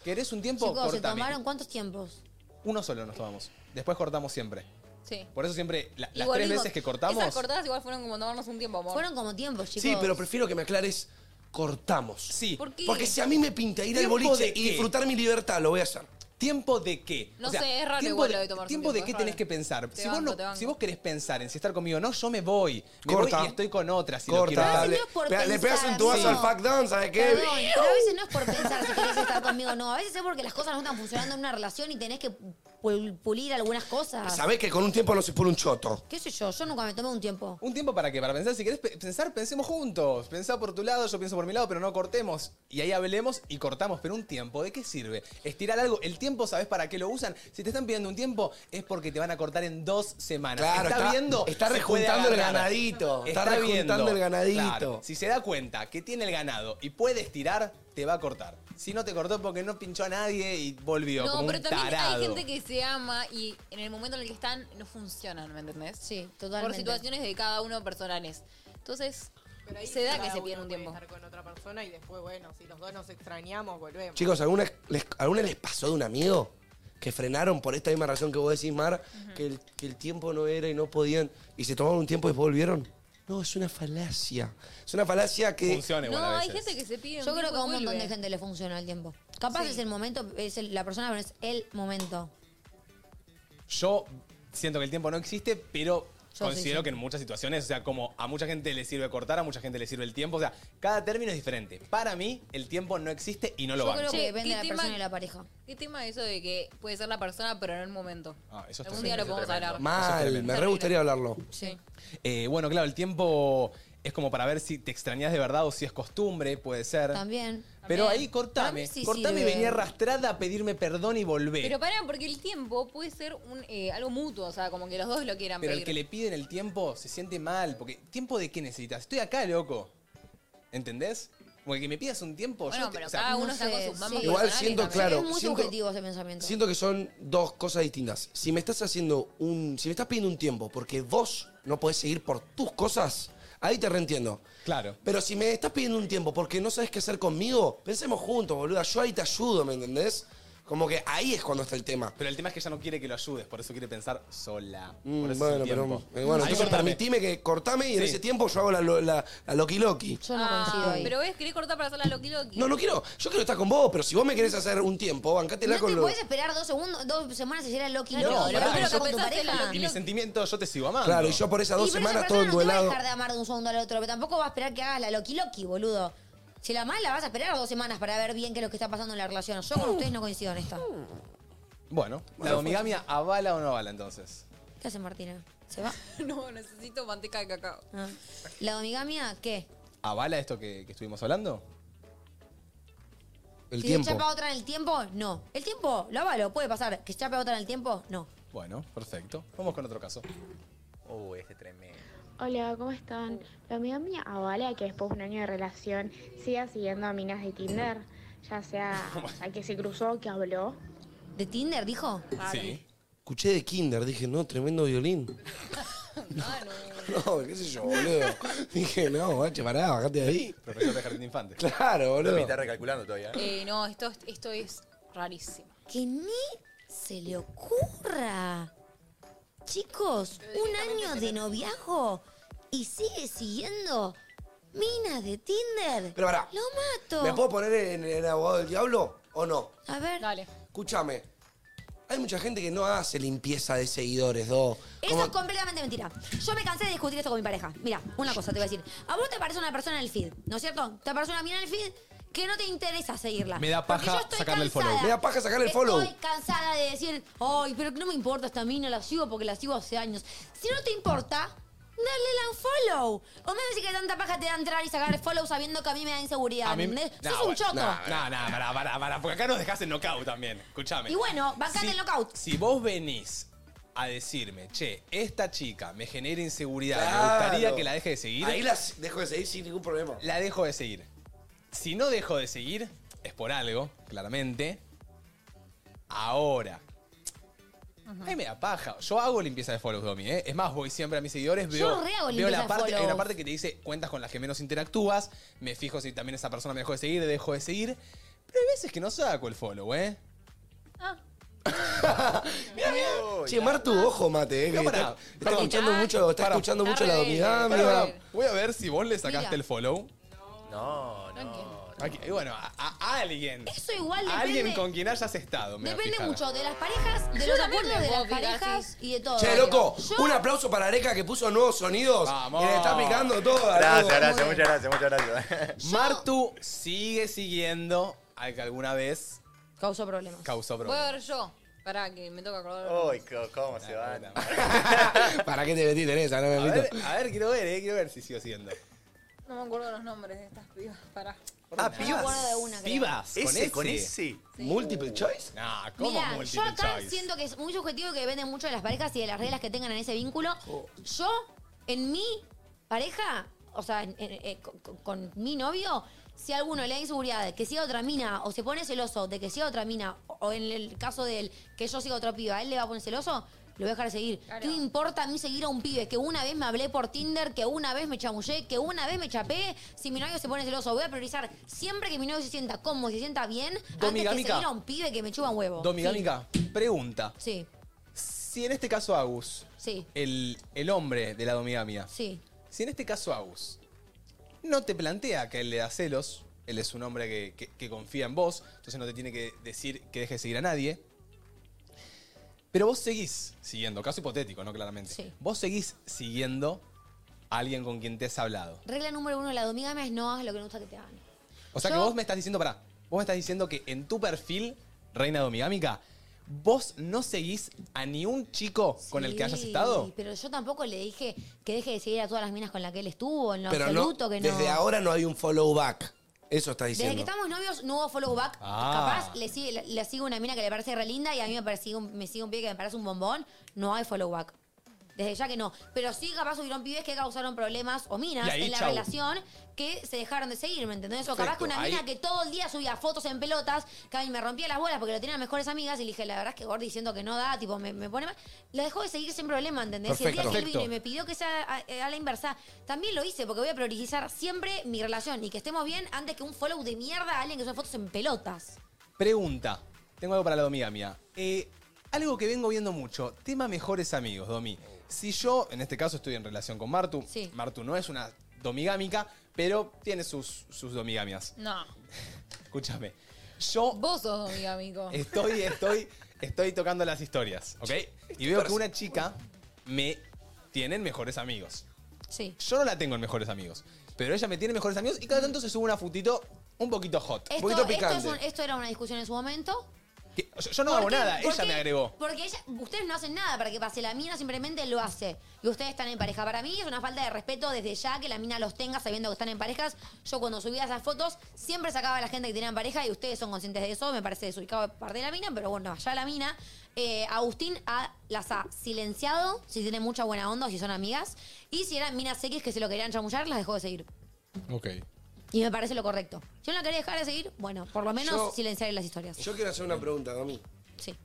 ¿Querés un tiempo?
Chicos, ¿se
cortame.
tomaron cuántos tiempos?
Uno solo nos tomamos. Después cortamos siempre.
Sí.
Por eso siempre, la- las
Igual
tres
vimos-
veces que cortamos...
Esas cortadas igual fueron como tomarnos un tiempo, amor.
Fueron como tiempos,
Sí, pero prefiero que me aclares, cortamos. Sí.
¿Por qué?
Porque si a mí me pinta ir al
¿Tiempo
boliche
de
y
qué?
disfrutar mi libertad, lo voy a hacer.
¿Tiempo de qué?
No sé, es raro igual lo de tomarse
¿Tiempo
un
de
tiempo,
qué
es
tenés
raro.
que pensar?
Te
Si vos,
banco,
no-
te banco.
si vos querés pensar en si estar conmigo o no, yo me voy. Me
Corta.
voy y estoy con otra si lo quiero
Corta.
hacer.
Le, pega- le pegas un tubazo al fuck down, ¿sabes qué?
Perdón, pero a veces no es por pensar si querés estar conmigo o no. A veces es porque las cosas no están funcionando en una relación y tenés que pul- pulir algunas cosas.
Sabés que con un tiempo no se pone un choto.
¿Qué sé yo? Yo nunca me tomé un tiempo.
Un tiempo para que, para pensar, si querés pe- pensar, pensemos juntos. Pensá por tu lado, yo pienso por mi lado, pero no cortemos. Y ahí hablemos y cortamos, pero un tiempo, ¿de qué sirve? Estirar algo, el tiempo, ¿sabés para qué lo usan? Si te están pidiendo un tiempo, es porque te van a cortar en dos semanas.
Claro, está-
viendo?
está
Se
rejuntando
puede
el
agarrar.
ganadito, está rejuntando
viendo.
el ganadito.
Claro, Si se da cuenta que tiene el ganado y puede estirar, te va a cortar. Si no te cortó porque no pinchó a nadie y volvió
No,
como
pero
un
también
tarado.
hay gente que se ama y en el momento en el que están no funcionan, ¿me entendés? Sí, Por
totalmente.
situaciones de cada uno personales. Entonces,
Pero ahí
se da
cada
que se
uno
pierden un
puede
tiempo.
estar con otra persona y después, bueno, si los dos nos extrañamos, volvemos.
Chicos, ¿alguna les, alguna les pasó de un amigo que frenaron por esta misma razón que vos decís, Mar, que, el, que el tiempo no era y no podían, y se tomaron un tiempo y después volvieron? No, es una falacia. Es una falacia que...
Funciona
no, hay gente que se pide
Yo creo que a un montón de
gente
gente le funciona el tiempo. Capaz es el momento, es el- la persona, pero es el momento.
Yo siento que el tiempo no existe, pero
Yo
considero
sí, sí.
que en muchas situaciones, o sea, como a mucha gente le sirve cortar, a mucha gente le sirve el tiempo, o sea, cada término es diferente. Para mí, el tiempo no existe y no lo
Yo creo
banco.
que
Che,
depende
¿qué
de la
tema-
persona y la pareja.
¿Qué tema eso de que puede ser la persona, pero no el momento?
Ah, eso es
Algún
tremendo.
día lo
Eso
podemos
es tremendo.
hablar.
Eso es
Mal,
tremendo.
me re gustaría hablarlo.
Sí.
Eh, bueno, claro, el tiempo es como para ver si te extrañas de verdad o si es costumbre, puede ser.
También.
Pero ahí
Para
cortame,
mí sí
cortame y
sirve.
vení arrastrada a pedirme perdón y volver.
Pero pará, porque el tiempo puede ser un, eh, algo mutuo, o sea, como que los dos lo quieran
Pero el
pedir.
que le piden el tiempo se siente mal, porque ¿tiempo de qué necesitas? Estoy acá, loco. ¿Entendés? Porque que me pidas un tiempo,
Bueno,
yo te-
pero
o sea,
cada
no
Ah, uno está
sé.
con sus mambos
Igual
personales
siento,
también.
claro,
es muy
siento-
subjetivo ese pensamiento.
Siento que son dos cosas distintas. Si me estás haciendo un. Si me estás pidiendo un tiempo porque vos no podés seguir por tus cosas, ahí te reentiendo.
Claro.
Pero si me estás pidiendo un tiempo porque no sabes qué hacer conmigo, pensemos juntos, boluda. Yo ahí te ayudo, ¿me entendés? Como que ahí es cuando está el tema.
Pero el tema es que ella no quiere que lo ayudes, por eso quiere pensar sola.
Mm,
por eso es
bueno,
el
pero
tiempo.
eh, bueno,
Ahí
entonces
cortame.
permitime que cortame y en
Sí.
ese tiempo yo hago la, lo- la, la loki loki.
Yo no coincido
Ah,
ahí.
pero es, querés cortar para hacer la loqui loqui.
No, no quiero. Yo quiero estar con vos, pero si vos me querés hacer un tiempo, bancátela
No
con
te
los.
puedes esperar dos segundos, dos semanas y era Loki
No,
Loki.
pará,
Pero
yo
estás con tu
pensaste
pareja.
la-
Y mis sentimientos, yo te sigo amando.
Claro, y yo por esas dos
Y pero esa
semanas todo
persona No
enduelado.
te va a dejar de amar de un segundo al otro, pero tampoco va a esperar que hagas la Loki Loki, boludo. Si la amás, la vas a esperar dos semanas para ver bien qué es lo que está pasando en la relación. Yo con ustedes no coincido en esto.
Bueno, la domigamia avala o no avala entonces.
¿Qué hace Martina? ¿Se va?
no, necesito manteca de cacao.
Ah. ¿La domigamia qué?
¿Avala esto que, que estuvimos hablando?
El
si se chapa otra en el tiempo, no. El tiempo, lo avalo, puede pasar. Que se chapa otra en el tiempo, no.
Bueno, perfecto. Vamos con otro caso.
Uh, ese tremendo.
Hola, ¿cómo están? La amiga mía avala que después de un año de relación siga siguiendo a minas de Tinder, ya sea a que se cruzó, que habló.
¿De Tinder dijo?
Sí.
Escuché de Kinder, dije, no, tremendo violín. No, qué sé yo, boludo. Dije, no, guacho, pará, bajate de ahí.
Profesor de jardín infante.
Claro,
Me
boludo.
está recalculando todavía.
Eh, no, esto, esto es rarísimo.
Que ni se le ocurra. Chicos, un año de noviazgo y sigue siguiendo minas de Tinder.
Pero pará.
Lo mato.
¿Me puedo poner en el abogado del diablo o no?
A ver.
Dale.
Escúchame. Hay mucha gente que no hace limpieza de seguidores, do.
Eso
Como-
es completamente mentira. Yo me cansé de discutir esto con mi pareja. Mira, una cosa te voy a decir. A vos te aparece una persona en el feed, ¿no es cierto? Te aparece una mina en el feed que no te interesa seguirla.
Me da
Porque
paja
yo estoy
sacarle el follow.
cansada.
Me da paja sacarle el follow.
Estoy cansada de decir, ay, pero que no me importa esta mina, la sigo porque la sigo hace años. Si no te importa, dale la follow. O me decís que tanta paja te da entrar y sacar el follow sabiendo que a mí me da inseguridad.
A mí-
¿entendés?
No,
Sos un
bueno,
choto.
No, no, pará, pará, pará, porque acá nos dejaste en knockout también. Escúchame.
Y bueno, bancate
Si-
el knockout.
Si vos venís a decirme, che, esta chica me genera inseguridad, me
Claro.
gustaría que la deje de seguir,
Ahí las dejo de seguir sin ningún problema.
la dejo de seguir. Si no dejo de seguir, es por algo, claramente. Ahora, A mí me da paja. Yo hago limpieza de follows, Domi, ¿eh? Es más, voy siempre a mis seguidores, veo,
re hago
veo
limpieza
la
de
parte, hay una
follows.
parte que te dice cuentas con las que menos interactúas, me fijo si también esa persona me dejó de seguir, dejo de seguir. Pero hay veces que no saco el follow, ¿eh?
Che, Martu, ojo, mate, eh, que
No, pará,
está, está
perdón.
escuchando mucho, está
Pará.
escuchando mucho la
Pará,
dominada.
pará. Voy a ver si vos le sacaste
Mira.
el follow.
No,
No entiendo.
Aquí- y bueno, a, a alguien.
Eso igual
A
depende.
alguien con quien hayas estado. me voy a
Depende
fijar.
mucho de las parejas, de
Yo
los
también
acuerdos
me
de las
puedo fijar,
parejas y de todo.
Che, loco,
Yo-
un aplauso para Areca que puso nuevos sonidos.
Vamos.
Y le está picando todo.
Gracias,
boludo.
gracias, muchas gracias, muchas gracias.
Martu sigue siguiendo al que alguna vez
Causó problemas.
causó
Voy a
problemas.
ver yo. Pará, que me toca acordar.
Oh.
Uy, co- cómo se van.
¿Para qué te metiste en esa? No me
A
meto.
ver, a ver, quiero ver, eh, quiero ver si sigo siendo.
No me acuerdo los nombres de estas pibas. Pará.
Ah,
Yo me acuerdo
pibas.
de una, creo.
Vivas, con
Ese,
ese.
con ese.
Multiple choice.
Nah, ¿cómo
Mira, yo
multiple
acá
choice?
siento que es muy subjetivo y que depende mucho de las parejas y de las reglas que tengan en ese vínculo. Yo, en mi pareja, o sea, en- en- eh, con, con- con mi novio, si a alguno le da inseguridad de que siga otra mina o se pone celoso de que siga otra mina, o o en el caso de él, que yo siga otra piba, él le va a poner celoso, lo voy a dejar de seguir.
Claro.
¿Qué me importa a mí seguir a un pibe que una vez me hablé por Tinder, que una vez me chamullé, que una vez me chapé? Si mi novio se pone celoso, voy a priorizar siempre que mi novio se sienta cómodo, se sienta bien, antes que
Domigámica.
seguir a un pibe que me chupa un huevo.
Domigámica, pregunta.
Sí,
Si en este caso Agus,
sí,
el, el hombre de la domigamia,
sí.
si en este caso Agus no te plantea que él le da celos, él es un hombre que, que- que confía en vos, entonces no te tiene que decir que dejes de seguir a nadie. Pero vos seguís siguiendo, caso hipotético, ¿no? Claramente.
Sí.
Vos seguís siguiendo a alguien con quien te has hablado.
Regla número uno de la domigamia es no hagas lo que no gusta que te hagan.
O sea
Yo-
que vos me estás diciendo, pará, vos me estás diciendo que en tu perfil, Reina Domigámica, vos no seguís a ni un chico con el que hayas
Sí,
estado.
Pero yo tampoco le dije que deje de seguir a todas las minas con las que él estuvo, en lo
Pero no,
absoluto que no.
desde ahora no hay un follow back. Eso está
Desde que
diciendo.
estamos novios no hubo follow back.
Ah.
Capaz le sigue, le, le sigue una mina que le parece re linda y a mí me, persigue un- me sigue un pibe que me parece un bombón. No hay follow back. Desde ya que no. Pero sí capaz hubieron pibes que causaron problemas o minas
Y ahí,
en la
chau.
relación que se dejaron de seguir, ¿me entendés? O capaz
Perfecto,
que una
ahí-
mina que todo el día subía fotos en pelotas, que a mí me rompía las bolas porque lo tenían mejores amigas y le dije, la verdad es que Gordy diciendo que no da, tipo, me, me pone mal. La dejó de seguir sin problema, ¿entendés? Y el día
Perfecto.
que él vino y
Perfecto.
me me pidió que sea a, eh, a la inversa, también lo hice porque voy a priorizar siempre mi relación y que estemos bien antes que un follow de mierda a alguien que sube fotos en pelotas.
Pregunta. Tengo algo para la domigamia. Eh, algo que vengo viendo mucho. Tema mejores amigos, Domi. Si yo, en este caso, estoy en relación con Martu.
Sí.
Martu no es una domigámica, pero tiene sus, sus domigamias.
No.
Escúchame. Yo
Vos sos amiga, amigo.
Estoy, estoy, estoy tocando las historias, ¿ok? Y veo que una chica me tiene en mejores amigos.
Sí.
Yo no la tengo en mejores amigos, pero ella me tiene en mejores amigos y cada tanto se sube una fotito un poquito hot.
Esto,
poquito
esto, es
picante.
un- esto era una discusión en su momento.
Que- yo, yo no hago
¿Por qué?
nada,
¿Por
ella
qué?
me agregó.
Porque ella- ustedes no hacen nada para que pase. La mina simplemente lo hace. Y ustedes están en pareja. Para mí es una falta de respeto desde ya que la mina los tenga sabiendo que están en parejas. Yo cuando subía esas fotos siempre sacaba a la gente que tenía en pareja y ustedes son conscientes de eso. Me parece desubicado de parte de la mina, pero bueno, allá la mina. Eh, Agustín ha- las ha silenciado si tienen mucha buena onda o si son amigas. Y si eran minas X que se lo querían chamullar, las dejó de seguir.
Ok.
Y me parece lo correcto. Si no la quería dejar de seguir, bueno, por lo menos
Yo-
silenciar en las historias.
Yo quiero hacer una pregunta, Domi.
sí.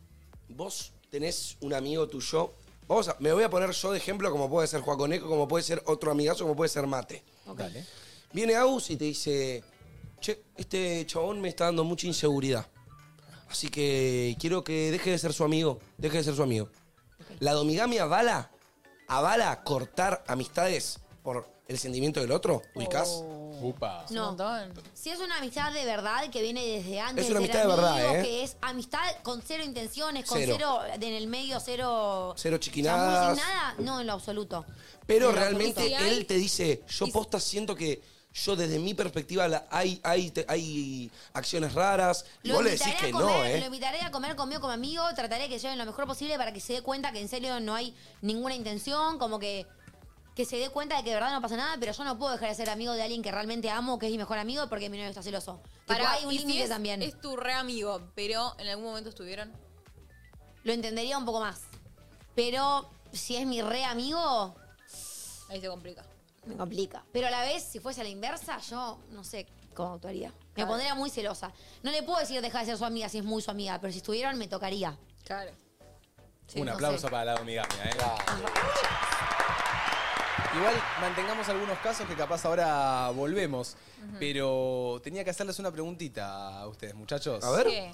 Vos tenés un amigo tuyo. Vamos a- me voy a poner yo de ejemplo, como puede ser Juaconeco, como puede ser otro amigazo, como puede ser Mate.
Dale.
Viene Agus y te dice, che, este chabón me está dando mucha inseguridad. Así que quiero que deje de ser su amigo, deje de ser su amigo. ¿La domigamia avala, avala cortar amistades por el sentimiento del otro? ¿Ubicás?
Upa.
un montón.
Si es una amistad de verdad que viene desde antes
Es una
de ser
amistad de verdad,
amigos,
¿eh?
que es amistad con cero intenciones, con
Cero.
cero, de- en el medio, cero. chamuyo,
Cero chiquinadas.
sin nada, no, en lo absoluto.
Pero
En lo
realmente
absoluto.
él te dice, yo posta siento que yo desde mi perspectiva la- hay, hay, te- hay acciones raras. Y
Lo
vos le
invitaré,
decís que
a comer,
no,
lo
¿eh?
invitaré a comer conmigo como amigo, trataré de que lleven lo mejor posible para que se dé cuenta que en serio no hay ninguna intención, como que, que se dé cuenta de que de verdad no pasa nada, pero yo no puedo dejar de ser amigo de alguien que realmente amo, que es mi mejor amigo, porque mi novio está celoso. Pero
Pará,
hay un
y si
límite
es-
también.
Es tu re amigo, pero en algún momento estuvieron.
Lo entendería un poco más. Pero si es mi re amigo,
Ahí se complica.
Me complica. Pero a la vez, si fuese a la inversa, yo no sé cómo actuaría. Me
Claro.
pondría muy celosa. No le puedo decir dejar de ser su amiga si es muy su amiga, pero si estuvieron me tocaría.
Claro.
Sí, Un no aplauso sé. para la domigamia, ¿eh? Igual mantengamos algunos casos que capaz ahora volvemos,
Ujú.
pero tenía que hacerles una preguntita a ustedes, muchachos.
A ver.
¿Qué?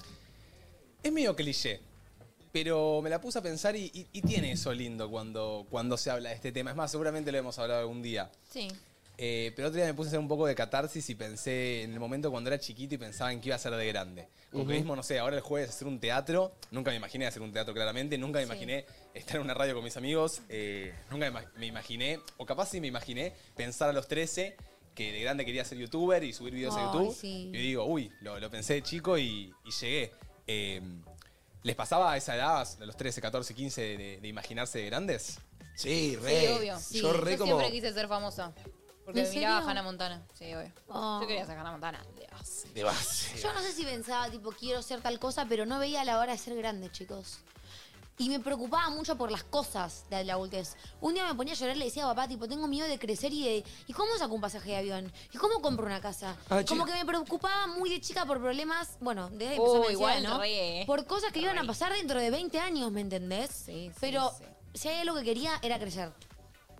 Es medio cliché, pero me la puse a pensar y, y- y tiene eso lindo cuando, cuando se habla de este tema. Es más, seguramente lo hemos hablado algún día.
Sí.
Eh, pero otro día me puse a hacer un poco de catarsis y pensé en el momento cuando era chiquito y pensaba en qué iba a ser de grande. Porque
Ujú.
mismo, no sé, ahora el jueves hacer un teatro. Nunca me imaginé hacer un teatro, claramente. Nunca me
Sí.
imaginé estar en una radio con mis amigos. eh, nunca me, ima- me imaginé, o capaz sí me imaginé, pensar a los 13 que de grande quería ser youtuber y subir videos a
Ay,
YouTube.
sí.
Y digo, uy, lo, lo pensé de chico y, y llegué. Eh, ¿Les pasaba a esa edad, a los 13, 14, 15, de, de- de imaginarse de grandes?
Sí,
Sí,
obvio.
Yo re como.
siempre quise ser famosa. Porque
¿En
miraba
serio?
a Hannah Montana. Sí, obvio.
Oh.
Yo quería ser Hannah Montana. Dios.
De base.
Yo no sé si pensaba, tipo, quiero ser tal cosa, pero no veía la hora de ser grande, chicos. Y me preocupaba mucho por las cosas de la adultez. Un día me ponía a llorar y le decía a papá, tipo, tengo miedo de crecer y de... ¿Y cómo saco un pasaje de avión? ¿Y cómo compro una casa?
Ah,
Y como que
chica.
me preocupaba muy de chica por problemas, bueno, desde que empezó
Oh,
mi ansiedad,
igual,
¿no?
re, eh.
Por cosas que iban a pasar dentro de 20 años, ¿me entendés?
Sí, sí,
Pero
sí.
si hay algo que quería era crecer.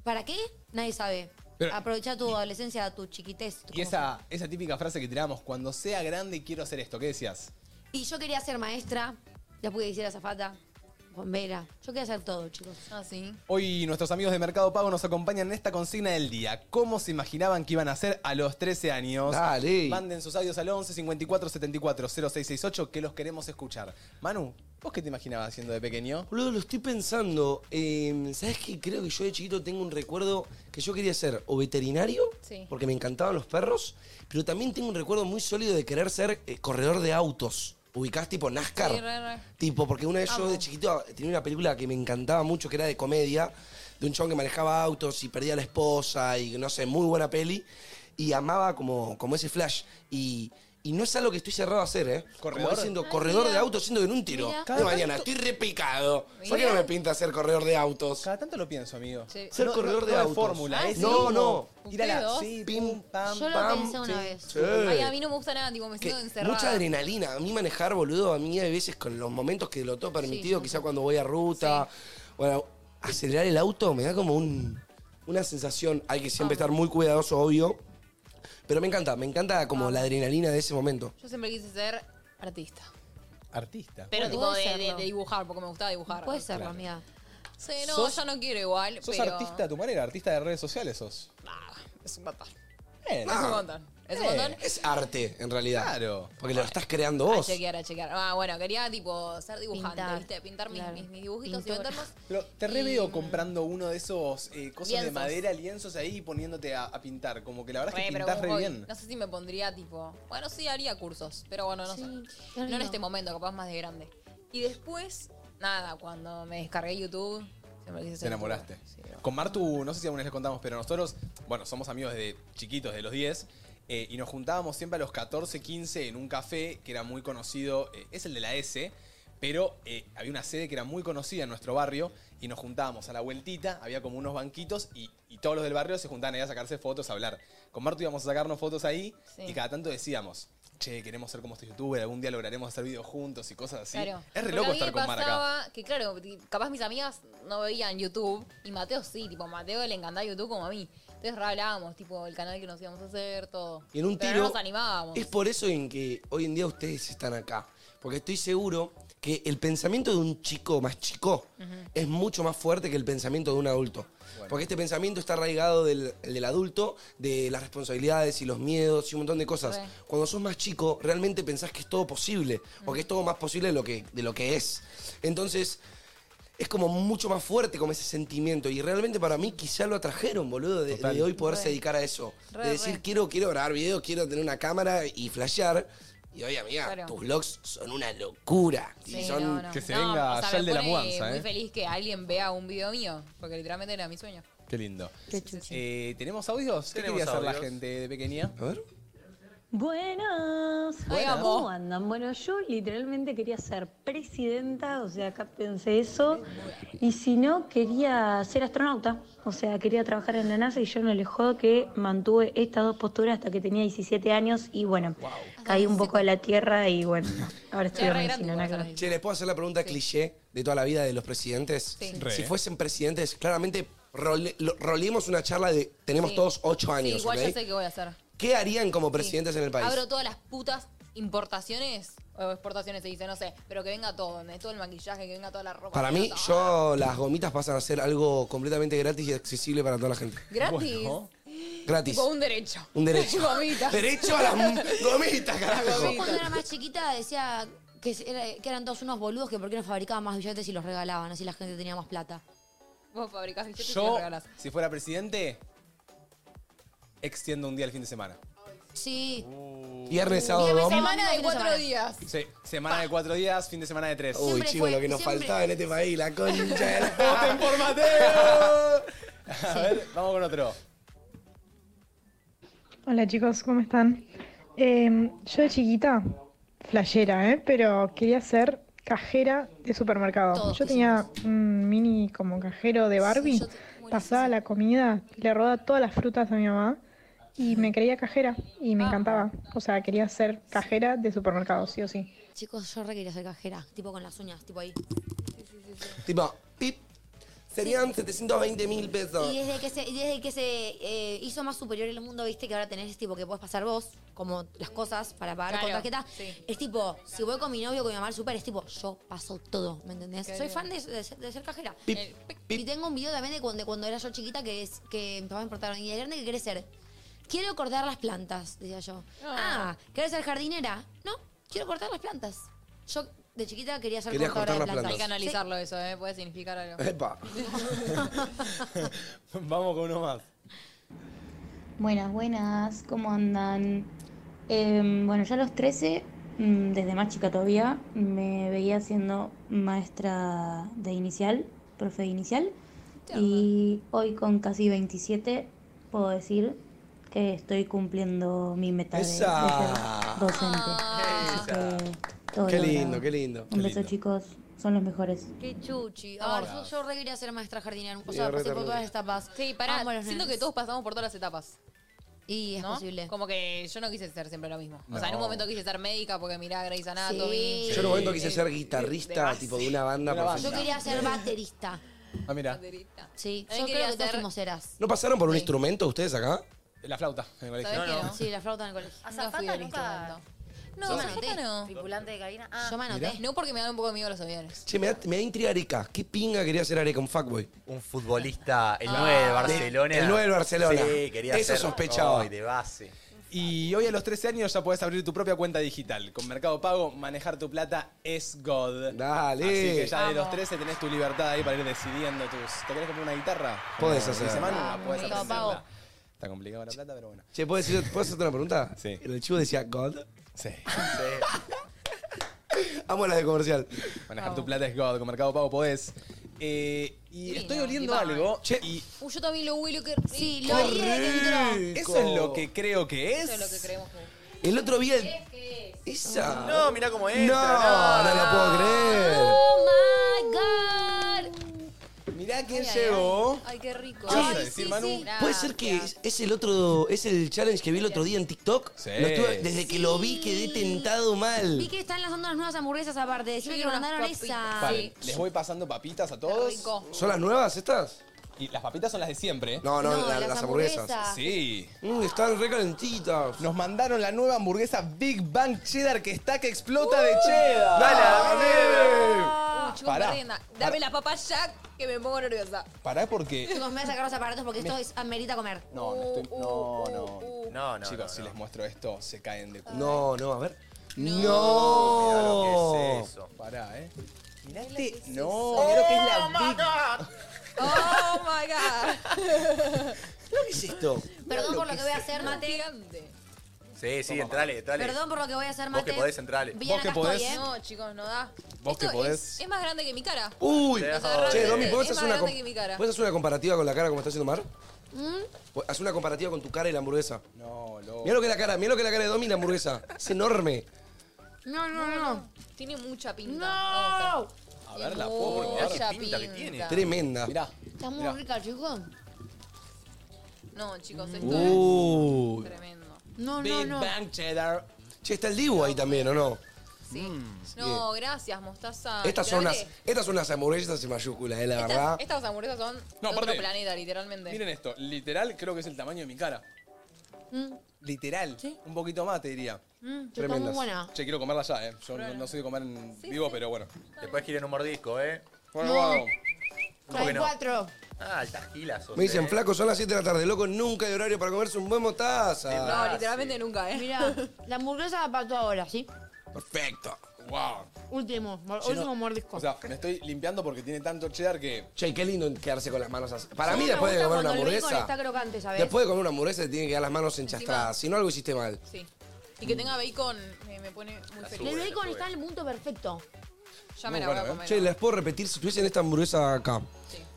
¿Para qué? Nadie sabe.
Pero-
Aprovecha tu adolescencia, tu chiquitez. tu
Y
como
esa, esa típica frase que tiramos, cuando sea grande quiero hacer esto, ¿qué decías?
Y yo quería ser maestra, después quería ser azafata, bombera. Yo quería hacer todo, chicos.
Ah, sí.
Hoy nuestros amigos de Mercado Pago nos acompañan en esta consigna del día. ¿Cómo se imaginaban que iban a hacer a los 13 años?
Dale.
Manden sus audios al 11 54 74 0668 que los queremos escuchar. Manu, ¿vos qué te imaginabas haciendo de pequeño?
Boludo, lo estoy pensando. Eh, ¿Sabes qué? Creo que yo de chiquito tengo un recuerdo que yo quería ser o veterinario,
Sí.
porque me encantaban los perros, pero también tengo un recuerdo muy sólido de querer ser eh, corredor de autos. Ubicás tipo NASCAR.
Sí, re, re.
Tipo, porque una vez yo
Amo.
de chiquito tenía una película que me encantaba mucho, que era de comedia, de un chabón que manejaba autos y perdía a la esposa y no sé, muy buena peli. Y amaba como, como ese flash. Y, y no es algo que estoy cerrado a hacer, ¿eh?
Corredor.
Como siendo corredor de autos, siendo en un tiro.
Ah, Mira.
De mañana, estoy repicado. ¿Por qué
Mira.
no me pinta ser corredor de autos?
Cada tanto lo pienso, amigo.
Sí.
Ser corredor de
no hay
autos.
fórmula,
Ah,
es
sí.
No, no.
Ir a la...
Ustedes
Sí,
dos.
pim, pam,
Yo lo
pam.
pensé una
Sí.
vez.
Sí.
Ay, a mí no me gusta nada, tipo, me
Que
siento encerrada.
mucha adrenalina. A mí manejar, boludo, a mí hay veces con los momentos que lo tengo permitido, quizá cuando voy a ruta. Bueno, acelerar el auto me da como un- una sensación. Hay que
Ah.
siempre estar muy cuidadoso, obvio. Pero me encanta, me encanta como
Ah.
la adrenalina de ese momento.
Yo siempre quise ser artista.
Artista.
Pero
Bueno,
tipo
puede
de,
serlo.
de- de dibujar, porque me gustaba dibujar.
Puede serlo,
Claro.
amiga.
Sí, no,
¿Sos-
yo no quiero igual.
sos
pero-
artista a tu manera, artista de redes sociales sos.
Nah, es un montón.
Eh,
Es un montón. Es un
Eh.
montón.
Es arte, en realidad.
Claro.
Porque lo estás creando
A
vos.
chequear, a chequear. Ah, bueno, quería tipo ser dibujante,
Pintar.
¿viste? Pintar mis,
Claro.
mis- mis dibujitos
Pintura.
y venderlos.
Pero te re veo comprando uno de esos eh, cosas de
Lienzos.
madera, lienzos ahí y poniéndote a, a pintar. Como que la verdad es que
Re, pero
pintás
como
re
hobby.
bien.
No sé si me pondría tipo. Bueno, sí, haría cursos, pero bueno, no
Sí,
sé.
qué
No en
lindo.
este momento, capaz más de grande. Y después, nada, cuando me descargué YouTube, siempre quise ser
Te enamoraste.
youtuber. Sí, bueno.
Con Martu, no sé si alguna vez les contamos, pero nosotros, bueno, somos amigos desde chiquitos, de los 10. eh, y nos juntábamos siempre a los 14, 15 en un café que era muy conocido, eh, es el de la S, pero eh, había una sede que era muy conocida en nuestro barrio y nos juntábamos a la vueltita, había como unos banquitos y, y todos los del barrio se juntaban ahí a sacarse fotos, a hablar. Con Martu íbamos a sacarnos fotos ahí
Sí.
y cada tanto decíamos, che, queremos ser como este youtuber, algún día lograremos hacer videos juntos y cosas así.
Claro.
Es re
Porque
loco
a mí
estar
me
con Mar acá.
pasaba Que claro, ti- capaz mis amigas no veían YouTube y Mateo sí, tipo, Mateo le encantaba YouTube como a mí. Entonces re hablábamos, tipo, el canal que nos íbamos a hacer, todo.
Y en un
Pero
tiro.
no nos animábamos.
Es por eso en que hoy en día ustedes están acá. Porque estoy seguro que el pensamiento de un chico más chico es mucho más fuerte que el pensamiento de un adulto. Porque este pensamiento está arraigado del, el del adulto, de las responsabilidades y los miedos y un montón de cosas.
Re.
Cuando sos más chico, realmente pensás que es todo posible. O que es todo más posible de lo que, de lo que es. Entonces, es como mucho más fuerte como ese sentimiento. Y realmente para mí quizá lo atrajeron, boludo, de,
Total.
de hoy poderse dedicar a eso.
Re,
de decir,
re.
quiero, quiero grabar videos, quiero tener una cámara y flashear. Y oye, amiga,
Claro.
tus vlogs son una locura. Y
Sí,
son-
no, no.
que se
No,
venga
o sea,
ya el
me
de la
pone
mudanza,
Muy
¿eh?
feliz que alguien vea un video mío, porque literalmente era mi sueño.
Qué lindo.
Qué chuchi.
Eh, ¿Tenemos audios? ¿Qué
Tenemos
quería hacer la
audios.
gente de pequeña?
A ver.
Buenas.
Buenas.
¿Cómo andan? Bueno, yo literalmente quería ser presidenta, o sea, acá pensé eso. Y si no, quería ser astronauta. O sea, quería trabajar en la NASA y yo no le jodo que mantuve estas dos posturas hasta que tenía 17 años y bueno, caí un poco a la tierra y bueno, ahora estoy en medicina. nada que ver.
Che, ¿les puedo hacer la pregunta cliché de toda la vida de los presidentes?
Sí.
Re.
Si fuesen presidentes, claramente role- lo- roleemos una charla de tenemos
Sí.
todos ocho
Sí,
años,
igual
¿ok?
ya sé qué voy a hacer.
¿Qué harían como presidentes en el país?
Abro todas las putas importaciones o exportaciones, se dice, no sé, pero que venga todo, ¿entendés? todo el maquillaje, que venga toda la ropa.
Para mí, yo, las gomitas pasan a ser algo completamente gratis y accesible para toda la gente.
Gratis.
Gratis.
Tipo un derecho.
Un derecho.
Gomitas.
Derecho a las m- gomitas, carajo.
Yo cuando era más chiquita decía que, se- era- que eran todos unos boludos que por qué no fabricaban más billetes y los regalaban, así la gente tenía más plata.
Vos fabricás billetes y los
Yo,
regalás.
si fuera presidente, extiendo un día el fin de semana.
Sí.
Viernes, sábado,
Viernes,
domingo.
Semana de
Fin de
cuatro
semana.
días.
Sí, semana de cuatro días, fin de semana de tres.
Uy, chico, lo que nos faltaba en este país, la concha de la-
¡Voten por Mateo! Ah. A ver, vamos con otro.
Hola chicos, ¿cómo están? Eh, yo de chiquita, flashera, ¿eh? pero quería ser cajera de supermercado. yo tenía un mini como cajero de Barbie, pasaba la comida, le rodaba todas las frutas a mi mamá y me creía cajera y
Ah.
me encantaba. O sea, quería ser cajera de supermercado, sí o sí.
Chicos, yo re quería ser cajera, tipo con las uñas, tipo ahí.
Tipo, pip, serían 720 mil pesos.
Y desde que se, y desde que se eh, hizo más superior el mundo, viste que ahora tenés tipo que podés pasar vos, como las cosas para pagar con
Claro,
tarjeta.
sí.
Es tipo, si voy con mi novio con mi mamá al súper, es tipo, yo paso todo, ¿me entendés?
Qué
Soy
bien.
fan de, de ser- de ser cajera.
Pip,
El- Y tengo un video también de cuando, de cuando era yo chiquita que, es, que mi papá me importaron. Y de grande que querés ser. Quiero cortar las plantas, decía yo. Ah, ¿querés ser jardinera? No, quiero cortar las plantas. Yo de chiquita quería ser
Querías
cortadora
cortar
de plantas.
las plantas.
Hay que analizarlo eso, ¿eh? Puede significar algo.
Epa.
Vamos con uno más.
Buenas, buenas, ¿cómo andan? Em, bueno, ya a los 13, mm, desde más chica todavía, me veía siendo maestra de inicial, profe de inicial. Y hoy con casi 27 puedo decir que estoy cumpliendo mi meta de, de ser
Esa.
docente. Así que todo
Qué
logrado.
lindo, qué lindo.
Un beso chicos, son los mejores.
Qué chuchi. Ahora, yo, yo re quería ser maestra jardinera. O
Sí,
sea,
re
pasé por
ternura.
todas las etapas.
Sí, pará,
Amo a los
siento
nenes.
que todos pasamos por todas las etapas.
Y es
¿no?
posible.
Como que yo no quise ser siempre lo mismo. O sea, en
No.
un momento quise ser médica porque mirá Grey's Anatomy.
Yo en un momento quise ser guitarrista, tipo de una banda
Una banda.
Yo
profesional.
quería ser baterista.
Ah, mira.
Sí,
También
yo
quería
creo que todos
ser-
fuimos eras.
¿No pasaron por un instrumento ustedes acá?
La flauta en el
¿Sabés que no? Sí, la flauta en el colegio.
Azafata
fui del
nunca-
instrumento.
Yo
Yo
me
me anoté.
Tripulante de cabina. Ah.
Yo me anoté.
No porque me dan un poco de miedo los aviones.
Che, me da, me da intriga Areca. ¿Qué pinga quería ser Areca? Un fuckboy.
Un futbolista, el 9 de Barcelona.
Ah, El 9 de Barcelona.
Sí, quería
Eso
ser
sospechaba.
hoy de base.
Y hoy a los 13 años ya podés abrir tu propia cuenta digital. Con Mercado Pago, manejar tu plata es God.
Dale.
Así que ya de los
Vamos.
13 tenés tu libertad ahí para ir decidiendo tus. ¿Te querés comprar una guitarra?
Podés
Como
hacer.
dice Manu, la
Vamos,
podés
Mercado
aprenderla.
Pago.
Está complicado la plata, pero bueno.
Che, ¿puedo, decir, ¿puedo hacerte una pregunta?
Sí.
¿El chivo decía God?
Sí.
Amo las de comercial.
Manejar tu plata es God. Con Mercado Pago podés. Eh, y
Divino,
estoy oliendo
divine.
algo. Y
Uy, yo también lo huelo que. Sí,
lo olí
dentro.
eso es lo que creo que es.
Eso es lo que creemos que es.
El otro día. el- Esa. No,
mirá cómo
es. No, no lo puedo creer.
¡Oh my god!
Mirá quién
Ay, ay,
llegó.
¿eh? ay. Ay, qué rico.
¿Qué ibas a decir, Manu?
¿Puede ser que es, es el otro, es el challenge que vi el otro día en TikTok?
Sí.
Lo estuve- desde que lo vi quedé tentado
Vi
mal.
que están lanzando unas nuevas hamburguesas aparte. Decime
Sí,
que
unas
mandaron
papitas.
esa.
Vale, les voy pasando papitas a todos.
rico.
¿Son las nuevas estas?
Y las papitas son las de siempre.
No, no, No, la- las las hamburguesas. hamburguesas.
Sí.
Mm, están re calentitas.
Nos mandaron la nueva hamburguesa Big Bang Cheddar que está que explota
Uh.
de cheddar.
¡Dale,
Uy, chicos,
Pará,
me rienda. Dame la papa ya que me pongo nerviosa.
Pará porque.
Chicos, me voy a sacar los aparatos porque esto es amerita comer.
No, no estoy.
Uh,
No, no.
No, no.
Chicos, si les muestro esto, se caen de culo.
No, no, a ver.
Mirá lo
No.
que es eso. Pará, eh. Mirá este. No, mirá lo que es la Big
Oh my god.
Mirá lo que es esto.
Perdón por lo que voy a hacer, mate.
Sí, sí, entrale, entrale.
Perdón por lo que voy a hacer,
Vos
mate.
que podés, entrale.
Bien, Vos que acá podés. estoy, ¿eh?
No, chicos, no da.
Vos que podés.
Es más grande que mi cara.
Uy,
Uh.
O sea,
che, Domi,
es
¿puedes
más
hacer, una
grande
com-
que mi cara.
podés hacer una comparativa con la cara como está haciendo Mar? Haz una comparativa con tu cara y la hamburguesa.
No, loco.
Mira lo que es la cara, mira lo que es la cara de Domi y la hamburguesa. Es enorme.
No, no, no.
Tiene mucha pinta. No.
A ver la foto, mirá
Mucha
qué pinta que
pinta.
tiene.
Tremenda.
Mirá.
Está muy
Mirá.
rica, chico.
No, chicos, esto
Uh.
es tremendo.
No,
Big
no.
Bang Cheddar. Che, está el Dibu ahí también, ¿o no?
Sí. No, gracias,
Ah,
mostaza.
Estas son,
Literal
las,
que-
estas son las hamburguesas en mayúsculas, eh, la verdad.
Estas, estas hamburguesas son de otro
aparte-
planeta, literalmente.
Miren esto, literal creo que es el tamaño de mi cara.
Mm,
Literal. Un poquito más, te diría.
mm, está muy
Tremendas.
buena.
Che, quiero comerla ya, ¿eh? Yo no, no soy de comer en vivo, pero bueno.
Después quieren un mordisco, ¿eh?
Bueno,
No.
vamos.
¿Cómo que no?
cuatro.
Ah, altas gilas. sos,
Me dicen,
eh.
flaco, son las 7 de la tarde, loco, nunca hay horario para comerse un buen mostaza.
No,
literalmente nunca, ¿eh?
Mira, la hamburguesa va para tu ahora, ¿sí?
Perfecto.
Wow.
Último, mor-
Lleno-
último mordisco.
O sea, me estoy limpiando porque tiene tanto cheddar que.
Che, qué lindo quedarse con las manos así. Para mí,
Sí, me
después de
gusta
comer una
cuando el bacon
hamburguesa.
está crocante, ¿sabes?
Después de comer una hamburguesa, te tienen que quedar las manos enchastradas. Si no, algo hiciste mal.
Sí. Y que tenga bacon eh, me pone muy feliz.
el bacon está en el punto perfecto.
Ya me
Muy
la
bueno,
voy a
¿eh?
comer.
Che, les puedo repetir, si tuviesen esta hamburguesa acá.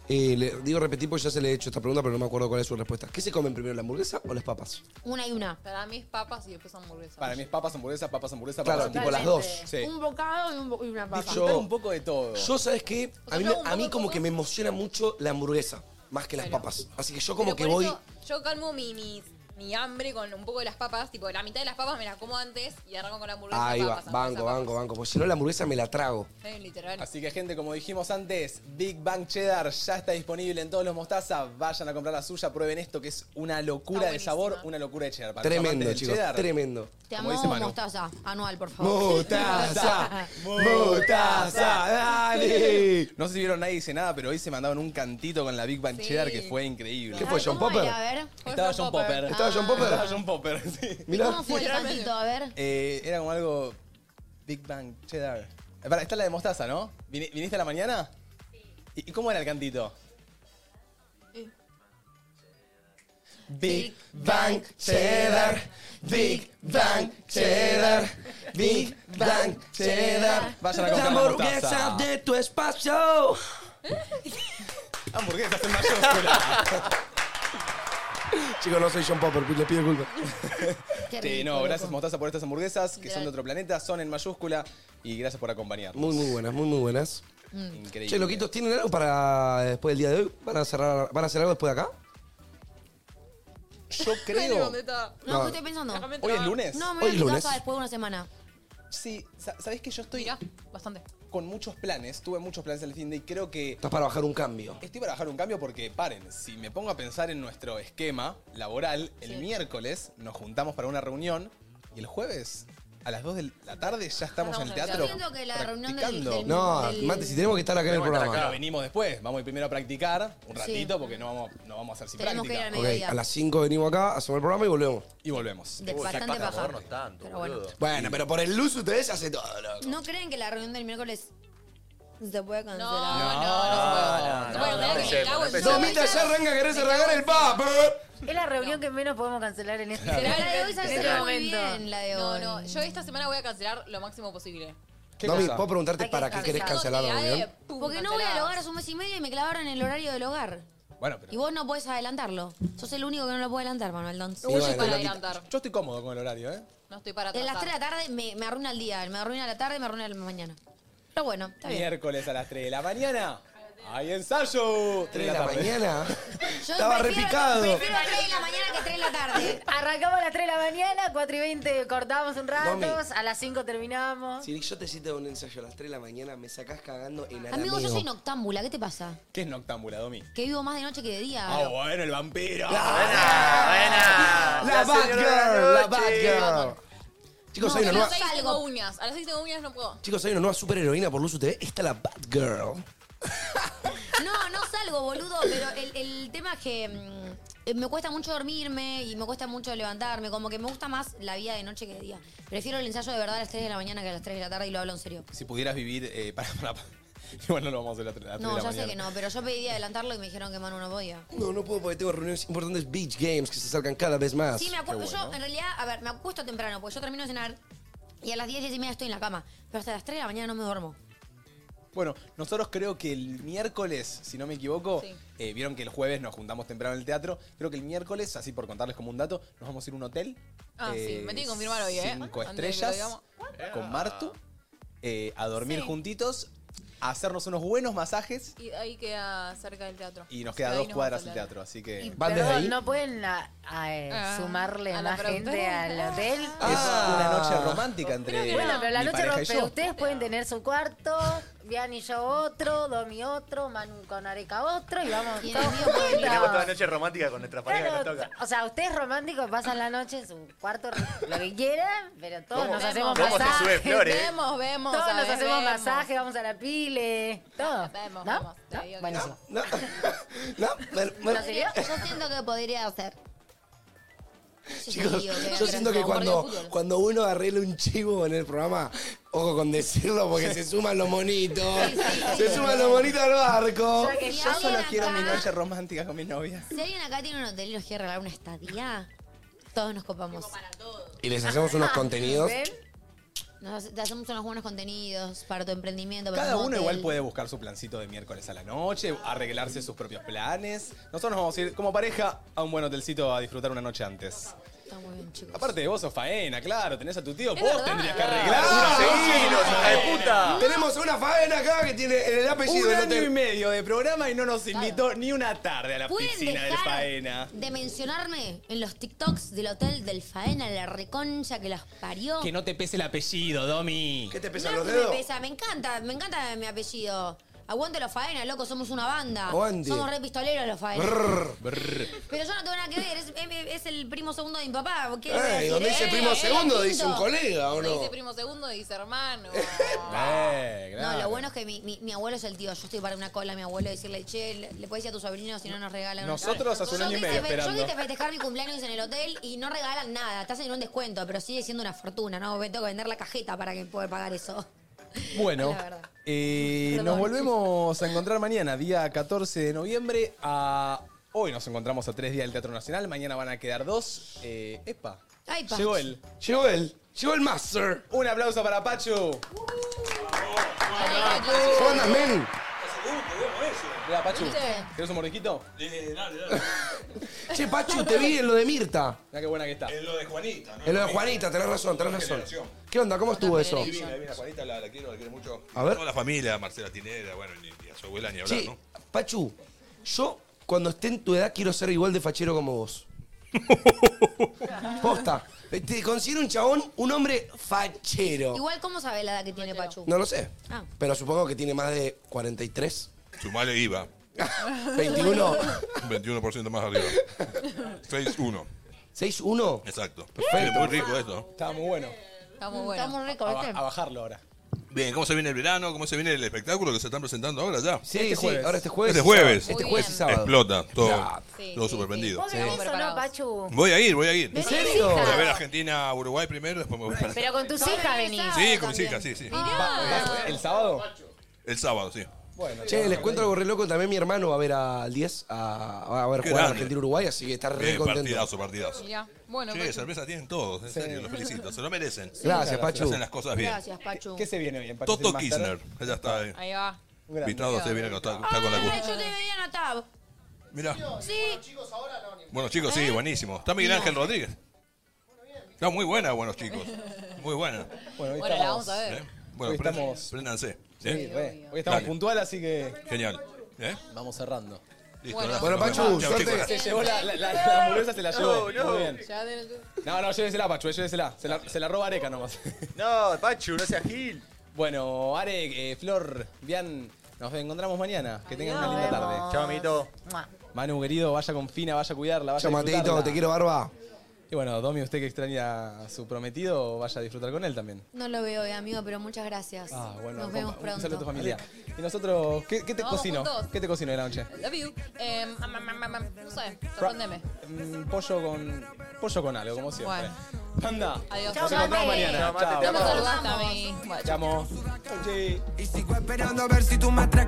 eh, le digo repetir porque ya se le he hecho esta pregunta, pero no me acuerdo cuál es su respuesta. ¿Qué se comen primero, la hamburguesa o las papas?
Una y una.
Para mí es papas y después hamburguesas.
Para mí es papas, hamburguesa, papas, hamburguesa,
Claro,
papas.
tipo las
hamburguesa.
dos.
Sí.
Un bocado y, un bo- y una papa.
Disfrutar un poco de todo.
Yo, ¿sabes qué? A mí, me- a mí como que me emociona mucho la hamburguesa, más que las papas. Así que yo como
Pero
que
por
voy...
eso Yo calmo mi, mi, mi hambre con un poco de las papas. Tipo, la mitad de las papas me las como antes y arranco con la hamburguesa.
Ahí va,
papas,
banco, banco, banco. Porque si no, la hamburguesa me la trago.
Eh, literal.
Así que, gente, como dijimos antes, Big Bang Cheddar ya está disponible en todos los mostaza. Vayan a comprar la suya, prueben esto que es una locura de sabor, una locura de cheddar. Para los amantes
Tremendo,
del
chicos,
cheddar,
tremendo.
Te
Como
amo,
dice Manu.
mostaza. Anual, por favor.
Mostaza,
mostaza,
dale.
No sé si vieron nadie dice nada, pero hoy se mandaron un cantito con la Big Bang Cheddar que fue increíble.
¿Qué fue, John
¿Cómo
Popper?
era? A ver.
Estaba John Popper.
¿Estaba John Popper?
Estaba John Popper, sí.
¿Cómo fue el cantito? A ver.
Eh, era como algo Big Bang Cheddar. Eh, pará, está la de mostaza, ¿no? ¿Vini- ¿Viniste a la mañana? Sí. ¿Y cómo era el cantito? Big
Bang Cheddar, Big Bang Cheddar, Big Bang Cheddar.
Vayan a
la
comprar la
hamburguesa
mostaza.
de tu espacio.
Hamburguesas en mayúscula.
Chicos, no soy John Popper, les pido culpa.
Sí, no, gracias Mostaza por estas hamburguesas que son
Literal.
de otro planeta, son en mayúscula y gracias por acompañarnos.
Muy, muy buenas, muy, muy buenas.
Increíble.
Che, loquitos, ¿tienen algo para eh, después del día de hoy? ¿Van a, cerrar, ¿van a hacer algo después de acá?
Yo
Bueno,
creo.
¿dónde está?
No, ¿qué estoy pensando?
Déjame
¿Hoy es
entrar.
lunes?
No, me voy a
Hoy es
mi
lunes.
casa después de una semana.
Sí, sa- sabés que yo estoy
bastante.
con muchos planes, tuve muchos planes el fin de y creo que
Estás para bajar un cambio.
estoy para bajar un cambio porque paren, si me pongo a pensar en nuestro esquema laboral, el miércoles nos juntamos para una reunión y el jueves a las 2 de la tarde ya estamos en el teatro.
Siento que la reunión del,
practicando.
del-
No,
del-
mate, si tenemos que estar acá en el
Tenemos que estar acá.
programa.
venimos después, vamos a ir primero a practicar un
Sí.
ratito porque no vamos, no vamos a hacer sin
Tenemos que ir
práctica.
a
Ok, a las 5 venimos acá, hacemos el programa y volvemos.
Y volvemos.
De- bastante
Para
baja.
movernos tanto,
Pero bueno.
boludo.
Bueno, pero por el luz ustedes hace todo, loco.
¿No creen que la reunión del miércoles se puede cancelar?
No, no, no empecemos, no empecemos.
Domita, ya arranca, querés arrancar el papo.
Es la reunión que menos podemos cancelar en este
Pero la de hoy
en
salió
este
muy
momento.
bien, la de
No,
hoy.
no, yo esta semana voy a cancelar lo máximo posible.
Domi, ¿puedo preguntarte para qué querés cancelar la
Ay,
reunión?
pum,
Porque no voy al
canceladas.
hogar hace un mes y medio y me clavaron el horario del hogar.
Bueno, pero.
Y vos no podés adelantarlo. Sos el único que no lo puede adelantar, Manuel Dons.
No, yo
Sí, bueno,
estoy para
Lolita.
adelantar. Yo estoy cómodo con el horario, ¿eh?
No estoy para
En las 3 de
atrasar.
la tarde me, me arruina el día. Me arruina la tarde, me arruina la mañana. Pero bueno, está bien.
Miércoles a las 3 de la mañana. ¡Hay ensayo! 3
de la mañana.
Yo
Estaba
prefiero-
repicado.
Prefiero 3 de la mañana que 3 de la tarde.
Arrancamos a las 3 de la mañana, 4 y 20 cortamos un rato,
Domi.
a las 5 terminamos.
Si yo te cito un ensayo a las 3 de la mañana, me sacás cagando en
Amigo, yo soy noctámbula. ¿Qué te pasa?
¿Qué es noctámbula, Domi?
Que vivo más de noche que de día.
Ah, bueno, el vampiro.
Ah,
La bad girl, la bad girl. Chicos,
No,
hay una
a las
nueva...
6 tengo uñas. A las 6 tengo uñas, no puedo.
Chicos, hay una nueva superheroína por Luz TV. Está la Batgirl.
No, no salgo, boludo, pero el, el tema es que mm, eh, me cuesta mucho dormirme y me cuesta mucho levantarme. Como que me gusta más la vida de noche que de día. Prefiero el ensayo de verdad a las 3 de la mañana que a las 3 de la tarde y lo hablo en serio.
Si pudieras vivir. Eh, para, para, para. Igual no lo vamos a hacer a las 3 de la
No,
mañana.
ya sé que no, pero yo pedí adelantarlo y me dijeron que Manu no podía.
No, no puedo porque tengo reuniones importantes Beach Games que se acercan cada vez
Ah,
más.
Sí, me acuerdo. Yo, en realidad, a ver, me acuesto temprano, porque yo termino de cenar y a las 10, 10 y media estoy en la cama. Pero hasta las 3 de la mañana no me duermo.
Bueno, nosotros creo que el miércoles, si no me equivoco, eh, vieron que el jueves nos juntamos temprano en el teatro. Creo que el miércoles, así por contarles como un dato, nos vamos a ir a un hotel.
Ah, sí, me tiene que confirmar hoy, ¿eh?
Cinco
Antes de que lo
estrellas
digamos.
con Martu, eh, a dormir
Sí.
juntitos, a hacernos unos buenos masajes
Y ahí queda cerca del teatro.
y nos queda
Ahí
dos
nos
cuadras
vamos
el
al
teatro. Así que.
Perdón, ¿no pueden ah, ah, eh,
Ah,
sumarle
a la
más gente
productora. Ah.
al hotel?
Es
Ah.
una noche romántica entre.
bueno, pero la
mi
noche
pareja y
rompe.
yo.
Ustedes pueden tener su cuarto, Bian y yo otro, Domi otro, Manu con Areca otro y vamos todos
Tenemos toda
juntos.
la noche romántica con nuestra pareja que nos toca.
O sea, ustedes románticos pasan la noche en su cuarto, lo que quieran, pero todos
¿Cómo-
nos hacemos
cómo se
masajes.
sube flores?
Vemos, vemos.
Todos
¿sabes?
nos hacemos
Vemos.
masajes, vamos a la pile, todo.
Vemos,
¿No?
vemos. Te digo que
Buenísimo.
Ah,
No, bueno, bueno,
Yo siento que podría hacer.
chicos,
digo, que
yo
gracias
siento
a
que
un partido
cuando,
de fútbol.
cuando uno arregla un chivo en el programa, ojo con decirlo porque se suman los monitos. Se suman los monitos al barco.
Yo solo quiero mi noche romántica con mi novia.
Si alguien acá tiene un hotel y nos quiere regalar una estadía, todos nos copamos.
Y les hacemos
Ah,
unos contenidos.
Nos hace- te hacemos unos buenos contenidos para tu emprendimiento. para
Cada
tu
uno
hotel.
igual puede buscar su plancito de miércoles a la noche, arreglarse sus propios planes. Nosotros nos vamos a ir como pareja a un buen hotelcito a disfrutar una noche antes.
Está muy bien, chicos.
Aparte, vos sos faena, claro, tenés a tu tío, vos
verdad.
tendrías que arreglar. seguinos, hija de puta.
Tenemos una faena acá que tiene el apellido
Un
del
año
hotel.
y medio de programa y no nos invitó ni una tarde a la
¿Pueden
piscina del
dejar
faena.
De mencionarme en los TikToks del hotel del Faena, la reconcha que las parió.
Que no te pese el apellido, Domi. ¿Qué
te
No, que me pesa, me encanta, me encanta mi apellido. Aguante los faena, loco, somos una banda.
Aguante.
Somos re pistoleros los faena.
Brr.
Pero yo no tengo nada que ver, es, es- es el primo segundo de mi papá. ¿qué
Eh,
le voy a decir?
donde dice
Eh,
primo
eh,
segundo,
quinto.
dice un colega, ¿o
Te
no?
dice primo segundo y dice hermano.
Eh,
No, lo bueno es que mi, mi- mi abuelo es el tío. Yo estoy para una cola a mi abuelo y decirle, che, le, le puedes decir a tu sobrino si no nos regalan. una-
Nosotros hace un
Yo
año y
quise
medio
fe- Yo
esperando.
quise festejar mi cumpleaños en el hotel y no regalan nada. Te hacen un descuento, pero sigue siendo una fortuna, ¿no? Me tengo que vender la cajeta para que poder pagar eso.
Bueno,
La verdad.
eh, nos
Perdón.
volvemos a encontrar mañana, día 14 de noviembre. A... Hoy nos encontramos a tres días del Teatro Nacional, mañana van a quedar dos. Eh, epa,
Ay, pa.
llegó él.
Llegó él, llegó el master.
Un aplauso para Pachu.
¿Cómo andas, men?
Mira, Pachu,
¿Viste?
¿querés un mordisquito?
Che, Pachu, te vi en lo de Mirta.
Mirá qué buena que está.
En lo de Juanita, ¿no?
En lo de Juanita, tenés razón, tenés razón. ¿Qué onda? ¿Cómo estuvo eso?
Divina, divina. Juanita la, la quiero, la quiero mucho.
A ver.
Toda la familia, Marcela Tinera, bueno, ni, ni a su abuela ni hablar,
Che,
¿no?
Pachu, yo cuando esté en tu edad quiero ser igual de fachero como vos. Posta. Eh, Te considero un chabón, un hombre fachero.
Igual, ¿cómo sabe la edad que tiene Pachu?
No lo sé.
Ah.
Pero supongo que tiene más de 43,
Sumale IVA.
21.
21% más arriba. 6-1.
6-1.
Exacto.
Perfecto.
Bien, muy rico esto.
Estaba muy bueno.
Está muy bueno.
Está muy rico,
A, ba-
¿viste?
a bajarlo ahora.
Bien, ¿cómo se viene el verano? ¿Cómo se viene el espectáculo que se están presentando ahora ya?
Sí, Este sí, jueves. ahora este jueves
Este
y sábado.
jueves.
Este jueves y sábado.
Explota todo.
Claro.
Sí, todo súper vendido.
¿Vos venís o no, Pachu?
Voy a ir, voy a ir.
¿En serio?
Voy a ver Argentina, Uruguay primero, después me voy para
Pero con tus hijas venís.
Sí, con mis hijas, sí, sí.
Ah,
Ah.
eh, ¿El sábado?
El sábado, sí.
Che, les cuento algo re loco. También mi hermano va a ver al 10 a, a ver
Qué
jugar a
grande.
Argentina-Uruguay, así que está re
Eh,
contento.
partidazo, partidazo.
Mirá, bueno,
Che,
Pachu.
cerveza tienen todos, en serio, los felicito. Se lo merecen.
Gracias, Pachu.
Hacen las cosas bien.
Gracias, Pachu.
¿Qué se viene bien, Pachu?
Toto
¿Es el máster?
Kirchner, ella está ahí.
Ahí va.
Invitado, se viene está, está con la
Ay,
cu-
Ah, yo te veía en la tab.
Mirá.
Sí. ¿Eh?
Bueno, chicos, sí, buenísimo. Está Miguel Ángel Rodríguez. Está muy buena, buenos chicos. Muy buena.
Bueno, hoy
Bueno, la
estamos,
vamos a ver.
¿Eh? Bueno,
Hoy
prendan-
estamos-
préndanse. ¿eh?
Sí, re. Hoy estamos
Dale.
puntual, así que
Genial. ¿Eh?
vamos cerrando.
Listo,
Bueno.
gracias.
Bueno,
Nos
Pachu,
vemos. Chau,
suerte.
chicos.
Se llevó la, la- la- la hamburguesa, se la
No,
llevó.
no.
Muy bien.
Ya tenés-
No, no, llévesela, Pachu, llévesela. Se la, se la roba Areca nomás.
No, Pachu, no seas gil.
Bueno, Are, eh, Flor, Bian, nos encontramos mañana. Que tengan una linda
Ah.
tarde.
Chao, amiguito.
Manu, querido, vaya con Fina, vaya a cuidarla, vaya
Chao,
a
Mateito,
disfrutarla.
te quiero, barba.
Y bueno, Domi, usted que extraña a su prometido, vaya a disfrutar con él también.
No lo veo, eh, amigo, pero muchas gracias.
Ah, bueno,
Nos vemos
compa, un saludo a
pronto.
tu familia. Y nosotros, ¿qué, qué te
Nos vamos
cocino?
juntos.
¿Qué te cocino de la noche?
Love you. Em, am, am, am, am, am. no sé, sorprendeme.
Mm, pollo con pollo con algo, como siempre. Panda,
Adiós.
nos
Chao,
encontramos
Mate.
mañana.
Chao, Mate, te
Chao.
amo. No me saludaste a mí. Bueno,
Chao.
Y sigo esperando a ver si tú me atreves.